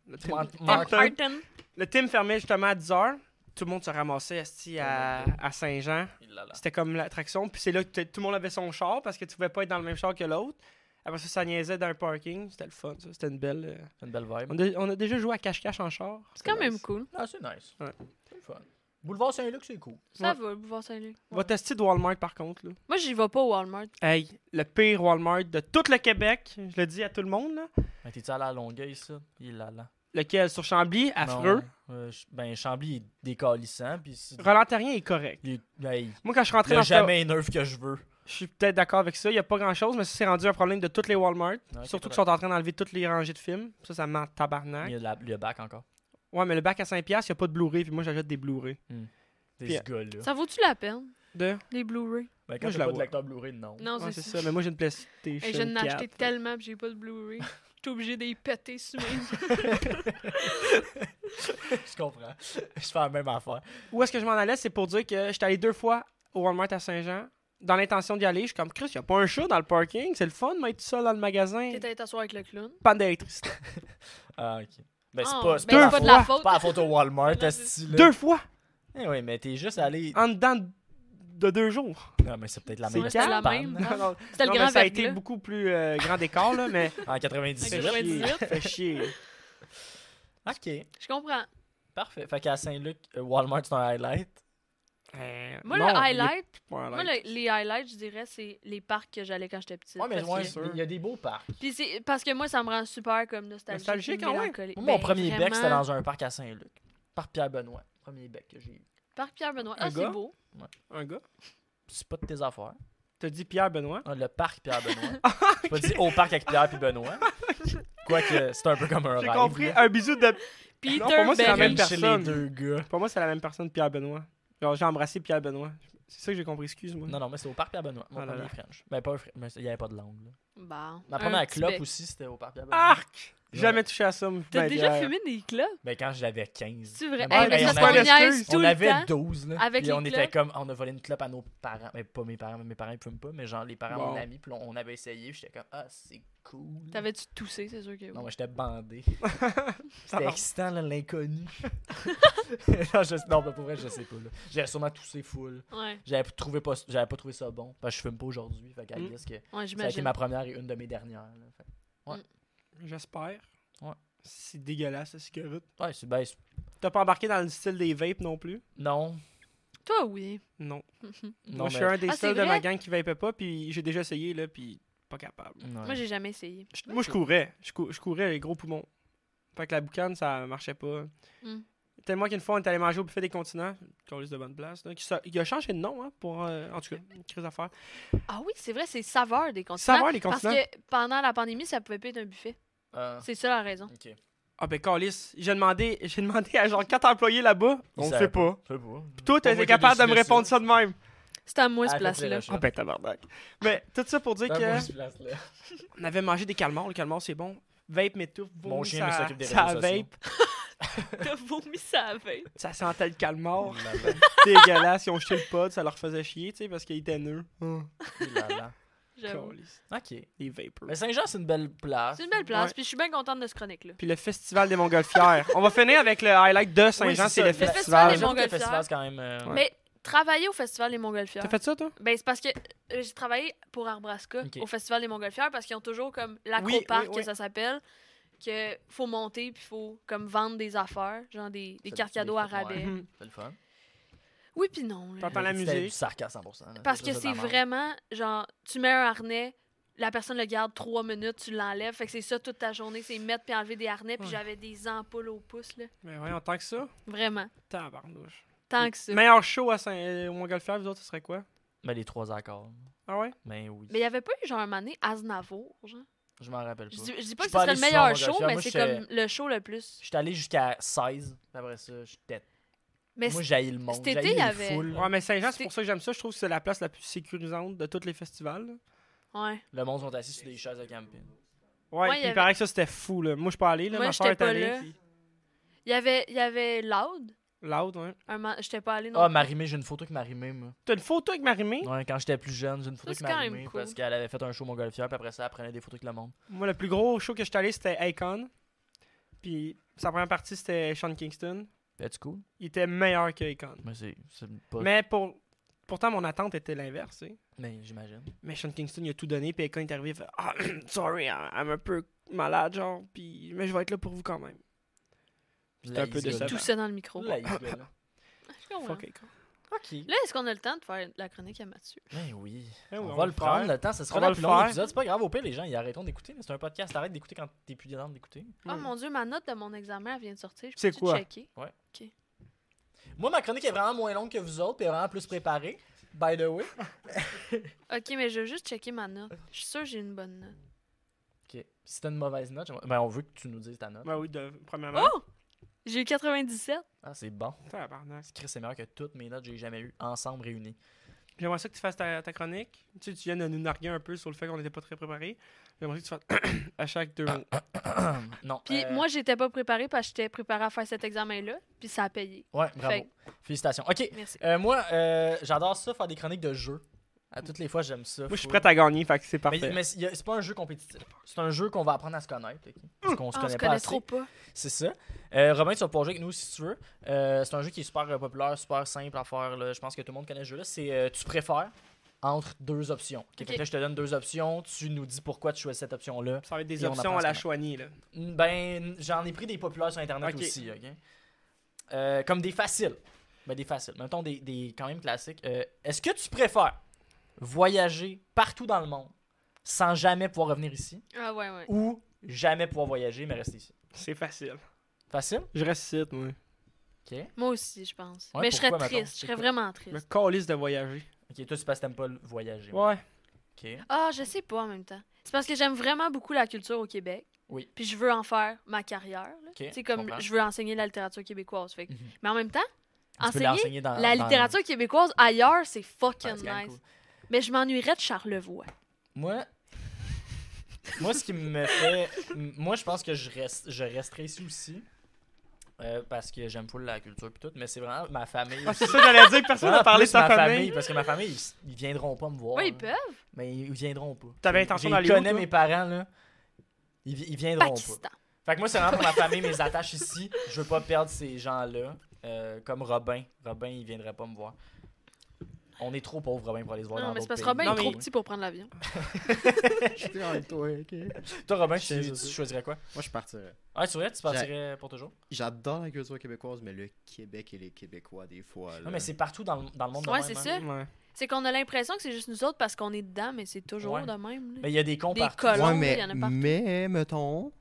B: Le Tim,
E: Man-
D: Tim
E: Martin.
D: Horton.
B: le Tim fermait justement à 10h. Tout le monde se ramassait esti, à, à Saint-Jean.
E: Il l'a là.
B: C'était comme l'attraction. Puis c'est là que t- tout le monde avait son char parce que tu pouvais pas être dans le même char que l'autre. Après ça, ça niaisait dans un parking. C'était le fun, ça. C'était une belle. euh,
E: C'est une belle vibe.
B: On, a, on a déjà joué à cache-cache en char.
D: C'est quand même
B: nice.
D: cool.
E: Ah, c'est nice.
B: Ouais.
E: C'est le fun. Boulevard Saint-Luc, c'est cool.
D: Ça va, le boulevard Saint-Luc.
B: Va tester de Walmart par contre. Là.
D: Moi, j'y vais pas au Walmart.
B: Hey, le pire Walmart de tout le Québec. Je le dis à tout le monde. Là.
E: Mais t'es-tu allé à Longueuil, ça? Il l'a là.
B: Lequel sur Chambly, affreux.
E: Non, euh, ch- ben, Chambly est décalissant. Puis c'est-
B: Roland Terrien est correct.
E: il, est- hey,
B: Moi, quand je suis rentré
E: il
B: dans
E: a
B: ce-
E: jamais une œuvre que je veux.
B: Je suis peut-être d'accord avec ça. Il n'y a pas grand-chose, mais ça s'est rendu un problème de toutes les Walmart.
E: Ouais, c'est
B: Surtout qu'ils sont en train d'enlever toutes les rangées de films. Ça, ça me met en tabarnak.
E: Il y a la- le bac encore.
B: Ouais, mais le bac à 5$, il n'y a pas de Blu-ray. Puis moi, j'achète des Blu-ray.
E: Des
B: Puis-
E: gars-là.
D: Ça vaut-tu la peine,
B: De...
D: les Blu-ray?
E: Ben, quand
B: Moi, je
E: j'ai
B: la
E: pas de
B: vois.
E: lecteur Blu-ray, non.
D: Non,
B: Ouais,
D: c'est ça.
B: Mais moi, j'ai une PlayStation.
D: Hey, je n'ai
B: 4.
D: acheté tellement que j'ai pas de Blu-ray. J'étais obligée d'y péter sur mes...
E: je comprends. je fais la même affaire.
B: Où est-ce que je m'en allais, c'est pour dire que j'étais allé deux fois au Walmart à Saint-Jean dans l'intention d'y aller. Je suis comme, Chris, il a pas un chat dans le parking. C'est le fun de mettre tout ça dans le magasin.
D: T'étais allé t'asseoir avec le clown.
B: Panne d'électricité.
E: Ah, ok. Ben, c'est
D: Oh,
E: pas, c'est pas,
D: ben, c'est pas de
E: la
D: la
E: faute.
D: faute.
E: C'est pas la faute au Walmart,
D: Non,
E: est
B: Deux fois
E: Eh oui, mais t'es juste allé.
B: en dedans de deux jours.
E: Non, mais c'est peut-être la
B: C'est
E: même.
D: C'était la
E: panne.
D: même.
B: Non, non,
D: C'était Ah. le
B: non, mais
D: grand
B: ça a été
D: verglas.
B: beaucoup plus euh, grand décor, là, mais
E: En
B: fait
E: 98.
D: Ok.
B: chier.
D: 98.
B: fait chier.
E: Ok,
D: Je comprends.
E: parfait. Fait qu'à Saint-Luc, euh, Walmart, c'est un highlight.
B: Euh,
D: Moi,
B: non,
D: le
B: il est
D: highlight,
B: pas un
D: moi,
B: highlight.
D: le- les highlights, je dirais, c'est les parcs que j'allais quand j'étais petite.
E: Ouais, mais
D: parce
E: ouais,
D: que-
B: sûr.
E: il y a des beaux parcs.
D: Puis c'est parce que moi, ça me rend super comme nostalgique.
B: Nostalgique,
D: puis
B: ah ouais?
D: mélancolique.
E: Moi, mon
D: Ben,
E: premier bec, c'était
D: vraiment.
E: dans un parc à Saint-Luc. Parc Pierre-Benoît. Premier bec que j'ai eu.
D: Parc Pierre-Benoît.
B: Un
D: Ah,
B: gars?
D: c'est beau.
B: Un gars.
E: c'est pas de tes affaires.
B: T'as dit Pierre-Benoît?
E: Ah, le parc Pierre-Benoît. J'ai pas dit au parc avec Pierre puis Benoît. Quoique, c'est un peu comme un
B: J'ai
E: rêve,
B: compris
E: là.
B: un bisou de...
D: Peter
B: Non, pour moi, c'est la
E: Quand
D: Berry.
E: même chez les
B: personne.
E: deux gars.
B: Pour moi, c'est la même personne, Pierre-Benoît. Genre, j'ai embrassé Pierre-Benoît. C'est ça que j'ai compris, excuse-moi.
E: Non, non, mais c'est au parc Pierre-Benoît. Mon
B: Ah là
E: premier
B: là.
E: French. Mais pas un French. mais Il n'y avait pas de langue. là.
D: Bon,
E: Ma
D: Bah. un
E: première
D: petit
E: clope
D: bec.
E: aussi, Ben, c'était au parc Pierre-Benoît.
B: Arc!
E: Ouais.
B: Jamais touché à ça. ben, mon
D: T'as
B: frère.
D: déjà fumé des clopes?
E: Mais Ben, quand j'avais 15.
D: C'est vrai.
E: Mais bon,
D: Hey, mais
E: hey,
D: ça,
E: euh, ben, on
D: c'est
E: avait-
D: qu'on niaise tout
E: On
D: le
E: avait
D: temps.
E: 12, là.
D: Avec
E: puis
D: les
E: on était comme,
D: clopes.
E: on a volé une clope à nos parents. Mais pas mes parents, mais mes parents, ils fument pas. Mais genre, les parents de mon
B: Bon.
E: ami, puis on on avait essayé. puis J'étais comme, ah, c'est cool.
D: T'avais-tu toussé, c'est sûr que oui.
E: Non, moi, j'étais bandé.
B: Ça
E: C'était
B: marche.
E: excitant, là, l'inconnu. non, je, non, mais pour vrai, je sais pas. là. J'avais sûrement toussé full.
D: Ouais,
E: J'avais trouvé pas, j'avais pas trouvé ça bon. Parce que je fume pas aujourd'hui. Fait que, I
B: Mm.
E: guess que
D: ouais
E: ça a été
D: j'imagine.
E: ma première et une de mes dernières. là. Fait que-
B: J'espère.
E: Ouais.
B: C'est dégueulasse, la cigarette.
E: Ouais, c'est ben, c'est-
B: T'as pas embarqué dans le style des vapes non plus?
E: Non.
D: Toi, oui.
B: Non.
E: non
B: Moi, je
E: mais-
B: suis un des
D: Ah, c'est
B: seuls de
D: vrai?
B: ma gang qui vapait pas, puis j'ai déjà essayé, là, puis pas capable.
E: Ouais.
D: Moi, j'ai jamais essayé.
B: Je- Moi, je courais. Je, cou- je courais les gros poumons. Fait que la boucane, ça marchait pas.
D: Mm.
B: Tellement qu'une fois, on est allé manger au buffet des continents, qu'on de bonne place, là, qui sa- il a changé de nom, hein, pour, euh, en tout cas, une crise d'affaires.
D: Ah oui, c'est vrai, c'est saveur des continents.
B: Savoir les continents.
D: Parce que pendant la pandémie, ça pouvait pas être un buffet.
E: Ah,
D: C'est ça la raison.
E: ok.
B: Ah ben, Calis, j'ai demandé, j'ai demandé à genre quatre employés là-bas.
E: Ils
B: On sait
E: savaient
B: pas.
E: Je sais pas.
B: Puis toi,
E: Moi,
B: t'étais
E: j'ai
B: capable de me
E: décidé
B: répondre ça de même.
D: C'est à moi,
E: Ah,
D: ce
E: faites les
D: place-là.
E: recherches.
B: Ah ben, tabarnak. Mais tout ça pour dire
E: Ah, moi,
B: que...
E: je place, là.
B: On avait mangé des calmars. Le calmar, c'est bon. Vape m'étouffe.
E: Mon
B: vomi,
E: chien
B: ça-
E: me s'occupe des
B: ça
E: réseaux sociaux.
B: vape.
D: T'as vomi ça veille.
B: Ça sentait le calmar.
E: Il l'a, là.
B: Dégueulasse. Ils ont jeté le pod. Ça leur faisait chier, tu sais, parce qu'ils étaient nœuds.
E: Ah.
B: Hum,
E: Il l'a, là.
D: J'avoue.
B: câlisse.
E: Ok.
B: Les vapeurs.
E: Mais Saint-Jean, c'est une belle place.
D: C'est une belle place,
B: Ouais.
D: puis je suis bien contente de ce chronique-là.
B: Puis le festival des montgolfières. On va finir avec le highlight de Saint-Jean.
E: Oui,
B: c'est
E: ça,
B: le
E: le festival
B: festival.
D: des
E: J'avoue que le
D: Montgolfières.
E: festival, c'est quand même. euh,
B: Ouais.
D: Mais travailler au Festival des Montgolfières.
B: T'as fait ça, toi?
D: Ben, c'est parce que euh, j'ai travaillé pour Arbrasca
E: Ok.
D: au Festival des Montgolfières parce qu'ils ont toujours comme
B: Oui,
D: l'acroparc
B: oui, oui.
D: que ça s'appelle que faut monter puis faut comme vendre des affaires, genre des, des
E: Ça,
D: cartes
E: des
D: cadeaux à
E: fois, ouais.
D: rabais.
B: Mhm.
E: C'est le fun.
D: Oui puis non. là.
B: T'entends la
E: C'était
B: musique.
E: du sarcasme à 100%. là.
D: Parce
E: Ça,
D: que
E: ça,
D: c'est
E: ça marche.
D: vraiment genre tu mets un harnais, la personne le garde trois minutes, tu l'enlèves, fait que c'est ça toute ta journée, c'est mettre puis enlever des harnais puis
B: Ouais.
D: j'avais des ampoules au pouce là,
B: Mais ouais, Ben, en tant que ça.
D: vraiment.
B: Tabarnouche.
D: Tant que ça. Mais
B: Meilleur show à Saint euh, au montgolfière, vous autres, ce serait quoi?
E: Mais les trois accords.
B: Ah ouais?
E: Ben oui.
D: il y avait pas eu genre un moment donné, Aznavour, genre.
E: Je m'en rappelle pas.
D: Je dis, je dis pas
E: Je
D: que
E: peux
D: ce serait
E: aller
D: le
E: souvent au
D: meilleur show,
E: Montgolfière.
D: mais
E: Moi,
D: c'est
E: j'étais-
D: comme le show le plus.
E: J'étais allé jusqu'à 16. puis Après ça, j'étais.
D: Mais
E: Moi, j'ai le monde.
D: cet
E: j'haïs
D: été,
E: les
D: il y avait-
E: foules.
B: Ouais, mais Saint-Jean, c'est
D: C'est-
B: pour ça que j'aime ça. Je trouve que c'est la place la plus sécurisante de tous les festivals. là.
D: ouais.
E: Le monde sont assis sur des chaises de camping.
B: Ouais,
D: Ouais,
B: puis
D: il y
B: il
D: avait-
B: paraît que ça, c'était fou, là. Moi, je suis pas allé, là.
D: Moi,
B: Ma soeur est
D: j'étais pas
B: allée.
D: là.
B: puis-
D: Il y avait, il y avait Loud.
B: Loud, ouais.
D: Un man- J'étais pas allée non
E: Ah,
D: plus.
E: Marimé, j'ai une photo avec Marimé, moi.
B: T'as une photo avec Marimé?
E: Ouais, quand j'étais plus jeune, j'ai une photo avec
D: Ça, c'est quand
E: Marimé
D: même cool.
E: parce qu'elle avait fait un show montgolfière, puis après ça, elle prenait des photos avec le monde.
B: Moi, le plus gros show que j'étais allé, c'était Akon. Puis sa première partie, c'était Sean Kingston.
E: C'est cool.
B: Il était meilleur que Akon.
E: Mais c'est c'est pas. Mais,
B: Mais pour... pourtant, mon attente était l'inverse. hein.
E: j'imagine.
B: Mais Sean Kingston, il a tout donné. Puis Akon est arrivé, il fait Ah, sorry, I'm I'm un peu malade, genre. Puis... Mais je vais être là pour vous quand même. C'était un peu
E: Laïs, là.
B: décevant.
D: Tout ça dans le micro.
E: Laïs, là.
D: Je comprends.
B: Fuck Akon.
E: Ok.
D: Là, est-ce qu'on a le temps de faire la chronique à Mathieu?
E: Ben oui.
B: Eh oui,
E: On,
B: on
E: va
B: va
E: le
B: le
E: prendre,
B: faire.
E: le temps. Ce sera
B: On va
E: le
B: le
E: plus long
B: faire.
E: épisode. C'est pas grave, au pire, les gens, ils arrêteront d'écouter. là. C'est un podcast. Arrête d'écouter quand t'es plus dedans d'écouter.
D: Oh
B: Hmm.
D: mon dieu, ma note de mon examen, elle vient de sortir. Je
B: C'est
D: peux-tu
B: quoi?
D: checker?
E: Moi, ma chronique est vraiment moins longue que vous autres, puis vraiment plus préparée. By the way.
D: Ok, mais je veux juste checker ma
E: Euh.
D: note. Je suis sûre que j'ai une bonne note.
E: Ok. Si t'as une mauvaise note, j'aimerais- ben on veut que tu nous dises ta note.
B: Ben oui, de... premièrement.
D: Oh! J'ai eu 97.
E: Ah, c'est bon.
D: Oh!
B: Tabarnak.
E: Chris, c'est meilleur que toutes mes notes que j'ai jamais eues ensemble réunies.
B: J'aimerais ça que tu fasses ta, ta chronique. Tu sais, tu viens de nous narguer un peu sur le fait qu'on n'était pas très préparés. J'aimerais ça que tu fasses à chaque
E: Ah,
B: deux mots.
E: non.
D: Puis
E: euh,
D: moi, j'étais pas préparée parce que j'étais préparée à faire cet examen-là. Puis ça a payé.
E: Ouais, bravo.
D: Fait-
E: Félicitations. Ok.
D: Merci.
E: Euh, moi, euh, j'adore ça, faire des chroniques de jeux. À toutes les fois, j'aime ça.
B: Moi, je suis
E: full.
B: prêt à gagner, fait que c'est
E: ah, Mais,
B: parfait.
E: mais c'est y a- c'est pas un jeu compétitif. C'est un jeu qu'on va apprendre à se connaître. ok? Parce qu'on se
D: Ah, on
E: connaît
D: se
E: pas
D: connaît
E: assez.
D: trop pas.
E: C'est ça. Euh, Robin, tu vas pouvoir jouer avec nous si tu veux. Euh, c'est un jeu qui est super euh, populaire, super simple à faire. là. Je pense que tout le monde connaît ce jeu-là. C'est euh, tu préfères entre deux options. Ok,
D: Ok.
E: fait que là, je te donne deux options. Tu nous dis pourquoi tu choisis cette option-là.
B: Ça va être des
E: Et on apprend
B: options
E: à
B: à
E: se
B: la
E: connaître.
B: Choigny, là.
E: Mm, Ben, j'en ai pris des populaires sur Internet
B: Ok.
E: aussi. ok? Euh, comme des faciles. Ben, des faciles. Mettons des, des quand même classiques. Euh, Est-ce que tu préfères voyager partout dans le monde sans jamais pouvoir revenir ici
D: Ah ouais, ouais.
E: ou jamais pouvoir voyager mais rester ici?
B: C'est facile.
E: Facile?
B: Je récite, moi.
E: Ok.
D: Moi aussi, je pense.
E: Ouais,
D: mais je serais
E: pourquoi, mettons?
D: triste. Je
E: C'est
D: serais
E: quoi?
D: vraiment
B: Je me
D: triste.
B: calisse de voyager.
E: Ok, toi, c'est parce que t'aimes pas le voyager.
B: Ouais.
E: Ok.
D: Ah, je sais pas en même temps. C'est parce que j'aime vraiment beaucoup la culture au Québec.
E: Oui.
D: Puis je veux en faire ma carrière. là.
E: Ok,
D: Tu sais, comme
E: comprends.
D: je veux enseigner la littérature québécoise. Fait que-
E: Mhm.
D: Mais en même temps,
E: Tu peux
D: enseigner
E: l'enseigner dans
D: la
E: dans-
D: littérature québécoise ailleurs, c'est
E: Ouais,
D: fucking
E: c'est quand même
D: nice.
E: cool.
D: Mais je m'ennuierais de Charlevoix.
E: Moi, moi, ce qui me fait, m- moi, je pense que je reste, je resterai ici aussi. euh, parce que j'aime full la culture pis tout, mais c'est vraiment ma famille.
B: Ah,
E: aussi.
B: c'est ça que j'allais dire. Personne
E: Vraiment
B: n'a parlé de
E: Ah, plus
B: sa
E: ma
B: famille.
E: Parce que ma famille, ils, ils viendront pas me voir.
D: oui, ils
E: là.
D: peuvent.
E: Mais ils viendront pas.
B: T'avais
E: J'ai-
B: intention
E: j'ai-
B: d'aller
E: Je
B: où,
E: connais
B: toi?
E: mes parents, là. Ils, vi- ils viendront pas.
D: Pakistan.
E: Fait que moi, c'est vraiment pour ma famille, mes attaches ici. Je veux pas perdre ces gens-là. Euh, comme Robin. Robin, il viendrait pas me voir. On est trop pauvres, Robin, pour aller se voir
D: Non,
E: dans
D: mais c'est
E: d'autres
D: parce que
E: pays.
D: Robin
B: Non,
D: est trop
B: mais-
D: petit pour prendre l'avion.
C: J'étais en toi, ok. Moi,
E: Toi, Robin,
C: Je sais,
E: tu,
C: je
E: tu
C: sais.
E: choisirais quoi?
C: je partirais.
E: Ah, tu vrai, tu partirais pour toujours?
C: J'adore la culture québécoise, mais le Québec et les Québécois, des fois. Là.
E: Non, mais c'est partout dans le, dans le monde. de
D: Ouais,
E: même,
D: c'est
E: hein.
D: ça.
B: Ouais.
D: C'est qu'on a l'impression que c'est juste nous autres parce qu'on est dedans, mais c'est toujours
E: Ouais.
D: de même. là.
E: Mais il y a des cons
D: Des
E: partout.
D: colons,
C: Ouais,
D: il
C: mais,
D: y en a partout.
C: mais, mettons,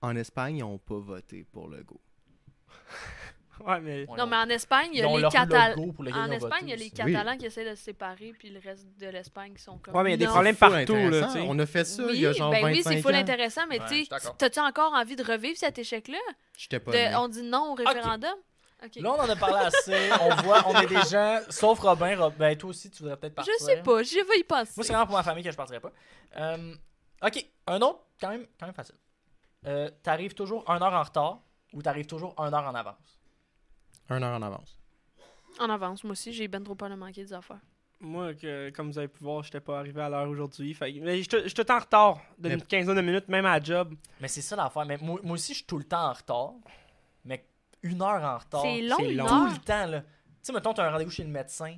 C: en Espagne, ils n'ont pas voté pour le go.
B: Ouais, mais.
E: Ouais,
D: Non, mais en Espagne, il y
E: ils ont
D: a les
E: leur
D: Catalans.
E: logo pour lequel
D: En
E: ils ont voté
D: Espagne, il y a les
E: aussi.
C: Oui.
D: Catalans qui essaient de se séparer, puis le reste de l'Espagne qui sont comme.
B: Ouais, mais il y a des
D: Non.
B: problèmes
C: Full
B: partout, là,
C: intéressant.
B: tu sais.
C: On a fait ça
D: Oui,
C: il y a genre
D: ben
C: 25
D: oui, c'est full
C: ans.
D: intéressant, mais
E: Ouais, je
D: tu
E: suis d'accord.
D: t'as-tu encore envie de revivre cet échec-là?
C: J'étais pas
D: De-
C: né.
D: On dit non au référendum? Ok.
E: Là, on en a parlé assez. on voit, on est des gens. Sauf Robin. Robin, ben, toi aussi, tu voudrais peut-être partir.
D: Je sais pas, je vais y passer.
E: Moi, c'est vraiment pour ma famille que je partirais pas. Euh, ok, un autre, quand même, quand même facile. Euh, t'arrives toujours une heure en retard ou t'arrives toujours une heure en avance?
C: Un heure en avance.
D: En avance, moi aussi, j'ai ben trop peur de manquer des affaires.
B: Moi, que, comme vous avez pu voir, j'étais pas arrivé à l'heure aujourd'hui. Fait que- mais je suis tout- je suis tout en retard d'une
C: Mais-
B: quinzaine de minutes, même à la job.
E: Mais c'est ça l'affaire. Mais moi, moi aussi, je suis tout le temps en retard. Mais une heure en retard.
D: C'est long,
B: c'est
D: une
B: long.
E: Tout
D: heure.
E: le temps, là. Tu sais, mettons, t'as un rendez-vous chez le médecin.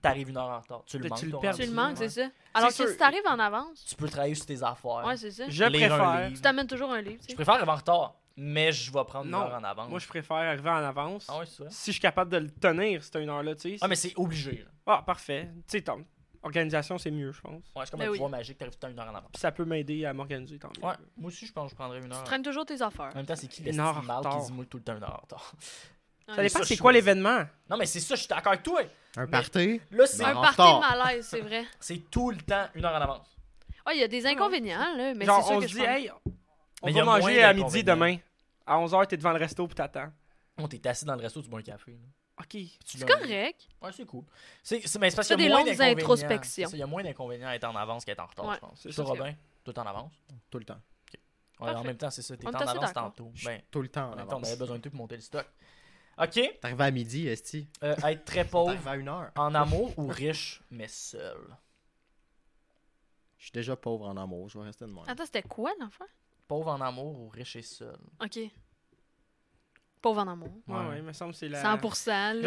E: T'arrives une heure en retard. Tu le
B: Tu
E: manques.
B: le
E: ton
B: perds.
D: Tu le
E: rendez-vous,
D: manques,
E: ouais.
D: c'est ça. Alors que
B: sûr.
D: si t'arrives en avance,
E: Tu peux travailler sur tes affaires.
D: ouais, c'est ça.
B: Je
E: lire un
B: préfère.
E: livre.
D: Tu t'amènes toujours un livre, tu
E: Je
D: sais.
E: préfère arriver en retard, mais je vais prendre
B: Non.
E: une heure en avance.
B: Moi, je préfère arriver en avance.
E: Ah ouais, c'est ça.
B: Si je suis capable de le tenir, cette une heure-là, tu sais.
E: Ah, mais c'est obligé. là.
B: Ah, parfait. Tu sais, tant- organisation, c'est mieux, je pense.
E: Ouais, c'est comme
D: Ben
E: un
D: oui.
E: pouvoir magique, t'arrives tout le temps une heure en avance.
B: Puis ça peut m'aider à m'organiser, tant mieux.
E: Ouais, moi aussi, je pense que je prendrais une
D: Tu
E: heure.
D: traînes toujours tes affaires.
E: En même temps, c'est qui
B: Une
E: le
B: heure en
E: style mal qui
B: retard.
E: se moule tout le temps une heure en retard?
B: Ça dépend
E: Ça,
B: c'est
E: je
B: quoi
E: suis-
B: l'événement.
E: Non, mais c'est ça, je suis d'accord avec toi.
C: Un
E: Mais-
C: party.
E: Là, c'est
D: Un
C: en
D: party de
C: retard.
D: malaise, c'est vrai.
E: c'est tout le temps une heure en avance.
D: Ah, il y a des inconvénients, là, mais c'est
B: Genre,
D: sûr
B: on
D: que
B: se
D: je
B: dit,
D: pense-
B: hey, on
E: Mais y
B: va
E: a
B: manger
E: moins
B: à midi
E: d'inconvénients.
B: demain. À 11h, t'es devant le resto puis t'attends.
E: On Oh, t'es assis dans le resto, tu bois un café. là.
B: Ok.
E: Puis tu
D: C'est
E: l'as-
D: correct.
E: Ouais, c'est cool. C'est c'est- mais c'est parce
D: Tu fais
E: qu'il y a
D: des
E: moins
D: longues
E: d'inconvénients.
D: introspections.
E: C'est ça, Il y a moins d'inconvénients à être en avance qu'à être en retard,
D: Ouais,
E: je pense.
B: c'est
E: C'est
B: ça.
E: Robin, tout en avance.
C: Tout le temps.
E: Ouais, en
D: Parfait.
E: même temps, c'est ça. T'es
D: On
E: en
D: est assez
E: avance
D: d'accord.
E: tantôt.
C: Je suis
E: Ben,
C: tout le temps
E: en
C: en
E: même temps, on
C: avance.
E: avait besoin de tout pour monter le stock. OK,
C: T'arrives à midi, Esti.
E: euh, être très pauvre
C: T'arrives à une heure.
E: En amour ou riche, mais seul.
C: Je suis déjà pauvre en amour, je vais rester de moi.
D: Attends, c'était quoi, l'enfant?
E: Pauvre en amour ou riche et seul.
D: OK. Pauvre en amour.
B: Ouais,
E: Ouais.
B: ouais, il me semble que c'est la.
D: 100
B: Genre,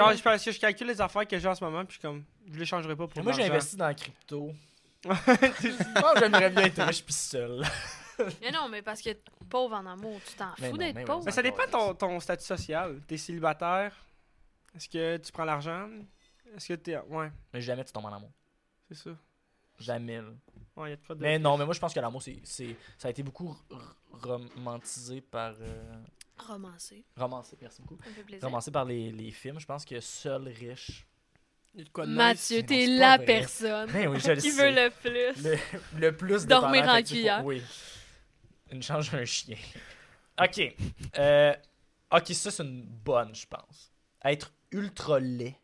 D: là.
B: je, pense que je calcule les affaires que j'ai en ce moment, puis je suis comme, je les changerai pas pour
E: moi, j'ai
B: l'argent.
E: investi dans la crypto. Je pense que j'aimerais bien être riche puis seul.
D: Mais non, mais parce que pauvre en amour, tu t'en
E: Mais
D: fous
E: non, mais
D: d'être
E: oui,
D: pauvre.
B: Mais ça dépend de ton, ton statut social. T'es célibataire. Est-ce que tu prends l'argent Est-ce que t'es. Ouais,
E: Mais jamais tu tombes en amour.
B: c'est ça.
E: Jamais. là.
B: Ouais, y a de quoi de.
E: Mais non, mais moi, je pense que l'amour, c'est, c'est- ça a été beaucoup r- romantisé par. euh,
D: Ah, Romancé,
E: romancé, merci beaucoup.
D: ça me fait plaisir.
E: Romancé par les, les films. Je pense que seul riche.
B: Y a de quoi de nice.
D: Mathieu,
E: Non,
D: t'es
E: c'est
D: la
E: pas vrai.
D: personne
E: Mais Ben oui, je le
D: qui
E: sais.
D: veut le plus.
E: Le, le plus
D: Dormir
E: dépendant
D: en
E: affectif,
D: cuillère.
E: Oui. Une change un chien. OK. Euh, OK, ça, c'est une bonne, je pense. Être ultra laid,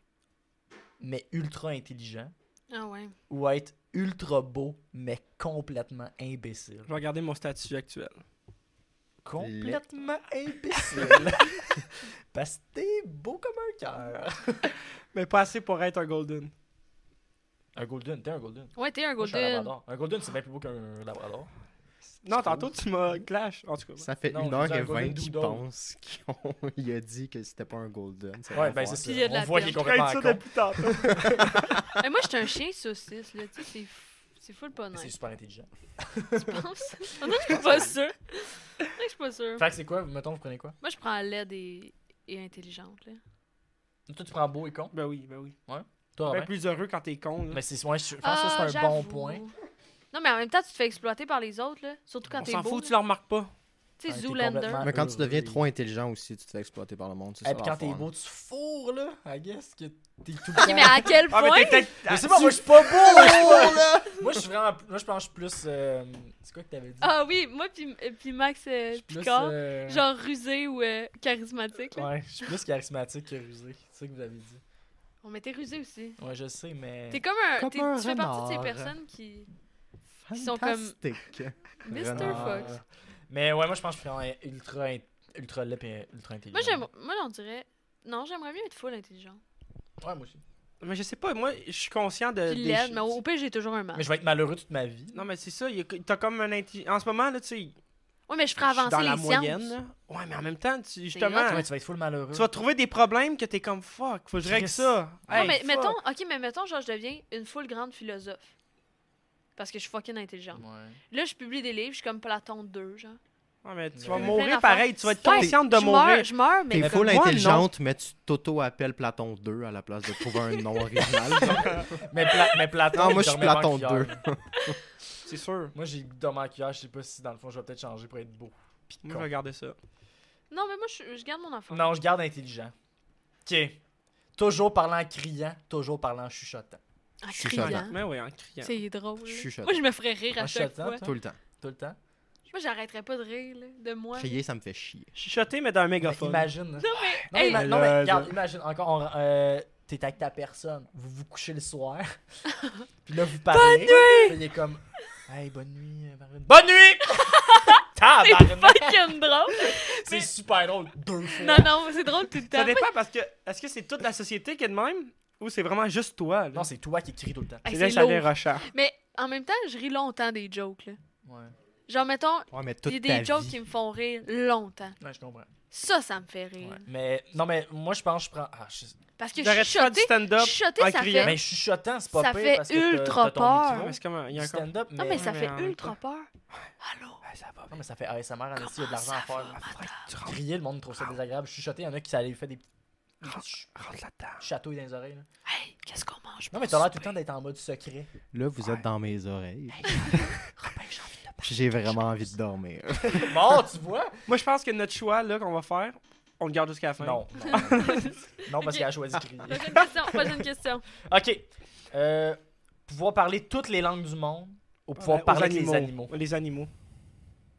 E: mais ultra intelligent,
D: Ah ouais.
E: ou être ultra beau, mais complètement imbécile.
B: Je vais regarder mon statut actuel.
E: Complètement imbécile. Parce que t'es beau comme un cœur.
B: Mais pas assez pour être un golden.
E: Un golden, t'es un golden.
D: Ouais, t'es un
E: Moi, je suis un
D: golden.
E: labrador. Un golden, c'est bien plus beau qu'un labrador.
B: Non, tantôt, tu m'as clash. En tout cas.
C: Ça fait
E: Non, je
C: une heure
E: disais un
C: et vingt
E: golden
C: qu'ils
E: doodle.
C: pensent qu'il a dit que c'était pas un golden.
E: Ouais, ben
C: l'enfer.
E: c'est ça.
D: Puis il y a de
E: On
D: la
E: voit qu'il est
D: perte.
E: complètement
B: ça
E: con.
B: depuis tantôt.
D: Mais moi, j'étais un chien saucisse, là. Tu sais, c'est f- c'est full pas
E: C'est
D: nice,
E: super intelligent.
D: tu penses? Non, je suis pas sûre. Non, je suis pas sûre.
E: Fait que c'est quoi, mettons, vous prenez quoi?
D: Moi, je prends l'aide et, et intelligente, là.
E: Toi, tu prends beau et con.
B: ben oui, ben oui.
E: Toi,
B: Ben
E: Robin?
B: plus heureux quand t'es con. là.
E: Mais c'est, ouais, je pense que c'est un
D: Ah, j'avoue.
E: bon point.
D: Non, mais en même temps, tu te fais exploiter par les autres, là. Surtout quand
B: On
D: t'es
B: s'en
D: beau.
B: fout,
D: là.
B: tu le remarques pas.
D: Tu sais,
E: Ah, t'es
D: Zoolander.
E: complètement-
D: Ouais,
C: Mais quand tu deviens
E: oui.
C: trop intelligent aussi, tu te fais exploiter par le monde. C'est
E: Et
C: ça
E: Eh, puis quand t'es
C: l'affaire.
E: beau, tu fourres, là. I guess que t'es tout le temps.
D: mais à quel
B: Ah,
D: point?
B: mais t'es peut-être.
E: Je sais pas, moi je suis pas beau, là. Moi je suis vraiment. Moi je pense que je suis plus. euh, C'est quoi que t'avais dit?
D: Ah oui, moi puis puis Max euh,
E: Je suis plus,
D: Picard,
E: euh,
D: genre rusé ou euh, charismatique. là.
E: Ouais, je suis plus charismatique que rusé. C'est ça que vous avez dit.
D: On mais t'es rusé aussi.
E: Ouais, je sais, mais.
D: T'es comme un.
C: Comme
D: t'es-
C: un
D: tu fais partie de ces
C: renard.
D: personnes qui. Ils sont comme-
C: Fantastique.
D: Mr.
E: Ah.
D: Fox.
E: Mais ouais, moi je pense que je suis vraiment ultra, in- ultra laid et ultra intelligent.
D: Moi, j'aime, moi, on dirait. Non, j'aimerais mieux être full intelligent.
E: Ouais, moi aussi.
B: Mais je sais pas, moi, je suis conscient de.
D: Puis
B: des
D: laide,
B: ch-
D: mais au pire, j'ai toujours
E: Euh,
D: un
E: Mais
D: masque.
E: je vais être malheureux toute ma vie.
B: Non, mais c'est ça, il y a- t'as comme un. inti- En ce moment, là, tu sais.
D: Ouais, mais je ferais
B: je suis
D: avancer
B: dans la
D: les
B: moyenne,
D: sciences.
B: là. Ouais, mais en même temps, tu- justement.
D: hot,
E: Ouais, tu vas être full malheureux.
B: Tu vas trouver des problèmes que t'es comme fuck, faut que je règle
E: Chris.
B: ça.
D: Non,
B: Hey,
D: Ah, mais
B: fuck.
D: mettons, ok, mais mettons, genre, je deviens une full grande philosophe. Parce que je suis fucking intelligente.
E: Ouais.
D: Là, je publie des livres, je suis comme Platon 2, genre.
B: Ouais, mais tu
E: Ouais.
B: vas
E: Plein
B: mourir
D: d'affaires.
B: pareil, tu vas être
D: Ouais,
B: consciente de
D: je meurs,
B: mourir.
D: je meurs, mais.
C: T'es
E: Mais
C: full
B: moi, non.
C: intelligente, mais tu t'auto-appelles Platon 2 à la place de trouver un nom original.
E: Mais, Pla- mais Platon.
C: Non,
E: il
C: moi, je suis
E: dormait
C: Platon
E: banquière.
C: 2.
B: C'est sûr.
E: Moi j'ai dormi en cuillère, je sais pas si dans le fond je vais peut-être changer pour être beau. Pis
B: Moi, je
E: con.
B: vais garder ça.
D: Non, mais moi, je, je garde mon enfant.
E: Non, je garde intelligent. Ok. Toujours parlant en criant, toujours parlant en chuchotant.
D: En
C: suis choquant.
D: Ah, criant.
B: Mais oui, en criant.
D: C'est drôle. là.
C: Chuchotant.
D: Moi, je me ferais rire
E: En
D: à chaque
E: chuchotant,
D: fois.
E: toi,
C: Tout le temps.
E: tout le temps.
D: Moi, j'arrêterais pas de rire, là, de moi.
C: Crier, ça me fait chier.
B: Chuchoter, mais dans un
E: Mais
B: mégaphone.
E: Imagine. Non, mais,
D: hey,
E: ima- non, mais
B: Malade.
E: regarde, imagine encore. on- euh, T'es avec ta personne, vous vous couchez le soir, puis là vous parlez. Bonne nuit! il est comme, hey, bonne nuit, euh, Marine. Bonne nuit! Tabarnak!
D: Fucking drôle.
E: C'est super drôle, deux fois.
D: Non, non, c'est drôle tout le temps.
B: Ça dépend parce que est-ce que c'est toute la société qui est de même ou c'est vraiment juste toi? Là?
E: Non, c'est toi qui crie tout le temps.
D: Hey,
B: là,
D: c'est
B: ça devient
D: lourd.
B: rochant.
D: Mais en même temps, je ris longtemps des jokes, là.
E: Ouais,
D: Genre, mettons,
C: Ouais, mais
D: il y
C: toute
D: a
C: ta
D: des jokes
C: vie.
D: qui me font rire longtemps.
E: ouais je comprends.
D: Ça, ça me fait rire.
E: Ouais. Mais non, mais moi je pense que je prends. Ah, je...
D: Parce que
B: J'aurais faire du
D: chuchoter,
B: stand-up.
D: chuchoter,
B: en
D: ça
B: criant.
D: fait...
E: Mais chuchotant, c'est pas
D: Ça
E: pire
D: fait
E: parce que t'as-
D: ultra
E: t'as ton
D: peur.
E: micro,
B: Ouais, mais c'est comme un- il y a
E: du
B: un con-
E: stand-up, mais...
D: Non, mais ça
B: Ouais,
D: fait
B: mais en même
D: ultra peur. Allô?
E: Ouais, ça va. Non, mais ça fait ASMR en esti, il y a de l'argent
D: ça
E: à faire.
D: va,
E: là. Crier, le monde trouve ça désagréable. Chuchoter, il y en a qui ça les fait des petits des petits ch-
B: Rentre là-dedans.
E: chatouilles dans les oreilles. là.
D: Hey, qu'est-ce qu'on mange?
E: Non, mais t'as l'air tout le temps d'être en mode secret.
C: Là, vous
B: Ouais.
C: êtes dans mes oreilles. J'ai vraiment envie de dormir.
E: Bon, tu vois?
B: Moi, je pense que notre choix là qu'on va faire, on le garde jusqu'à la fin.
E: Non. Non, Non, parce
D: Ok.
E: qu'elle a choisi de crier.
D: Prochaine question, prochaine question.
E: OK. Euh, pouvoir parler toutes les langues du monde ou
B: Ouais,
E: pouvoir
B: aux
E: parler avec les animaux.
B: Les animaux.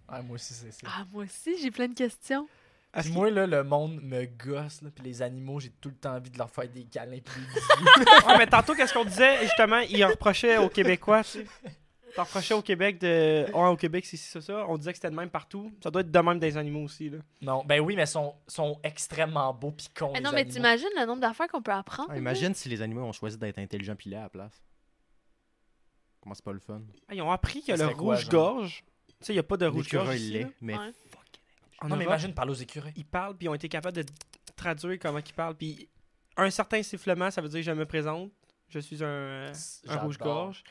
E: Ah, moi aussi, c'est ça.
D: Ah, moi aussi, j'ai plein de questions.
B: Est-ce
E: Puis
B: que-
E: moi, là, le monde me gosse, là, puis les animaux, j'ai tout le temps envie de leur faire des câlins. Puis...
B: Ouais, Ah, mais tantôt, qu'est-ce qu'on disait? Justement, ils en reprochaient aux Québécois, tu sais. T'en reprochais au Québec de. Ouais, au Québec, c'est c'est ça, ça. On disait que c'était de même partout. Ça doit être de même des animaux aussi, là.
E: Non, ben oui, mais sont, sont extrêmement beaux pis cons,
D: Eh
E: les
D: non, mais
E: animaux.
D: t'imagines le nombre d'affaires qu'on peut apprendre?
C: Ah, imagine si les animaux ont choisi d'être intelligents pis laids à la place. Comment c'est pas le fun?
B: Ah, Ils ont appris que
E: Ça
B: le
E: serait quoi,
B: rouge-gorge. Tu sais, il n'y a pas de rouge-gorge.
C: L'écureuil
B: ici,
C: laid,
B: là. Ah,
C: mais
D: Ouais.
B: En
E: Non, mais
B: Europe,
E: imagine parler aux écureuils.
B: ils parlent, puis ils ont été capables de traduire comment ils parlent. Puis un certain sifflement, ça veut dire je me présente, je suis un, un
E: J'adore.
B: rouge-gorge.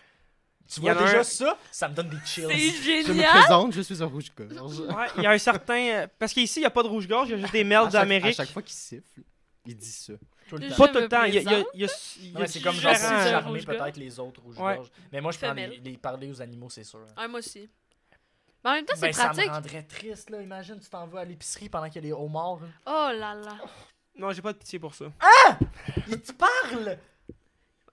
E: Tu
B: Il
E: vois
B: y en a
E: déjà
B: un-
E: ça? Ça me donne des chills.
D: C'est
C: je me
D: génial!
C: présente, je suis un rouge-gorge.
B: Ouais, il y a un certain. euh, Parce qu'ici, il n'y a pas de rouge-gorge, il y a juste des merdes
C: À chaque- À
B: d'Amérique.
C: chaque fois qu'il siffle, il dit ça.
E: Tout le
D: Je-
E: temps.
B: Pas tout
D: me
B: le temps. Il y a- il y a-
D: présente.
B: il y a- il y a
E: Non, mais c'est comme genre
B: différents-
D: Je suis un
E: charmer
D: rouge-gorge.
E: peut-être les autres rouges
B: Ouais.
E: gorges. Mais moi je prends les,
D: Femelle.
E: les parler aux animaux, c'est sûr.
D: Ah, moi aussi. Mais en même temps, c'est
E: Ben, ça me
D: pratique.
E: rendrait triste là, imagine tu t'en vas à l'épicerie pendant qu'il y a les homards. là.
D: Oh là là.
B: Non, j'ai pas de pitié pour ça.
E: Ils te parlent.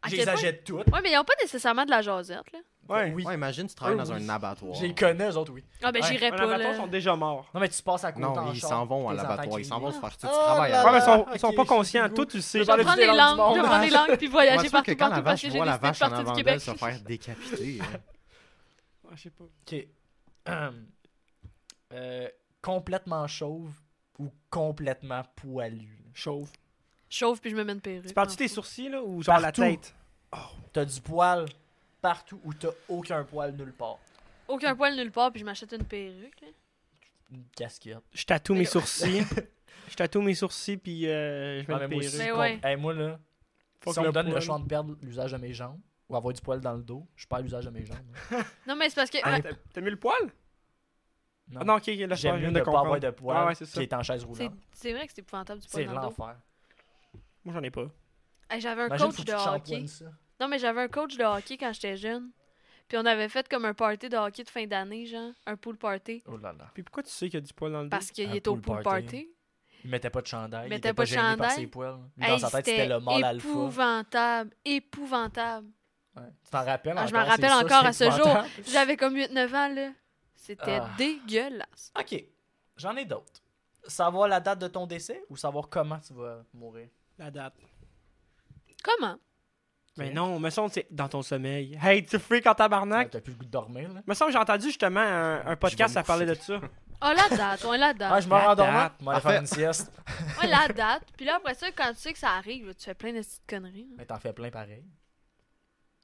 D: À
E: Je
D: quel
E: les
D: point-
E: achète toutes.
D: Ouais, mais ils ont pas nécessairement de la jasette, là.
B: Ouais.
E: Oui.
C: Ouais, imagine, tu travailles
E: Eux,
C: dans
E: oui.
C: un abattoir.
E: Je les connais eux autres oui.
D: Ah, ben,
E: Ouais,
D: j'irais
B: Un
D: pas,
B: abattoir
D: là.
B: sont déjà morts.
E: Non mais tu passes à côté en
C: Non, ils
E: char,
C: s'en vont à
E: t'es
C: l'abattoir.
E: entends
C: Ils s'en vont se
E: crier.
D: Oh
C: faire tout
E: Ah,
C: du travail.
E: là,
C: à
B: Ouais, mais
E: là.
B: ils
C: l'abattoir.
B: sont,
E: Ah,
B: ils sont
E: ok,
B: pas
E: je suis
B: conscients.
E: goût.
B: Toi, tu le sais.
D: Je
E: Je
D: vais
E: parlais
D: prendre
E: des
D: les
E: langues du
D: langues, je vais
E: monde.
D: prendre les langues, puis voyager
C: Comment ça
D: partout,
C: que quand
D: partout,
C: la
D: parce
C: vache
D: que j'ai
C: voit la
D: décidé de
C: vache en
D: partir du
C: avant
D: Québec.
C: d'elle se faire décapiter? hein?
B: Ah, je sais pas.
E: OK. Hum. Euh, complètement chauve ou complètement poilu.
B: Chauve.
D: Chauve, puis je me mets une perruque.
B: Tu parles-tu tes sourcils, là, ou genre
E: Partout.
B: la tête?
E: T'as du poil partout ou t'as aucun poil nulle part.
D: Aucun poil nulle part, puis je m'achète une perruque. là.
E: Une casquette.
B: Je tatoue mes
D: Mais-
B: sourcils. Je tatoue mes sourcils, puis euh, je
E: Ah,
B: mets
E: mais
B: une
E: moi aussi, je
B: perruque.
D: Mais Ben ouais.
E: comprends. Hey, moi là,
B: Fuck
E: si on me
B: le
E: donne le
B: poil.
E: choix de perdre l'usage de mes jambes ou avoir du poil dans le dos, je perds l'usage de mes jambes. hein. là.
D: Non, mais c'est parce que.
B: Ah, t'as- T'as mis le poil?
E: Non.
B: Ah non, ok, là, je
E: J'aime mieux
B: viens
E: ne
B: de
E: pas
B: comprendre.
E: avoir de poil
B: Ah ouais, c'est ça.
E: qui est en chaise
D: C'est-
E: roulante.
D: C'est vrai que c'est épouvantable du
E: C'est
D: poil dans le dos.
E: l'enfer.
B: Moi, j'en ai pas.
D: Hey, j'avais un
E: Imagine,
D: coach
E: faut que
D: de
E: tu te
D: hockey.
E: shampoignes ça.
D: Non, mais j'avais un coach de hockey quand j'étais jeune. Puis on avait fait comme un party de hockey de fin d'année, genre, un pool party.
E: Oh là là.
B: Puis pourquoi tu sais qu'il y a du poil dans le dos?
D: Parce qu'il
E: Un
D: est au
E: pool
D: pool
E: party.
D: party.
E: Il mettait pas de chandail. Il
D: Mettait
E: était pas
D: pas de
E: gêné par
D: chandail.
E: ses poils. Lui,
D: Hey,
E: dans sa tête, c'était le mâle alpha.
D: épouvantable, épouvantable.
E: Ouais. Tu t'en rappelles
D: Ah,
E: encore?
D: je m'en
E: c'est
D: rappelle
E: ça,
D: encore
E: c'est
D: à ce jour.
E: épouvantable.
D: J'avais comme 8-9 ans, là. C'était
E: Ah.
D: dégueulasse.
E: OK. J'en ai d'autres. Savoir la date de ton décès ou savoir comment tu vas mourir?
B: La date.
D: Comment?
B: Mais non, me semble que c'est dans ton sommeil. Hey, tu freak en
E: Ouais,
B: tabarnak.
E: T'as plus le goût de dormir, là?
B: Me semble que j'ai entendu justement un, un
E: Je vais
B: podcast, ça
E: me
B: parlait de ça.
D: Ah, la date, on la
E: Ah,
D: date.
E: je me
B: la
E: rends dormant.
B: date.
E: Je vais aller faire une sieste.
D: On la date. Puis là, après ça, quand tu sais que ça arrive, là, tu fais plein de petites conneries. hein.
E: Mais t'en fais plein pareil.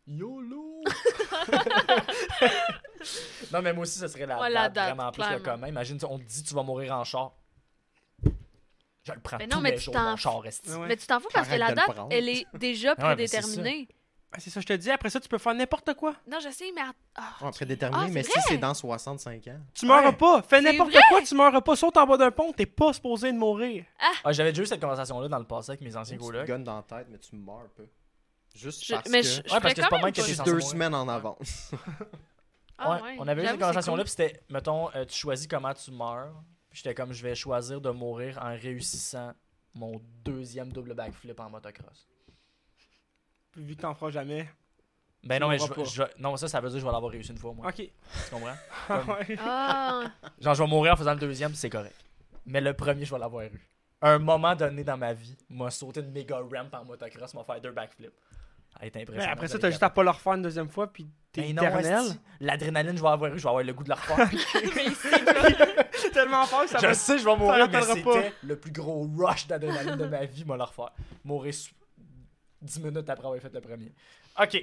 E: YOLO! non, mais moi aussi, ce serait la,
D: Ouais,
E: date,
D: la date,
E: vraiment plus le
D: clairement.
E: commun. Imagine, tu- on te dit tu vas mourir en char. Je le prends
D: Mais non,
E: tous
D: mais
E: les
D: tu
E: jours,
D: t'en
E: mon char esti.
B: Ouais.
D: Mais tu t'en fous parce que
C: Arrête
D: la
C: de le
D: date,
C: prendre.
D: elle est déjà
E: Ouais, mais c'est
D: prédéterminée.
B: Ah, C'est ça, je te dis. Après ça, tu peux faire n'importe quoi.
D: Non, je sais, mais. att- ah,
C: On prédéterminé,
D: Ah, c'est
C: mais si
D: vrai?
C: c'est dans 65 ans.
B: Tu meurs
E: Ouais.
B: pas. Fais
D: C'est
B: n'importe
D: vrai.
B: quoi. Tu meurs pas. Saute en bas d'un pont. T'es pas supposé de mourir.
E: Ah, J'avais déjà eu cette conversation-là dans le passé avec mes anciens
C: Tu
E: colocs.
C: te gunnes dans la tête, mais tu meurs un peu. Juste
D: Je-
C: parce
D: mais
C: que
D: je,
C: je
D: je
E: Ouais, parce
D: ferais
E: que c'est pas
D: quand
E: mal
D: même
E: que
D: pas
E: j'ai
D: ça.
E: sans
C: deux
E: mourir.
C: semaines en avance.
D: Ah,
E: Ouais,
D: ouais,
E: on avait eu
D: j'avoue,
E: cette
D: c'est
E: conversation-là, puis
D: cool.
E: c'était, mettons, euh, tu choisis comment tu meurs. Puis j'étais comme, je vais choisir de mourir en réussissant mon deuxième double backflip en motocross.
B: Vu que t'en feras jamais.
E: Ben
B: Tu
E: non, mais je,
B: mourras
E: vais-
B: pas.
E: je vais- non, ça, ça veut dire que je vais l'avoir réussi une fois, moi.
B: Ok.
E: Tu comprends?
B: Ouais.
D: Ah,
E: Genre, je vais mourir en faisant le deuxième, c'est correct. Mais le premier, je vais l'avoir eu. À un moment donné dans ma vie, m'a sauté une méga ramp en motocross, m'a fait deux backflips. Elle est
B: Mais
E: impressionnante.
B: après ça,
E: elle
B: t'as
E: est
B: juste à pas le refaire une deuxième fois. Puis t'es
E: Ben non,
B: éternel.
E: esti. L'adrénaline, je vais avoir eu, je vais avoir le goût de la refaire.
B: C'est tellement fort que ça va.
E: je sais, je vais mourir, mais
B: rappellera pas.
E: c'était le plus gros rush d'adrénaline de ma vie, m'a la refaire. Mourir sou- 10 minutes après avoir fait le premier. Ok.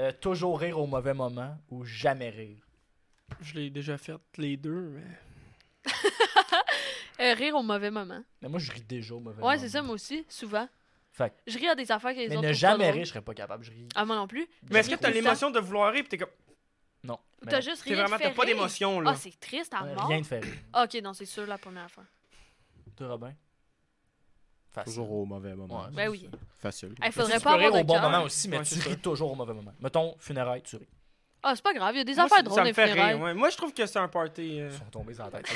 E: Euh, toujours rire au mauvais moment ou jamais rire.
B: Je l'ai déjà fait les deux. Mais...
D: euh, rire au mauvais moment.
E: Mais moi, je ris déjà au mauvais moment.
D: Ouais, c'est ça, moi aussi, souvent.
E: Fait que-
D: Je ris à des affaires que les
E: Mais
D: autres.
E: ne
D: trouvent pas
E: jamais
D: drôles.
E: rire, je serais pas capable. Je ris.
D: Ah, moi non plus.
B: mais est-ce que t'as
D: Tout le
B: l'émotion de vouloir rire? Puis t'es comme.
E: Non.
D: Ou
E: mais
D: T'as
E: non.
D: juste
B: T'es
D: rien
B: vraiment.
D: qui fait
B: T'as pas
D: rire.
B: d'émotion,
D: Ah,
B: là.
D: c'est triste à
E: Ouais,
D: mort.
E: Rien de fait. rire.
D: Ah, ok, non, c'est sûr la première fois.
E: Toi, Robin. Facile.
C: Toujours au mauvais moment.
E: Ouais.
D: Ben oui.
C: Facile.
D: Il
E: Tu
D: faudrait
E: peux
D: pas
E: rire
D: avoir de
E: au bon
D: cœur.
E: moment aussi, mais
B: Ouais,
E: tu
B: c'est ça.
E: ris toujours au mauvais moment. Mettons, funérailles, tu ris.
D: Ah, c'est pas grave, il y a des
B: Moi,
D: affaires
B: ça- ça
D: drôles
B: me
D: des
B: fait rire.
D: funérailles.
B: ouais. Moi, je trouve que c'est un party. euh,
E: Ils sont tombés sur la tête.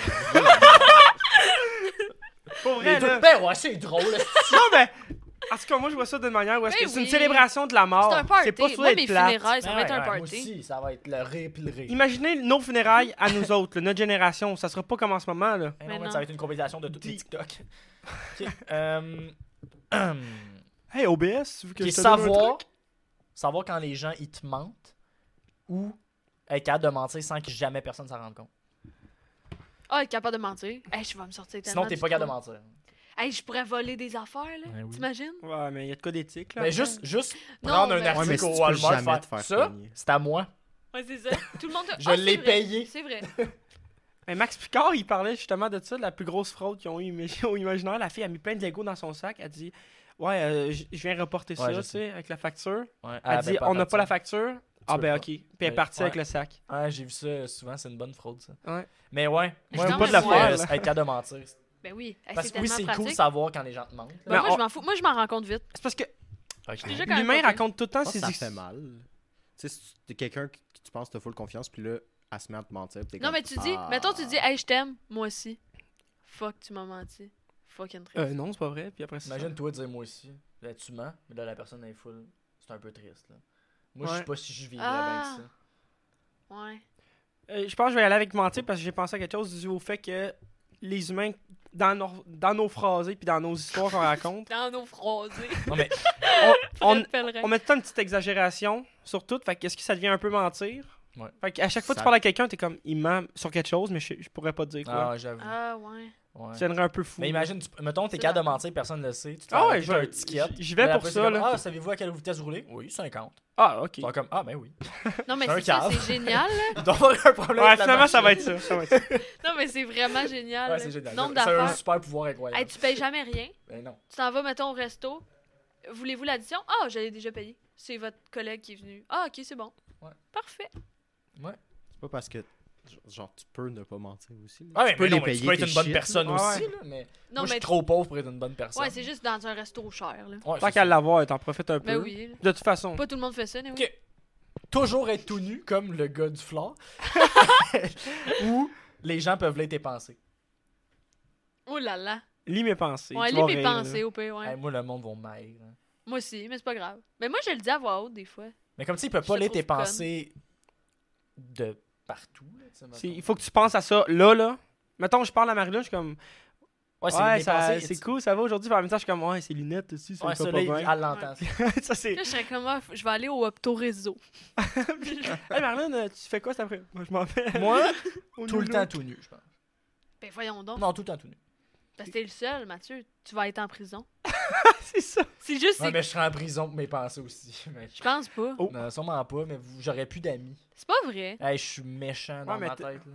B: Pour vrai,
E: Les
B: là.
E: deux, ben ouais, c'est drôle.
B: Non, mais. En tout cas, moi, je vois ça d'une manière où est-ce
D: Ben
B: que c'est une
D: oui.
B: célébration de la mort.
D: C'est un party.
B: C'est pas
D: Moi,
B: supposé
D: mes
B: être plate.
D: funérailles, ça
E: Ben
D: va être
E: ouais,
D: un
E: ouais, moi
D: party.
E: aussi, ça va être le rire puis le rire.
B: Imaginez nos funérailles à nous autres, là, notre génération. Ça sera pas comme en ce moment, là.
E: Ben non,
D: Mais
E: mais
D: non.
E: Ça va être une compilation de tous les
B: Dis.
E: TikTok. Ok, euh, hum,
B: Hey, OBS, vu que
E: ok,
B: je te donne un
E: savoir,
B: truc.
E: savoir quand les gens ils te mentent ou être capable de mentir sans que jamais personne s'en rende compte.
D: Ah, être capable de mentir. Hey, je vais me sortir tellement.
E: Sinon, t'es
D: du
E: pas capable de
D: trou.
E: mentir.
D: Hey, je pourrais voler des affaires, là.
E: Ben oui.
D: T'imagines?
B: Ah Ouais, mais il y a de quoi d'éthique, là.
E: Mais juste, juste
D: Non,
E: prendre
D: mais-
E: un
D: Ouais,
C: mais
E: article
C: si tu
E: au
C: peux
E: Walmart,
C: jamais
E: faire,
C: te faire
E: ça,
C: pogner.
E: c'est à moi.
D: Ouais, c'est ça. Tout le monde.
E: Je
D: Ah, c'est
E: l'ai
D: vrai.
E: payé.
D: C'est vrai.
B: Mais Max Picard, il parlait justement de ça, de la plus grosse fraude qu'ils ont eu imag- au imaginaire. La fille a mis plein de Lego dans son sac. Elle dit Ouais, euh, j- je viens reporter
E: Ouais,
B: ça,
E: je
B: tu sais, avec la facture.
E: Ouais,
B: Elle dit On n'a pas la facture. Ah,
E: veux
B: ben,
E: pas.
B: ok. Puis elle est
E: Mais-
B: partie avec
E: ouais.
B: le sac.
E: Ah, j'ai vu ça euh, souvent, c'est une bonne fraude, ça.
B: Ouais.
E: Mais ouais,
D: Je
E: moi,
D: t'en
E: pas de
D: veux
E: la
D: voir,
E: faire,
B: là.
E: être capable de mentir.
D: Ben oui. Hey,
E: Parce
D: c'est
E: que oui,
D: tellement
E: c'est
D: pratique.
E: cool de savoir quand les gens te mentent.
D: Ben,
B: Mais
D: moi,
B: on-
D: je m'en fous. Moi, je m'en rends compte vite.
B: C'est parce que
D: Je suis déjà quand même.
B: l'humain
D: pas pire.
B: raconte tout le temps
C: Je pense que
B: ses
C: ça
B: histoires.
C: fait mal. Tu sais, si tu- t'es quelqu'un que tu penses te full confiance, puis là, elle se met à te mentir. puis t'es
D: Non,
C: comme,
D: mais tu dis.
C: Ah.
D: Mettons, tu dis, hey, je t'aime. Moi aussi. Fuck, tu m'as menti. Fucking triste.
B: Euh, non, c'est pas vrai. Puis après ça.
E: Imagine toi dire moi aussi. Là, tu mens, mais là, la personne est full. C'est un peu triste. Là. Moi, je
B: Ouais.
E: sais pas si je vivrais
D: Ah.
E: bien que ça.
D: Ouais.
B: Euh, je pense que je vais aller avec mentir parce que j'ai pensé à quelque chose dû au fait que les humains, dans nos, dans nos phrases puis dans nos histoires qu'on raconte,
D: Dans nos phrasés.
E: Non, mais
B: on,
D: Rappellerait.
B: on met tout le temps une petite exagération sur tout. Fait que est-ce que ça devient un peu mentir?
E: Ouais.
B: Fait qu'à chaque fois que tu
C: Ça-
B: parles à quelqu'un, t'es comme, il ment sur quelque chose, mais je, je pourrais pas te dire quoi.
E: ah, j'avoue.
D: Ah, ouais.
E: Ouais.
B: Tu deviendrais un peu fou.
E: Mais imagine, tu- mettons, t'es
D: C'est
E: capable de
D: vrai.
E: mentir, personne ne le sait. Tu te fais
B: Ah ouais,
E: arrêter,
B: je-
E: t'as un ticket.
B: je vais
E: Là,
B: pour
E: après,
B: ça,
E: c'est comme,
B: là.
E: Ah, savez-vous à quelle vitesse rouler Oui, 50.
B: Ah, ok.
E: Ils sont comme, ah, ben oui.
D: Non, mais
E: C'est un
D: c'est ça,
E: cave.
D: c'est génial. là.
E: Il doit y avoir un problème.
B: Ouais,
E: avec la
B: finalement, ça va
E: machine.
B: être ça. ça va être ça.
D: Non, mais c'est vraiment génial.
E: Ouais,
D: là.
E: c'est génial.
D: Nombre
E: C'est un
D: d'affaires.
E: super pouvoir incroyable.
D: Hey, tu payes jamais rien.
E: Ben non.
D: Tu t'en vas, mettons, au resto. Voulez-vous l'addition? Ah, je l'ai déjà payé. C'est votre collègue qui est venu. Ah, ok, c'est bon.
E: Ouais.
D: Parfait.
C: C'est pas parce que. Genre, tu peux ne pas mentir aussi. là.
E: Ah, ouais,
C: tu peux
E: mais non, mais
C: les
E: tu
C: payer.
E: peux être
C: tes
E: une bonne
C: shit.
E: personne
B: Ouais,
E: aussi.
B: ouais.
E: Là, mais moi, je
D: Non, mais.
E: suis trop pauvre pour être une bonne personne.
D: Ouais, c'est juste dans un resto cher, là.
E: Ouais,
B: Tant
E: c'est
B: qu'à
E: ça.
B: l'avoir, t'en profites un
D: Ben
B: peu.
D: oui. là.
B: De toute façon.
D: Pas tout le monde fait ça, mais oui.
E: Ok. toujours être tout nu, comme le gars du flore, ou les gens peuvent lire tes pensées.
D: Oh là là.
B: Lis mes pensées.
D: On ouais,
B: tu
D: lis
B: vas
D: mes
B: rire, là.
D: pensées au pire, ouais.
E: Hey, moi, le monde va maigre. hein.
D: Moi aussi, mais c'est pas grave. Mais moi, je le dis à voix haute des fois.
E: Mais comme tu sais, il peut
D: Je
E: pas
D: te
E: lire tes
D: trouve conne.
E: pensées de partout. là, tu sais,
B: C'est- Il
E: mettons.
B: faut que tu penses à ça là, là. Mettons, je parle à Marie-Là, je suis comme.
E: Ouais, c'est
B: Ouais,
E: des
B: ça-
E: pensées,
B: c'est
E: tu-
B: cool, ça va aujourd'hui. Puis en même temps, je suis comme, ouais, c'est lunettes aussi, ça
E: Ouais,
B: me fait
E: ça,
B: pas
E: là, il-
B: bien.
E: elle l'entend. ça.
B: ça, c'est.
D: Là, je serais comme, Ah, je vais aller au Opto Réseau.
B: Hey, Marlène, euh, tu fais quoi cet après Moi, je m'en vais.
E: Moi,
B: au
E: tout le
B: Nulot.
E: temps tout nu, je pense.
D: Ben voyons donc.
E: Non, tout le temps tout nu.
D: Parce que t'es le seul, Mathieu. Tu vas être en prison.
B: c'est ça.
D: C'est juste.
E: Ouais,
D: c'est-
E: mais je serais en prison pour mes pensées aussi. mais-
D: Je pense pas.
B: Oh.
E: Non, sûrement pas, mais vous- j'aurais plus d'amis.
D: C'est pas vrai.
E: Hey, je suis méchant dans
B: Ouais, mais
E: ma
B: t'es-
E: tête. Là.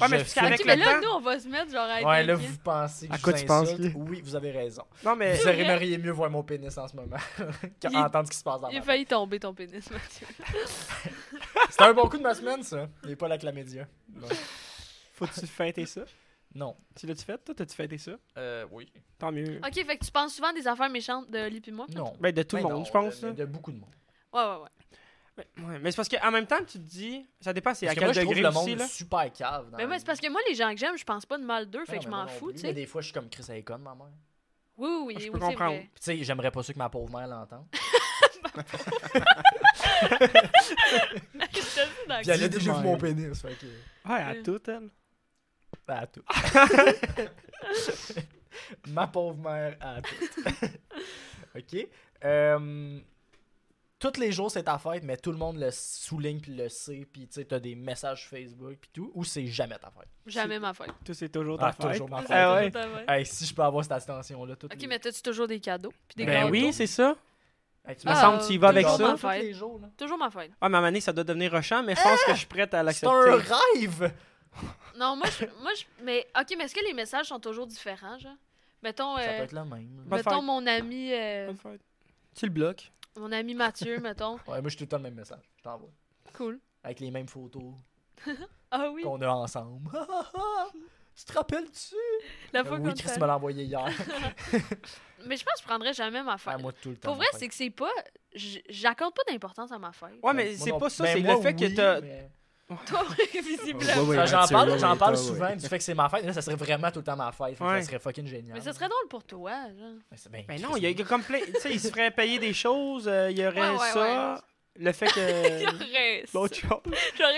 B: Ouais, mais
E: Je
B: c'est
E: fais-
B: avec
D: Ok, mais
B: le
D: là,
B: temps-
D: nous, on va se mettre genre à être.
E: Ouais, là,
D: inquiets.
E: vous pensez que
B: À
E: je
B: quoi
E: vous
B: tu penses,
E: insulte.
B: là?
E: Oui, vous avez raison.
B: Non, mais.
E: Vous aimeriez mieux voir mon pénis en ce moment
D: Il-
E: qu'entendre ce qui se passe dans
D: Il
E: ma
D: a
E: tête.
D: failli tomber ton pénis, Mathieu.
E: C'était un bon coup de ma semaine, ça. Il est pas là avec la média. Bon.
B: Faut-tu fêter ça
E: Non.
B: Tu l'as-tu fait Toi, t'as-tu fêté ça
E: Euh, oui.
B: Tant mieux.
D: Ok, fait que tu penses souvent des affaires méchantes de lui puis moi.
E: Non.
B: Ben, de tout le
E: Ben
B: monde,
E: non,
B: je pense.
E: De,
B: là.
E: de beaucoup de monde.
D: Ouais, ouais, ouais.
B: Ouais, ouais, Mais c'est parce qu'en même temps, tu te dis, ça dépend c'est
E: Parce
B: à
E: que
B: quel
E: moi, je trouve
B: degré
E: le
B: aussi,
E: monde
B: là.
E: super cave. Dans
D: Mais moi, Ben c'est parce que moi, les gens que j'aime, je pense pas de mal d'eux, fait que je m'en fous, tu
E: Mais
D: sais.
E: des fois, je suis comme Chris Aikon, ma mère.
D: Oui, oui, oui,
B: Ah, je
D: oui,
B: peux
D: c'est
B: comprendre.
D: vrai.
E: Puis, tu sais, j'aimerais pas ça que ma pauvre mère l'entende.
D: Ah, Je suis d'accord.
E: Puis, elle a déjà vu
B: Dis-moi.
E: mon pénis. Fait que.
B: Ouais, à
D: Mm.
B: tout, elle.
E: Ben, à tout. ma pauvre mère, à tout. OK. Euh, tous les jours, c'est ta fête, mais tout le monde le souligne puis le sait. Puis, tu sais, t'as des messages Facebook puis tout. Ou c'est jamais ta fête.
D: Jamais ma faute.
B: Tout, c'est toujours ta
E: Ah,
B: fête.
E: toujours ma
D: C'est
E: fête.
B: Ah ouais.
D: toujours ta faute.
E: Hey, si je peux avoir cette attention-là. toutes
D: Ok,
E: les-
D: mais t'as-tu toujours des cadeaux? Puis des
E: Ben
D: gâteaux?
B: Ben oui, c'est ça.
E: Hey, tu
B: me
D: ah.
E: m'as-
B: semble que tu y vas
E: t'es
B: avec
E: gâté
B: ça.
E: tous les jours, là.
D: Toujours ma fête.
B: Ah, mais à un moment donné, ça doit devenir rochant, mais je pense que je suis prête
D: Ah!
B: à
E: C'est un
B: l'accepter.
E: rêve!
D: Non, moi, je, moi je, mais ok, mais est-ce que les messages sont toujours différents, genre? Mettons,
E: Ça
D: euh,
E: peut être le même. là.
B: Bonne
D: mettons
B: fête.
D: mon ami, euh,
B: Bonne fête. Tu le bloques.
D: mon ami Mathieu, mettons.
E: Ouais, moi, je suis tout le temps le même message. Je t'envoie.
D: Cool.
E: Avec les mêmes photos
D: Ah oui,
E: qu'on a ensemble. tu te rappelles-tu? Euh,
D: la fois
E: oui,
D: qu'on te
E: Chris
D: fait-
E: me l'a envoyé hier.
D: Mais je pense que je prendrais jamais ma fête.
E: Ah, moi, tout le temps.
D: Pour vrai,
E: ma fête.
D: c'est que c'est pas. j- J'accorde pas d'importance à ma fête.
B: Ouais, mais
E: Moi
B: c'est
E: non-
B: pas ça,
E: ben,
B: c'est le
E: moi,
B: fait que
E: oui,
B: t'as.
E: mais-
D: Toi, visiblement.
E: Enfin, j'en parle, j'en parle souvent du fait que c'est ma fête. Là, ça serait vraiment tout le temps ma fête. Fait que
B: Ouais.
E: Ça serait fucking génial.
D: Mais ça serait drôle pour toi, genre.
E: Mais c'est- ben,
B: Mais
E: Chris,
B: non, il y a- il y a comme plein. Tu sais, il se ferait payer des choses, euh, il y aurait
D: Ouais, ouais,
B: ça. Le fait que.
D: J'aurais
B: L'autre chose.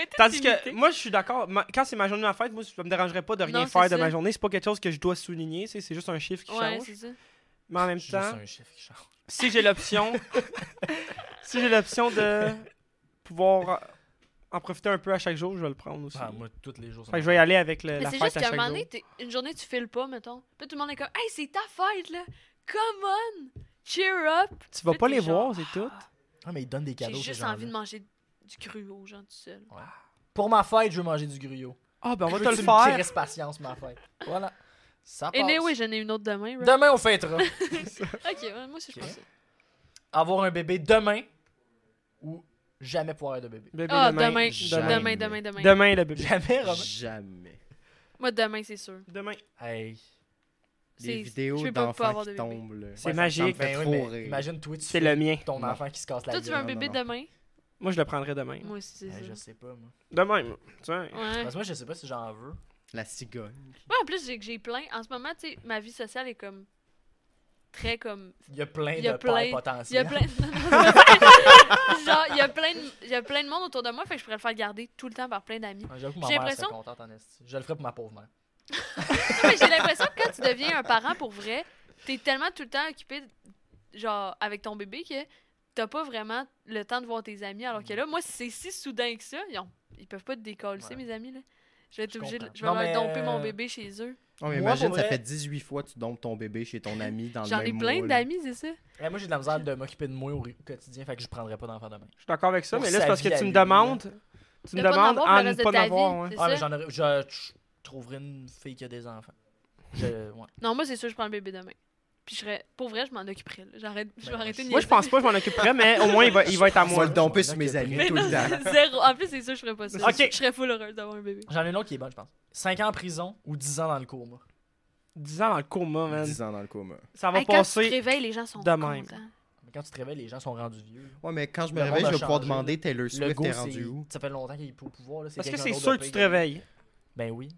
D: été
B: Tandis que moi, je suis d'accord. ma- Quand c'est ma journée de ma fête, moi, ça me dérangerait pas de rien
D: Non, c'est
B: faire de
D: ça.
B: ma journée. C'est pas quelque chose que je dois souligner. tu sais, C'est juste un chiffre qui
D: Ouais,
B: change.
D: c'est ça.
B: Mais en même
E: Juste
B: temps,
E: un chiffre qui change.
B: si j'ai l'option. si j'ai l'option de pouvoir en profiter un peu à chaque jour, je vais le prendre aussi.
E: Ah, moi, tous les jours. ça
B: Fait que
E: me-
B: je vais y aller avec le-
D: Mais
B: la
D: c'est
B: fête
D: juste
B: à
D: qu'à un
B: chaque
D: moment
B: jour.
D: donné, t'es- une journée, tu files pas, mettons. Puis tout le monde est comme, hey, c'est ta fête, là. Come on. Cheer up.
B: Tu vas
D: Puis
B: pas
D: t'es
B: les
D: genre,
B: voir, c'est tout.
D: Ah,
E: Ah, mais ils donnent des
D: J'ai
E: cadeaux. ces
D: juste
E: gens-là.
D: envie de manger du gruau, genre, tout seul.
E: Pour ma fête, je veux manger du gruyot.
B: Ah, ben on va
E: Je
B: te le
E: veux-tu me
B: faire.
E: crisse patience, ma fête. Voilà. Ça passe.
D: Et anyway, j'en ai une autre Ah, demain, right?
E: Demain, on fêtera.
D: Ok, ouais, moi aussi, je
E: Ok.
D: pense ça.
E: Avoir un bébé demain ou jamais pouvoir avoir de bébé.
B: Bébé,
D: Ah, demain,
C: jamais.
D: demain, demain, demain.
B: Demain, le bébé.
E: Jamais, Romain.
C: Jamais.
D: Moi, demain, c'est sûr.
B: Demain.
E: Hey.
D: C'est-
C: Les vidéos
D: je peux pas pas
C: d'enfants
D: avoir
C: qui
D: de bébé.
C: tombent, là.
B: C'est
E: Ouais, ça me
B: magique.
C: fait
E: Ben oui,
C: trop
E: mais
C: rire.
E: Imagine toi, tu
B: C'est
E: fais
B: le mien.
E: ton
C: Non.
E: enfant qui se casse la
D: Toi,
E: gueule.
D: tu veux un
C: non,
D: bébé
C: non.
D: demain?
B: Moi, je le prendrais demain.
D: Moi aussi, c'est
E: Hey, je
D: sûr.
E: sais pas, moi.
B: Demain, moi. tiens.
D: Ouais.
E: Parce que moi, je sais pas si j'en veux.
C: La cigogne.
D: Ouais, en plus, j'ai j'ai plein. En ce moment, tu sais, ma vie sociale est comme. Très comme.
E: Il y a plein
D: Il y a
E: de
D: plein-
E: plein,
D: Il y a
E: potentiels.
D: plein. non, non, c'est pas vrai. Genre, il y, a plein de... il y a plein de monde autour de moi, fait que je pourrais le faire garder tout le temps par plein d'amis.
E: Ouais, Ah, J'avoue, ma
D: J'ai
E: mère serait
D: l'impression-
E: contente en esti. Je le ferais pour ma pauvre mère.
D: Non, mais j'ai l'impression que quand tu deviens un parent pour vrai, t'es tellement tout le temps occupé, genre, avec ton bébé que t'as pas vraiment le temps de voir tes amis. Alors que là, moi, si c'est si soudain que ça, ils, ont- ils peuvent pas te décoller,
E: Ouais.
D: mes amis, là. Je vais être
E: Je
D: obligée de-
E: comprends.
D: je vais leur
E: Non, mais,
D: domper mon
E: euh,
D: bébé chez eux.
C: Oh, mais
E: Moi,
C: imagine,
E: pour
C: ça
E: vrai-
C: fait 18 fois que tu dompes ton bébé chez ton ami dans le
D: J'en
C: même
D: ai plein
C: mois, là.
D: d'amis, c'est ça?
E: Hey, Eh, moi, j'ai de la misère de m'occuper de moi au ri- quotidien, fait que je prendrais pas d'enfant demain.
B: Je suis d'accord avec ça,
E: Pour
B: mais là,
E: sa
B: c'est parce
E: vie
B: que
E: à
B: tu me
E: lui, là.
B: demandes. Tu me
D: De pas en
B: demandes
D: avoir
B: à
D: le
B: ne
D: reste de
B: pas en
D: ta
B: avoir.
D: vie,
B: ouais.
D: c'est
E: Ah, mais
D: ça?
E: j'en aurais. Je je trouverais une fille qui a des enfants. Je- ouais.
D: Non, moi, c'est sûr, je prends le bébé demain. Puis je serais... Pour vrai, je m'en occuperais. là. J'arrête... Je vais
E: Ben,
D: arrêter de
B: Moi, je pense pas que je m'en occuperai, mais au moins, il va, il va être à
C: On va
B: moi.
C: le domper sur
E: Ok.
C: mes amis
D: Mais
C: tout le
D: non,
C: temps.
D: zéro. En plus, c'est sûr, je ferais pas ça.
E: Ok.
D: Je serais full heureuse d'avoir un bébé.
E: J'en ai une autre qui est bonne, je pense. 5 ans en prison ou 10 ans dans le coma.
B: 10 ans dans le coma, man.
C: 10 ans dans le coma.
B: Ça va
D: Hey, quand tu te
B: passer.
D: réveilles, les gens sont
B: de même.
D: contents.
E: Mais quand tu te réveilles, les gens sont rendus vieux.
C: Ouais, mais quand je me
E: Le
C: réveille,
E: monde a
C: je vais pouvoir
E: changé, là.
C: demander Taylor
E: Le
C: Swift
E: go,
C: t'es
E: c'est-
C: rendu où.
E: ça fait longtemps qu'il est au pouvoir. Là.
B: Parce que
E: quelqu'un
B: c'est
E: d'autre
B: sûr
E: de
B: que tu te
E: payer.
B: réveilles.
E: Ben oui.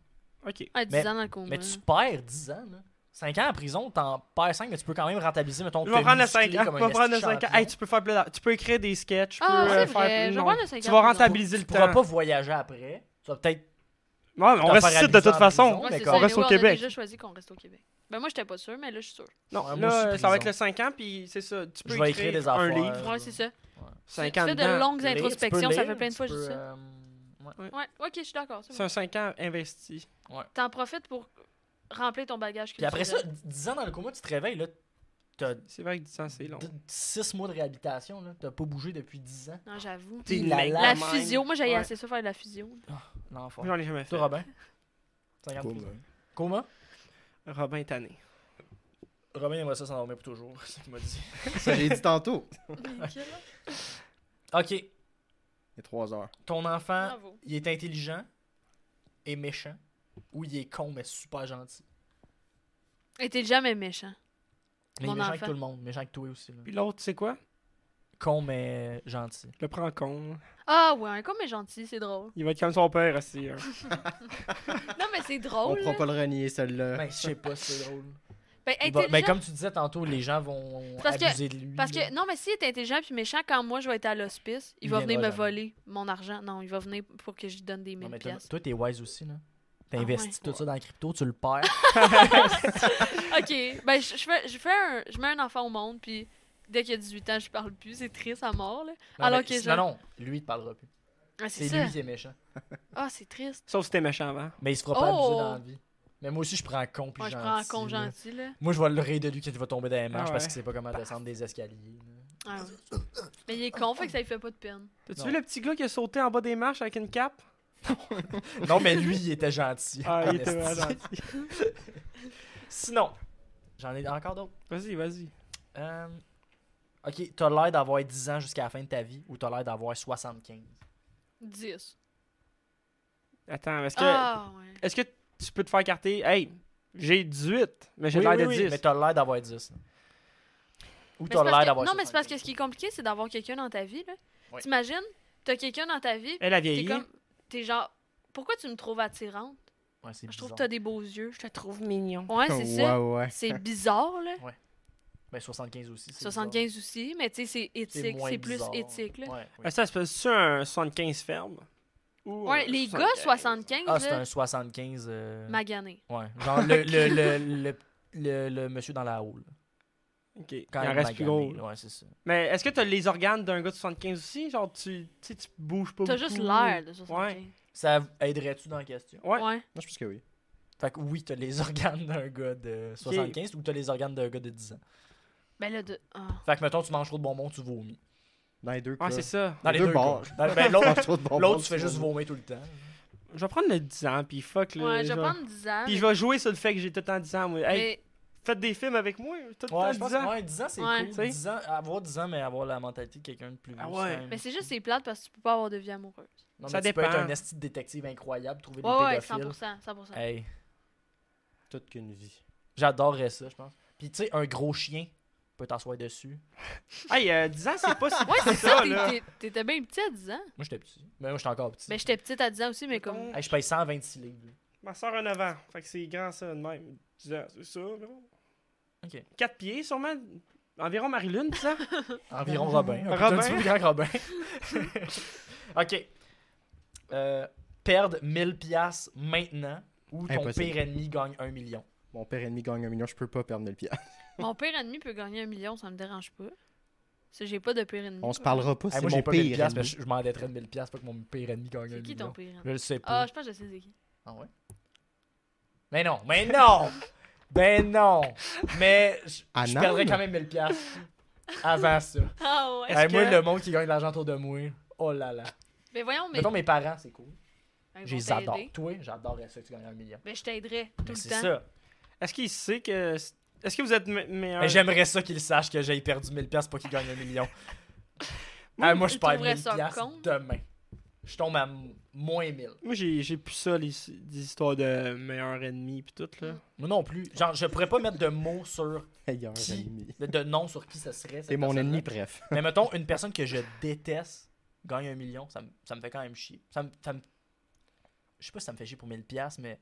B: OK.
D: Ah, 10
E: Mais-
D: ans dans le coma.
E: Mais tu perds 10 ans. Là. 5 ans en prison, t'en perds 5, mais tu peux quand même rentabiliser, meton.
B: Je
E: te
B: vais prendre le 5
E: muscler
B: ans. Je
E: comme un
B: vais prendre le
E: esti
B: 5 ans.
E: champion.
B: Hey, tu peux faire plein d'ar- Tu peux écrire des sketchs. Tu
D: Ah,
B: peux
D: c'est
B: euh, faire.
D: vrai, je vais
B: non.
D: prendre le 5
B: Tu
D: ans
B: vas
D: en prison.
B: rentabiliser le
E: Tu pourras
B: temps.
E: pas voyager après. Tu vas peut-être.
B: Ouais, mais on
E: te
B: reste
E: faire
B: ici de
E: abuser
B: toute
E: en
B: façon.
E: prison.
D: Ouais,
E: mais
D: c'est
E: qu'on
D: ça,
B: reste
D: anyway,
B: au
D: on
B: Québec.
D: a déjà choisi qu'on reste au Québec. Ben moi, j'étais pas sûre, mais là, je suis sûre.
B: Non,
E: Ouais, moi
B: là,
E: aussi,
B: ça va être
E: prison.
B: le 5 ans, puis c'est ça. Tu peux
E: Je vais
B: écrire,
E: écrire des
B: un
E: affaires.
B: livre.
E: Euh,
D: Ouais, c'est ça. Tu
B: 5
D: tu
B: ans
D: fais de
B: dedans.
D: longues
E: Lire, tu peux
D: introspections, ça
E: lire,
D: fait plein de fois que
E: tu
D: je dis
E: peux,
D: ça.
E: euh, ouais.
D: Ouais, ok, je suis d'accord. c'est
B: C'est
D: bon.
B: un 5 ans investi.
D: T'en profites pour remplir ton bagage
E: Puis après ça,
D: culturel.
E: 10 ans dans le coma, tu te réveilles, là, t'as
B: C'est vrai que 10 ans, c'est long.
E: 6 mois de réhabilitation, là. T'as pas bougé depuis 10 ans.
D: Non, j'avoue.
E: T'es
B: T'es
E: la
B: mec.
E: la-
D: La
E: mine.
D: physio, moi, j'allais
B: Ouais.
D: assez ça faire de la physio.
E: L'enfant.
B: J'en ai jamais fait.
E: Toi, Robin 50 prisons. Coma
B: Robin Tanné.
E: Robin aimerait ça s'endormir pour toujours, c'est ce qu'il m'a dit.
C: Ça, j'ai dit tantôt.
E: Ok,
C: Il est 3 heures.
E: ton enfant,
D: Bravo.
E: il est intelligent et méchant. Ou il est con, mais super gentil.
D: Et t'es jamais méchant.
E: Mais
D: Mon
E: il est méchant
D: enfant.
E: avec tout le monde, méchant avec toi aussi. là.
B: Puis l'autre, c'est quoi
E: Con, mais gentil.
B: Je le prends en compte.
D: Ah ouais, un con mais gentil, c'est drôle.
B: Il va être comme son père aussi. hein.
D: Non, mais c'est
C: On
D: drôle.
C: pourra
D: Oh là.
C: pas le renier, celle-là.
E: Ben, je sais pas, c'est drôle.
D: Ben,
E: Il va-
D: intelligent-
E: Mais comme tu disais tantôt, les gens vont
D: C'est parce que-
E: abuser de lui.
D: Parce
E: là.
D: que, non, mais s'il est intelligent puis méchant, quand moi je vais être à l'hospice, il,
E: Il
D: va venir me
E: viendra
D: voler mon argent. Non, il va venir pour que je lui donne des
E: Non,
D: 1000
E: mais t'as-
D: piastres.
E: toi, t'es wise aussi, là.
D: Ah
E: T'investis tout ça dans la crypto, tu le perds.
D: Ok, ben je, je fais, je, fais un, je mets un enfant au monde puis dès qu'il a 18 ans, je parle plus. C'est triste à mort, là.
E: Non,
D: Alors
E: mais-
D: que je-
E: non, non, lui, il te parlera plus.
D: Ah,
E: C'est
D: c'est ça.
E: lui qui est méchant.
D: Ah, c'est triste.
B: Sauf si t'es méchant avant.
E: Mais il se fera pas
D: Oh!
E: abuser dans la vie. Mais moi aussi, je prends con puis
D: Moi, je
E: gentil.
D: prends un con
E: là.
D: gentil, Bah. là.
E: Moi, je vais le rire de lui quand il va tomber dans les marches
B: Ah
E: parce
B: ouais.
E: qu'il sait pas comment descendre des escaliers. là.
D: Ah ouais. Mais il est con, fait que ça lui fait pas de peine.
B: T'as-tu
E: Non.
B: vu le petit gars qui a sauté en bas des marches avec une cape
E: non, mais lui, il était gentil.
B: Ah, il était
E: en
B: vraiment
E: esti.
B: gentil.
E: Sinon, j'en ai encore d'autres.
B: Vas-y, vas-y.
E: Euh, Ok, t'as l'air d'avoir 10 ans jusqu'à la fin de ta vie ou t'as l'air d'avoir 75.
D: 10.
B: Attends, est-ce que,
D: Ah, ouais.
B: est-ce que tu peux te faire carter Hey, j'ai 18, mais j'ai
E: Oui,
B: l'air
E: oui,
B: de
E: oui,
B: 10.
E: Mais t'as l'air d'avoir 10. là. Ou
D: Mais
E: t'as
D: c'est parce
E: l'air
D: que-
E: d'avoir
D: Non, mais c'est parce
E: 75.
D: que ce qui est compliqué, c'est d'avoir quelqu'un dans ta vie, là.
E: Oui.
D: T'imagines, t'as quelqu'un dans ta vie,
B: Elle a
D: t'es
B: vieilli.
D: comme... T'es genre... Pourquoi tu me trouves attirante?
E: Ouais, c'est
D: Je trouve que
E: bizarre.
D: t'as des beaux yeux.
B: te trouve mignon.
D: Ouais, c'est ça.
C: Ouais, ouais.
D: C'est bizarre, là.
E: Ben, 75 aussi. c'est bizarre.
D: 75 aussi, mais tu sais, c'est éthique.
E: moins
D: C'est plus
E: bizarre.
D: éthique, là.
E: Ouais, oui.
B: Ben, ça se passe-tu un 75 ferme Ou,
D: Ouais,
B: euh,
D: les gars, 75,
E: Ah, c'est
D: là,
E: un 75. euh,
D: magané.
E: Ouais. Genre le, le, le, le, le- le monsieur dans la houle.
B: Ok, il
E: Quand
B: en reste plus gros.
E: Ouais, c'est ça.
B: Mais est-ce que t'as les organes d'un gars de 75 aussi Genre, tu, tu sais, tu bouges pas.
D: T'as
B: beaucoup.
D: juste l'air de 75.
E: Ça aiderait-tu dans la question?
B: Ouais.
D: Ouais.
C: Moi, je pense que oui.
E: Fait que oui, t'as les organes d'un gars de 75 ou t'as les organes d'un gars de 10 ans.
D: Ben là, de... ah.
E: Fait que mettons, tu manges trop de bonbons, tu vomis.
C: Dans les deux cas.
B: Ouais, Ah, c'est ça.
E: Dans les
C: Deux
E: deux
C: bords.
E: cas. Dans- ben, l'autre, l'autre, tu fais juste
C: vos
E: vomir tout le temps.
B: Je vais prendre le 10 ans, puis fuck le.
D: Ouais, je
B: genre.
D: vais prendre 10 ans.
B: Puis je
D: mais-
B: vais jouer sur le fait que j'ai tout le temps 10 ans. Moi. Hey,
D: mais-
B: faites des films avec moi, tout le
E: Ouais, je
B: temps
E: pense
B: 10 ans.
E: que ouais, 10 ans, c'est
D: Ouais.
E: cool.
B: Tu sais.
E: 10 ans, avoir 10 ans, mais avoir la mentalité de quelqu'un de plus vieux.
B: Ah ouais.
E: c'est un-
D: Mais c'est juste, c'est plate parce que tu peux pas avoir de vie amoureuse.
E: Non,
B: Ça
E: mais tu peux être
B: dépend.
E: un esti de détective incroyable, trouver des
D: Ouais, ouais,
E: pédophiles.
D: 100%. 100%.
E: Hey,
C: Toute qu'une vie.
E: j'adorerais ça, je pense. Puis tu sais, un gros chien peut t'asseoir dessus.
B: Hey, euh, 10 ans, c'est pas si
D: Ouais, c'est ça, t'es-
B: là.
D: t'es- t'étais bien petit à 10 ans.
E: Moi, j'étais petit. Mais moi, j'étais encore petit.
D: Ben, j'étais petite à 10 ans aussi, mais comme.
E: Hey, je paye 126 livres.
B: Ma soeur a 9 ans. Fait que c'est grand, ça, de même. 10 ans, c'est ça, là.
E: Ok.
B: 4 pieds, sûrement. Environ Marie-Lune, 10 ans.
E: Environ
D: Ben,
E: Robin. Un
B: Robin.
E: petit peu plus grand que Robin. OK. Euh, perdre 1000 piastres maintenant ou ton
C: Impossible.
E: pire ennemi gagne 1 million.
C: Mon père ennemi gagne un million, je peux pas perdre 1000 piastres.
D: Mon pire ennemi peut gagner un million, ça me dérange pas. Ça, j'ai pas de pire ennemi.
C: On se parlera pas,
E: Hey,
C: c'est
E: moi,
C: mon
E: j'ai pas 1000
C: pire
E: piastres, mais
C: ennemi.
E: je, je m'endetterais de 1000 piastres pour que mon pire ennemi gagne 1
D: C'est
E: million.
D: qui ton pire ennemi?
E: Je le sais
D: Ah,
E: pas.
D: je pense que je sais c'est qui.
E: Ah ouais? Mais non, mais non! ben non! Mais je, je
C: Anand?
E: perdrais quand même 1000 piastres avant ça.
D: Ah ouais.
B: Est-ce
E: Hey, Moi,
B: que-
E: le monde qui gagne de l'argent autour de moi, oh là là.
D: Ben voyons, mais.
E: Mettons mes parents, c'est cool.
D: Ben, ils
E: Je
D: vont
E: les adore.
D: t'aider.
E: Toi, j'adorerais ça que tu gagnes 1 million.
D: Ben, je t'aiderais tout
E: Mais
D: le
E: C'est
D: temps.
E: ça.
B: Est-ce qu'il sait que. Est-ce que vous êtes me- meilleur?
E: Mais j'aimerais ça qu'il sache que j'ai perdu 1000$ piastres pour qu'il gagne un million. Ah, moi, je
D: il
E: perds
D: trouverait
E: 1000$
D: ça
E: piastres
D: con.
E: demain. je tombe à m- moins 1000.
B: Moi, j'ai j'ai plus ça, les, des histoires de meilleurs ennemis pis tout, là.
E: Moi non plus. Genre, je pourrais pas mettre de mots sur.
C: Meilleur
E: Qui?
C: ennemi.
E: de- de nom sur qui ce serait.
C: C'est
E: cette
C: mon
E: personne-là.
C: ennemi, bref.
E: Mais mettons, une personne que je déteste gagne un million, ça me, ça me fait quand même chier. Ça me, ça me- Je sais pas si ça me fait chier pour 1000$, piastres, mais.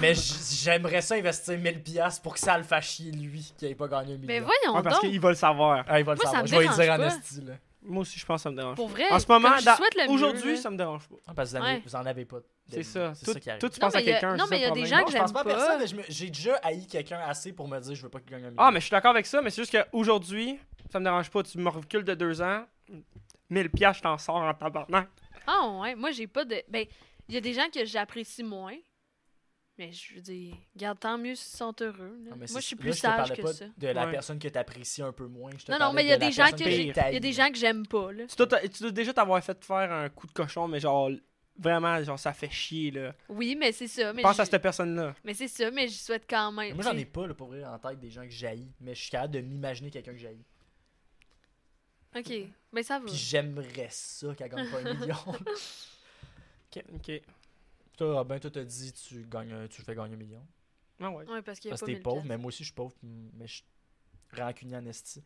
E: mais j- j'aimerais ça investir 1000$ piastres pour que ça le fasse chier lui qui ait pas gagné un million.
D: Mais Ben, voyons
B: Ouais, parce
D: donc.
B: qu'il va le savoir.
E: Ah, il va le
D: Moi, ça
E: savoir.
D: me
E: Je vais lui dire
D: dérange
E: en
D: pas.
E: esti, là.
B: Moi aussi, je pense que ça me dérange.
D: Pour vrai,
B: En ce moment,
D: comme je
B: dans-
D: souhaite le mieux,
B: Aujourd'hui,
D: là.
B: ça me dérange pas.
E: Ah, parce que vous, avez-
D: Ouais.
E: vous en avez pas.
B: C'est ça.
E: C'est
B: Tout-
E: ça qui arrive.
B: Toi, tu
D: Non,
B: penses à
D: mais il y a-
B: quelqu'un.
D: non,
B: c'est ça
D: mais il y a
B: le
D: des
B: problème.
E: Non,
D: gens que
E: je pense
D: j'aime
E: pas à
D: pas.
E: personne, mais je me- j'ai déjà haï quelqu'un assez pour me dire je veux pas qu'il gagne un million.
B: Ah, mais je suis d'accord avec ça, mais c'est juste qu'aujourd'hui, ça me dérange pas. Tu me recules de deux ans, 1000 piastres, je t'en sors en tabarnak.
D: Ah ouais, moi j'ai pas de. Ben, il y a des gens que j'apprécie moins. Mais je veux dire, garde tant mieux s'ils sont heureux.
E: Non,
D: là.
E: Ah, mais
D: moi
E: c'est-
D: je suis
E: là,
D: plus
E: te
D: sage
E: parlais
D: que
E: pas
D: ça.
E: De la
B: Ouais.
E: personne que t'apprécies un peu moins. Je te
D: Non, non,
E: parlais
D: mais il y
E: de
D: a
E: la
D: des gens
E: personne
D: que
B: j'ai-
D: j'ai. Il y a des
E: t'haïs.
D: gens que j'aime pas, là.
B: Tu dois, t'a- tu dois déjà t'avoir fait faire un coup de cochon, mais genre, vraiment, genre, ça fait chier, là.
D: Oui, mais c'est ça. Mais
B: Pense
D: je-
B: à cette personne-là.
D: Mais c'est ça, mais je souhaite quand même.
E: Moi, j'en ai
D: tu
E: pas, là, pour vrai, en tête des gens que j'haïs, mais je suis capable de m'imaginer quelqu'un que j'haïs.
D: sais. Ok, mais ça va.
E: Puis j'aimerais ça qu'elle gagne pas un million.
B: Ok.
E: toi, ben, toi, t'as dit, tu, gagnes, un- tu fais gagner un million.
B: Ah ouais.
D: Ouais, parce qu'il y a
E: Parce
D: pas
E: que t'es
D: mille
E: pauvre,
D: piastres.
E: mais moi aussi, je suis pauvre, puis- mais je suis rancunier en esti.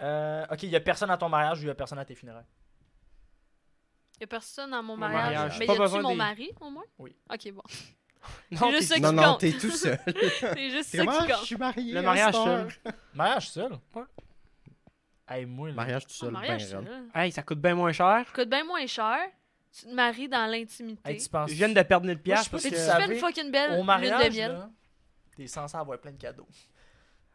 E: Euh, ok, il y a personne à ton mariage ou il y a personne à tes funérailles.
D: Il y a personne dans mon
B: Mon
D: mariage.
E: mariage.
D: Mais
B: Pas
D: y a-tu
B: besoin
D: mon
B: des-
D: mari, au moins?
E: Oui.
D: Ok, bon.
B: Non,
D: juste
B: t'es-
D: ça qui
C: Non, non,
D: compte.
C: t'es tout seul.
D: C'est juste
C: T'es
D: ça
C: moi,
D: qui
C: je
D: compte.
C: suis marié.
B: Le
C: à
B: mariage
C: cette heure.
B: seul.
E: Mariage seul?
B: Ouais.
E: Hey, moi, là.
C: Mariage tout
D: Ah,
C: seul, ben
D: mariage, ça,
C: raide.
D: là.
B: Hey, ça coûte bien moins cher.
D: Coûte bien moins cher. Tu te maries dans l'intimité.
E: Hey, tu penses.
B: Je viens de perdre
E: Moi, je
B: 1000
E: sais
B: piastres
E: pas
B: parce
E: si
B: que...
D: Tu
E: tu
D: fais
E: savais,
D: une fucking belle
E: Au
D: lune de
E: mariage,
D: miel.
E: là, t'es censé avoir plein de cadeaux.
B: Ouais,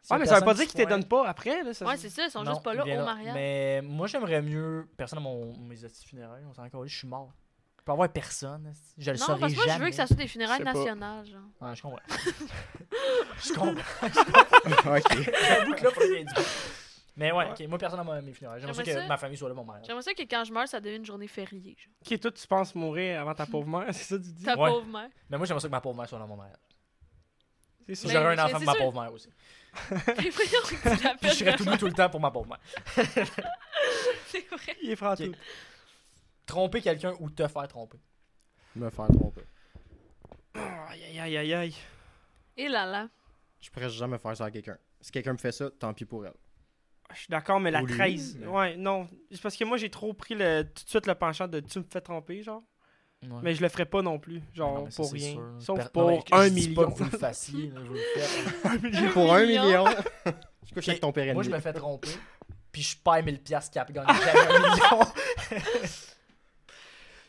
E: Si
B: Ah,
E: y
B: mais
E: a
B: ça veut
E: personne
B: pas dire
E: qui
B: qu'ils te
E: pointe-
B: donnent pas après, là. Ça,
D: Ouais, c'est ça, ils sont
E: Non,
D: juste pas là
E: il vient
D: au mariage.
E: Mais moi, j'aimerais mieux. Personne à mon, mes hosties funérailles, on s'en encore je suis mort. Je peux avoir personne. hostie. Je le
D: Non,
E: saurais
D: parce que moi,
E: jamais.
D: je veux que ça soit des
B: Je
D: funérailles
B: sais pas.
D: nationales, genre.
E: Ouais, je comprends. je comprends.
C: Ok.
E: J'avoue que là, faut que j'aille du bon. Mais ouais,
B: Ouais.
E: ok, moi, personne à mon- mes funérailles. J'aimerais ça
D: J'aimerais
E: que
D: ça-
E: ma famille soit là, mon mariage.
D: J'aimerais ça que quand je meurs, ça devienne une journée fériée. genre.
B: Ok, toi, tu penses mourir avant ta pauvre mère, c'est ça que tu dis?
D: Ta
E: Ouais.
D: pauvre mère.
E: Mais moi, j'aimerais ça que ma pauvre mère soit là, mon mariage.
B: C'est
E: Si
B: sûr.
D: Mais-
E: J'aurais un
D: c'est
E: enfant pour ma
D: sûr.
E: pauvre mère aussi.
D: Mais voyons que tu
E: Puis je
D: l'appelles
E: serais tout nu tout le temps pour ma pauvre mère.
D: comme- C'est vrai.
B: Il est franc
E: Ok.
B: tout.
E: Tromper quelqu'un ou te faire tromper.
C: Me faire tromper.
B: Aïe, aïe, aïe, aïe, aïe.
D: Et là là.
C: Je pourrais jamais faire ça à quelqu'un. Si quelqu'un me fait ça, tant pis pour elle.
B: Je suis d'accord, mais la
C: Ou lui,
B: trahison.
C: mais-
B: Ouais, non. C'est parce que moi, j'ai trop pris le, tout de suite le penchant de tu me fais tromper, genre.
E: Ouais.
B: Mais je le ferais pas non plus, genre,
E: Non, mais ça,
B: pour
E: c'est
B: rien.
E: sûr.
B: Sauf
E: Per-
B: pour
E: non, mais je-
B: un
E: je dis pas
B: million.
E: que vous le fassiez, là, je vous le fais.
C: Pour un
D: million.
C: million. Je couche
E: Ok,
C: avec ton père
E: Moi, je me
C: ennemi.
E: fais tromper. Puis je perds 1000 piastres qui a gagné jamais un million.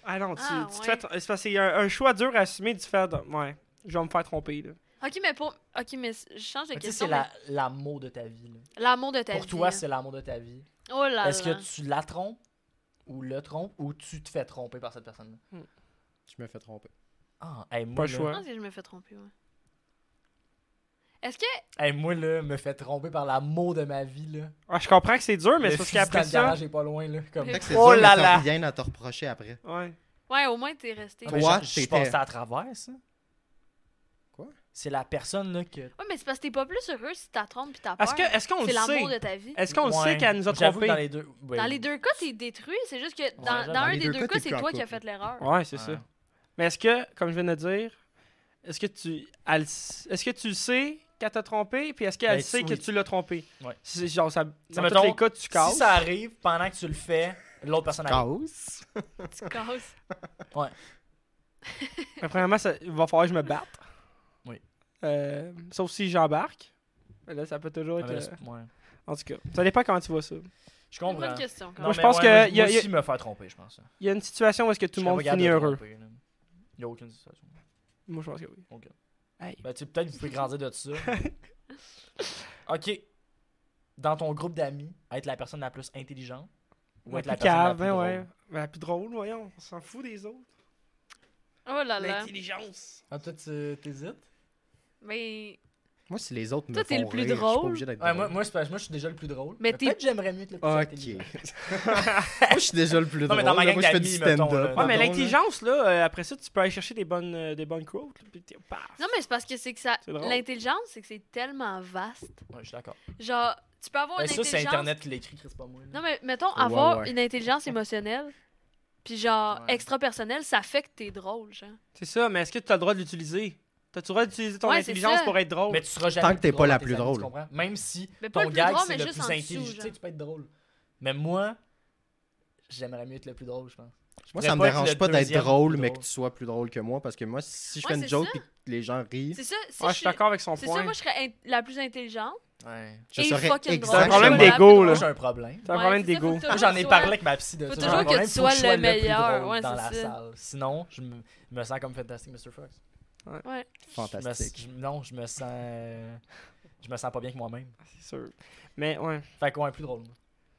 B: Ah non, tu,
D: Ah,
B: tu te
D: ouais.
B: fais. tr- C'est parce qu'il y a un, un choix dur à assumer du faire. de- Ouais, je vais me faire tromper, là.
D: Ok, mais pour. Ok, mais je change de
E: Tu sais,
D: question.
E: c'est la- l'amour de ta vie. là.
D: mais L'amour de ta
E: Pour
D: vie. hein.
E: toi,
D: là.
E: c'est l'amour de ta vie.
D: Oh là
E: Est-ce
D: là.
E: que tu la trompes ou le trompes ou tu te fais tromper par cette personne-là?
C: Je me fais tromper.
E: Ah, hey, moi,
B: Pas le
E: là-
D: Je
B: choix.
D: pense que je me fais tromper, ouais. Est-ce que.
E: hey, moi, là, me fait tromper par l'amour de ma vie. Là.
B: Ah, je comprends que c'est dur, mais
E: Le
B: c'est parce
E: fusil dans
B: qu'après
E: le
B: ça.
E: garage est pas loin. Là, comme...
C: Fait que c'est
E: Oh
C: dur, mais
E: là
C: t'as
E: là.
C: rien à te reprocher après.
B: Ouais.
D: Ouais, au moins, t'es resté.
E: Ah,
D: Ouais,
E: mais
C: Toi,
E: je- je suis
C: t'étais-
E: passé à travers, ça.
C: Quoi?
E: C'est la personne là, que.
D: mais c'est parce que t'es pas plus heureux si t'as trompé pis t'as peur.
B: Est-ce que- est-ce qu'on
D: C'est
B: le
D: l'amour
B: sait?
D: de ta vie.
B: Est-ce qu'on le
E: Ouais.
B: sait qu'elle nous a
E: J'avoue que
B: trompés?
E: Dans les deux, ouais.
D: Dans les deux cas, t'es détruit. C'est juste que
E: Ouais,
D: dans,
E: j'avoue.
D: dans
E: Dans
D: un
C: les
D: des
C: deux
D: deux
C: cas,
D: cas,
C: t'es
D: c'est
C: plus en
D: toi qui as
C: couple.
D: fait l'erreur.
B: Ouais, c'est ça.
E: Ouais.
B: Mais est-ce que, comme je viens de dire, est-ce que tu elle s- est-ce que tu sais qu'elle t'a trompé, puis est-ce qu'elle
E: Ben,
B: sait
E: oui.
B: que tu l'as trompé?
E: Ouais.
B: C'est genre, ça, dans
E: mettons,
B: tous les cas, tu casses.
E: Si ça arrive pendant que tu le fais, l'autre personne arrive.
C: Cause.
D: Tu casses.
B: Mais premièrement, ça- il va falloir que je me batte.
E: Oui.
B: Euh, sauf si j'embarque. Mais Là, ça peut toujours
E: Ah,
B: être...
E: mais là,
B: euh,
E: c'est- ouais.
B: En tout cas, ça dépend comment tu vois ça.
E: Je
D: C'est une
E: comprends.
D: bonne question. quand
E: Non,
D: même.
B: Moi, je
E: mais
B: pense
E: ouais,
B: que
E: moi,
B: y a-
E: moi
B: y a-
E: aussi, me faire tromper, je pense.
B: Il y a une situation où est-ce que tout le monde finit heureux.
E: Il n'y a aucune situation.
B: Moi, je pense que oui.
E: Aucune.
B: Hey.
E: Ben, tu sais, peut-être que vous pouvez grandir de ça. mais- ok. Dans ton groupe d'amis, être la personne la plus intelligente ou être la personne la
B: cave,
E: plus
B: ben
E: drôle?
B: ouais. Ben, la plus drôle, voyons. On s'en fout des autres.
D: Oh là là.
B: L'intelligence.
E: Ah, toi, tu t'hésites?
D: Mais.
C: Moi, si les autres me
D: Toi,
C: font
D: t'es le plus
C: rire, je suis pas
D: drôle.
C: obligé d'être
E: Ouais, moi,
C: drôle.
E: moi, c'est parce que moi, je suis déjà le plus drôle.
D: Mais t'es-
E: peut-être que j'aimerais mieux être le plus
C: Ok.
E: intelligent.
C: moi, je suis déjà le plus
E: Non,
C: drôle.
E: mais dans ma
C: là.
E: gang
C: moi, je fais du
E: d'amis, mettons,
C: stand-up.
E: là.
B: Ouais, mais
C: mettons, là.
B: l'intelligence, là, euh, après ça, tu peux aller chercher des bonnes, euh, des bonnes quotes. là, puis t'es- paf.
D: Non, mais c'est parce que c'est que ça.
B: C'est drôle.
D: L'intelligence, c'est que c'est tellement vaste.
E: Ouais, je suis d'accord.
D: Genre, tu peux avoir
E: Ben,
D: une
E: ça, c'est
D: intelligence.
E: Internet qui l'écrit, Chris, pas moi. là.
D: Non, mais mettons,
C: Ouais,
D: avoir
C: ouais.
D: une intelligence émotionnelle, Puis genre,
A: Ouais.
D: extra personnel, ça fait que t'es drôle, genre.
B: C'est ça, mais est-ce que tu as le droit de l'utiliser? T'as-tu le droit d'utiliser ton
D: Ouais, c'est
B: intelligence
D: ça.
B: pour être drôle?
E: Mais tu seras jamais
C: Tant que t'es
E: plus
C: pas
E: drôle
C: la
E: à tes
C: plus
E: amis,
C: drôle.
E: tu comprends? Même si
D: Mais Ben, pas
E: ton
D: le plus
E: gag,
D: drôle,
E: c'est
D: mais
E: le
D: juste
E: plus
D: en
E: intelligent.
D: dessous,
E: Tu
D: genre.
E: sais, tu peux être drôle. Mais moi, j'aimerais mieux être le plus drôle, je pense. Je
C: Moi,
E: pourrais
C: ça me
E: être
C: dérange
E: le
C: pas d'être
E: deuxième
C: drôle,
E: plus
C: mais que tu sois plus drôle que moi, parce que moi, si je
D: Ouais,
C: fais une
D: c'est
C: joke
D: ça.
C: et que les gens rient,
D: C'est ça, si
B: Ouais, je
D: je
B: suis
D: suis-
B: d'accord avec son
D: C'est
B: point.
D: ça, moi, je serais in- la plus intelligente.
E: Ouais.
C: je
D: et
C: serais
D: fucking drôle.
B: C'est un
C: exactement-
B: problème
D: Je serais la
B: d'ego,
D: plus
B: là.
E: Moi,
D: drôle.
E: j'ai un problème.
B: T'as un
D: Ouais,
B: problème
D: c'est ça, faut
B: d'ego.
D: toujours
E: J'en
D: que
E: ai
D: tu
E: parlé
D: sois-
E: avec ma psy de
D: Faut
E: ça.
D: toujours
E: J'ai un
D: que
E: problème,
D: tu
E: faut
D: sois
E: je
D: le meilleur,
E: plus
D: ouais,
E: drôle dans la
D: c'est ça.
E: salle. Sinon, je me, je me sens comme Fantastic Mr. Fox. Je me-
C: fantastique.
E: je- non, je me sens. Je me sens pas bien que moi-même.
B: C'est sûr. Mais ouais.
E: Fait qu'on est plus drôle. moi.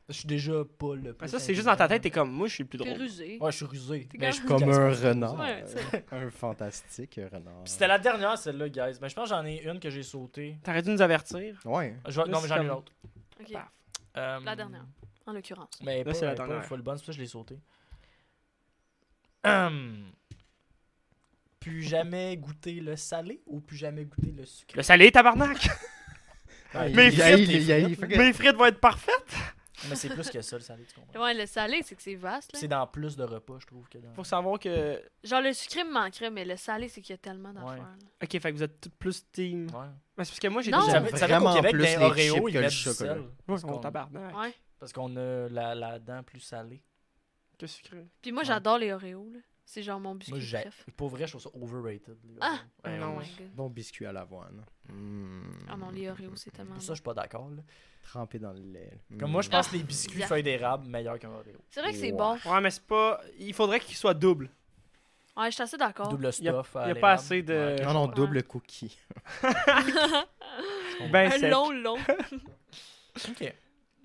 E: Je suis déjà pas le
B: Mais
E: plus.
B: ça, c'est juste dans ta tête, t'es
E: intelligent.
B: comme, moi, je suis le plus
D: T'es
B: drôle.
D: rusé.
E: Ouais, je suis rusé.
D: T'es
E: mais je suis
C: Comme
E: plus
C: un
E: casse-cou.
C: renard.
D: Ouais, c'est ça.
C: Un fantastique renard.
E: Puis c'était la dernière, celle-là, guys. Mais je pense que j'en ai une que j'ai sautée.
B: T'aurais dû nous avertir.
C: Ouais.
E: Je vais-
B: Là,
E: Non, mais
B: c'est
E: j'en ai une
B: comme-
E: autre.
D: Ok,
B: Paf.
E: Euh,
D: la dernière, en l'occurrence.
E: Mais pas, euh,
B: c'est la
E: pas
B: dernière.
E: full bonne, c'est pour ça que je l'ai sauté. Hum. plus jamais goûter le salé ou plus jamais goûter le sucré?
B: Le salé, tabarnak!
E: Ouais,
B: Mais
C: il
B: frites,
C: yaï,
E: les
C: il yaï,
E: frites,
C: fuck it.
B: Mes frites vont être parfaites!
E: Mais c'est plus que ça, le salé, tu comprends?
D: Ouais, le salé, c'est que c'est vaste, là.
E: C'est dans plus de repas, je trouve, que dans...
B: Faut savoir que.
D: Genre, le sucré me manquerait, mais le salé, c'est qu'il y a tellement d'affaires.
E: Ouais.
D: là.
B: Ok, fait que vous êtes toutes plus team.
E: Ouais.
B: Mais c'est parce que moi, j'ai
D: Non.
B: déjà.
E: J'avais- j'avais qu'au
C: vraiment
E: Québec,
C: plus
E: dans
C: les
E: Oreo,
C: chips
E: ils
C: que le
E: mettent du
C: chocolat.
E: sel.
B: Ouais,
E: Parce
B: mon
E: qu'on-
B: tabarnak.
D: Ouais.
E: Parce qu'on a la, la dent plus salée.
B: Que sucré.
D: Puis moi,
E: Ouais.
D: j'adore les Oreos, là. C'est genre mon biscuit
E: Moi, j'ai-
D: chef.
E: Pour vrai, je trouve ça overrated. les
D: Ah!
E: Oreos. Ouais,
B: Non.
E: ouais.
D: Oh my God.
C: Bon biscuit à l'avoine.
E: Hmm.
C: Mm.
D: Ah non, les Oreos, c'est tellement
E: Pour
D: bon.
E: ça, je suis pas d'accord. là.
C: Trempé dans le lait. Hmm.
E: Comme moi, je pense que les biscuits
D: Ah! Exact.
E: feuilles d'érable meilleurs qu'un Oreo.
D: C'est vrai que
C: Ouais.
D: c'est bon.
B: Ouais, mais c'est pas. Il faudrait qu'il soit double.
D: Ouais, je suis assez d'accord.
E: Double
B: y a-
E: stuff. à
B: y a pas
E: l'érable.
B: assez de-
C: Non, non, double cookie.
B: Ben,
D: Un
B: sec.
D: long, long.
E: Ok.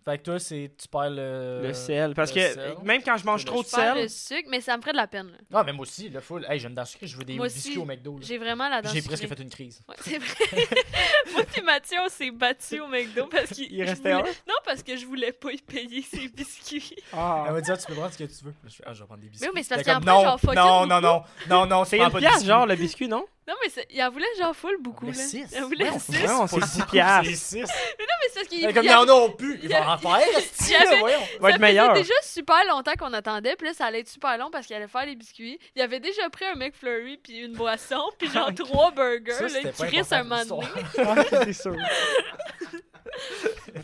E: Fait que toi, c'est tu perds le.
B: Le sel. Parce
E: le
B: que
E: sel.
B: même quand je mange
E: Je
B: trop de
D: Je perds le
B: sel.
D: sucre, mais ça me ferait de la peine, là.
E: Non, Ah, mais moi aussi, le full. Hey, j'aime dans le sucré, je veux des
D: Moi aussi,
E: biscuits au McDo. là.
D: J'ai vraiment la dent
E: J'ai presque
D: sucrée.
E: fait une crise.
D: Ouais, c'est vrai. Moi puis Mathieu, on s'est battu au McDo parce qu'il
B: Il
D: je
B: restait un.
D: voulais- Non, parce que je voulais pas y payer ses biscuits.
E: Elle
B: Ah.
E: m'a dit, ah, tu peux prendre ce que tu veux. Je fais, ah, je vais prendre des biscuits.
D: Mais oui, mais c'est parce
E: T'es
D: qu'après,
E: non,
D: genre, fucking
E: non, non,
D: beaucoup.
E: non, non, non,
B: C'est
E: prends
B: une
E: pas de
B: pièce,
E: biscuits.
B: genre, le biscuit, non?
D: Non, mais c'est- il en voulait genre full beaucoup,
E: Mais
D: là.
E: six.
D: Il en voulait
E: Ouais,
D: Ah, six.
B: Ouais, on
E: c'est
B: s'est
E: pas
B: 6
E: beaucoup, C'est
B: piastres.
E: 6.
D: Mais c'est parce qu'il
E: Comme
D: il
E: ils en ont plus. Ils
D: il y a-
E: vont en faire.
D: il y avait-
E: Esti, voyons.
B: Va
D: ça
B: être meilleur.
D: faisait déjà super longtemps qu'on attendait, puis là, ça allait être super long parce qu'il allait faire les biscuits. Il avait déjà pris un McFlurry, puis une boisson, puis genre trois burgers,
E: Ça,
D: là,
E: c'était
D: il
E: pas
D: crisse un
E: important
D: moment
E: pour
D: donné.
E: l'histoire.
B: Ouais, c'est sûr.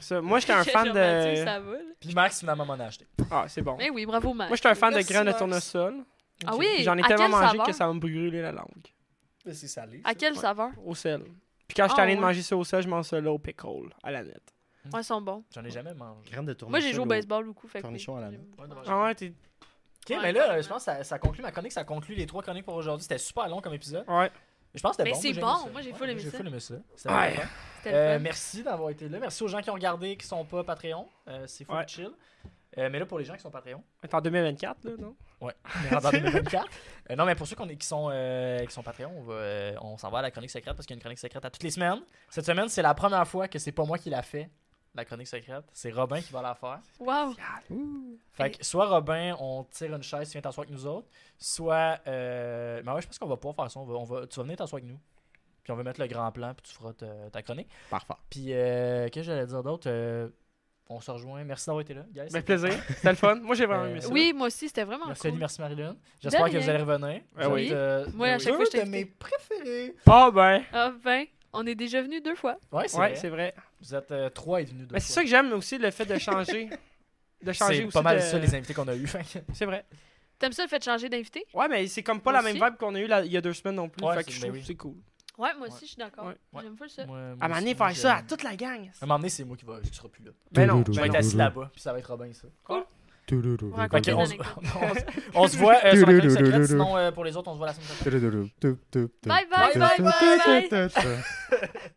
B: Ça, Moi, j'étais un
D: J'étais
B: fan
D: genre, Mathieu,
B: de.
D: ça va, là.
E: Puis Max, finalement, m'en a acheté.
B: Ah, c'est bon.
D: Mais euh, oui, bravo, Max.
B: Moi, j'étais un fan de
E: Merci,
B: graines de
E: Max.
B: tournesol.
D: Ah
E: Ok.
D: oui,
B: J'en ai
D: à
B: tellement
D: quelle
B: mangé
D: saveur?
B: que ça va me brûler la langue.
E: Mais C'est salé.
D: À quelle saveur?
B: Au sel. Puis quand je suis
D: Ah,
B: allé de
D: ouais.
B: manger ça au sel, je mange ça là au pickle, à la nette.
D: Ouais, ils sont bons.
E: J'en ai jamais mangé.
C: Graine de
D: Moi, j'ai joué au
C: tournesol
D: baseball beaucoup, fait que...
C: Cornichon à la
D: j'aime
C: main.
D: beaucoup.
E: Euh,
B: Ah ouais, t'es.
E: Ok, mais là, je pense que ça, ça conclut ma chronique. Ça conclut les trois chroniques pour aujourd'hui. C'était super long comme épisode.
B: Ouais.
E: Je pense que c'était
D: Mais
E: bon.
D: Ben, c'est
E: j'ai
D: bon.
E: aimé ça.
D: Moi, j'ai
E: Ouais,
D: full aimé
E: J'ai
D: ça.
E: full aimé ça. C'était
B: Ouais.
E: vraiment fun.
D: C'était le
E: Euh,
D: fun.
E: merci d'avoir été là. Merci aux gens qui ont regardé, qui sont pas Patreon. Euh, c'est full
B: Ouais.
E: chill. Euh, mais là, pour les gens qui sont Patreon,
B: T'es en 2024, là, non?
E: on est rendu en 2024. Euh, non, mais pour ceux qu'on est- qui, sont, euh, qui sont Patreon, on, va, euh, on s'en va à la chronique secrète parce qu'il y a une chronique secrète à toutes les semaines. Cette semaine, c'est la première fois que c'est pas moi qui l'a fait, la chronique secrète. C'est Robin qui va la faire.
D: Wow.
E: Fait que soit Robin, on tire une chaise, tu viens t'asseoir avec nous autres. Soit. Euh... Mais ouais, je pense qu'on va pouvoir faire ça. On va, on va... Tu vas venir t'asseoir avec nous. Puis on va mettre le grand plan, puis tu feras ta, ta chronique.
C: Parfait.
E: Puis, euh, qu'est-ce que j'allais dire d'autre Euh, On se rejoint. Merci d'avoir été là, guys.
B: Ben, plaisir. C'était le fun. Moi, j'ai vraiment
E: Euh,
B: aimé ça.
D: Oui, moi aussi, c'était vraiment
E: Merci, Ali,
D: cool.
E: merci, Marilyn. J'espère que
D: rien.
E: vous allez revenir.
B: Ouais,
E: Vous
B: Ah oui.
E: êtes, euh,
D: Moi, à chaque
E: deux
D: fois, je t'ai
E: de mes préférés.
B: Ah, ben.
D: Ah ben, on est déjà venu deux fois.
E: Ouais, c'est
B: Ouais,
E: vrai.
B: c'est vrai.
E: Vous êtes euh, trois et venus deux.
B: Mais c'est ça que j'aime aussi, le fait de changer. De changer
E: C'est
B: aussi.
E: pas mal
B: de-
E: ça, les invités qu'on a eu. Fait que-
B: C'est vrai.
D: T'aimes ça le fait de changer d'invité?
B: Ouais, mais c'est comme pas
D: Moi
B: la même
D: aussi.
B: vibe qu'on a eu la- il y a deux semaines non plus.
E: Ouais,
B: fait que
E: c'est-
B: je
E: ben
B: trouve
E: oui.
B: que c'est cool.
D: Ouais, moi aussi,
E: Ouais.
D: je suis d'accord.
B: Ouais.
E: Ouais.
D: J'aime pas ça.
E: Moi, moi
B: À m'amener
E: aussi,
B: faire
E: moi,
B: ça à
E: j'aime.
B: toute la gang.
E: À un moment donné, c'est moi qui va, qui sera plus là.
B: Ben non.
C: Doudou.
E: Je
B: Ben
E: vais
B: non.
E: être assis là-bas, puis ça va être Robin, ça.
B: Cool.
D: Vous
E: Ok,
D: racontez une
E: on,
D: anecdote.
E: se- on se voit euh, sur la chronique secrète, sinon euh, pour les autres, on se voit la semaine prochaine.
D: Bye, bye, bye, bye, bye.
C: bye.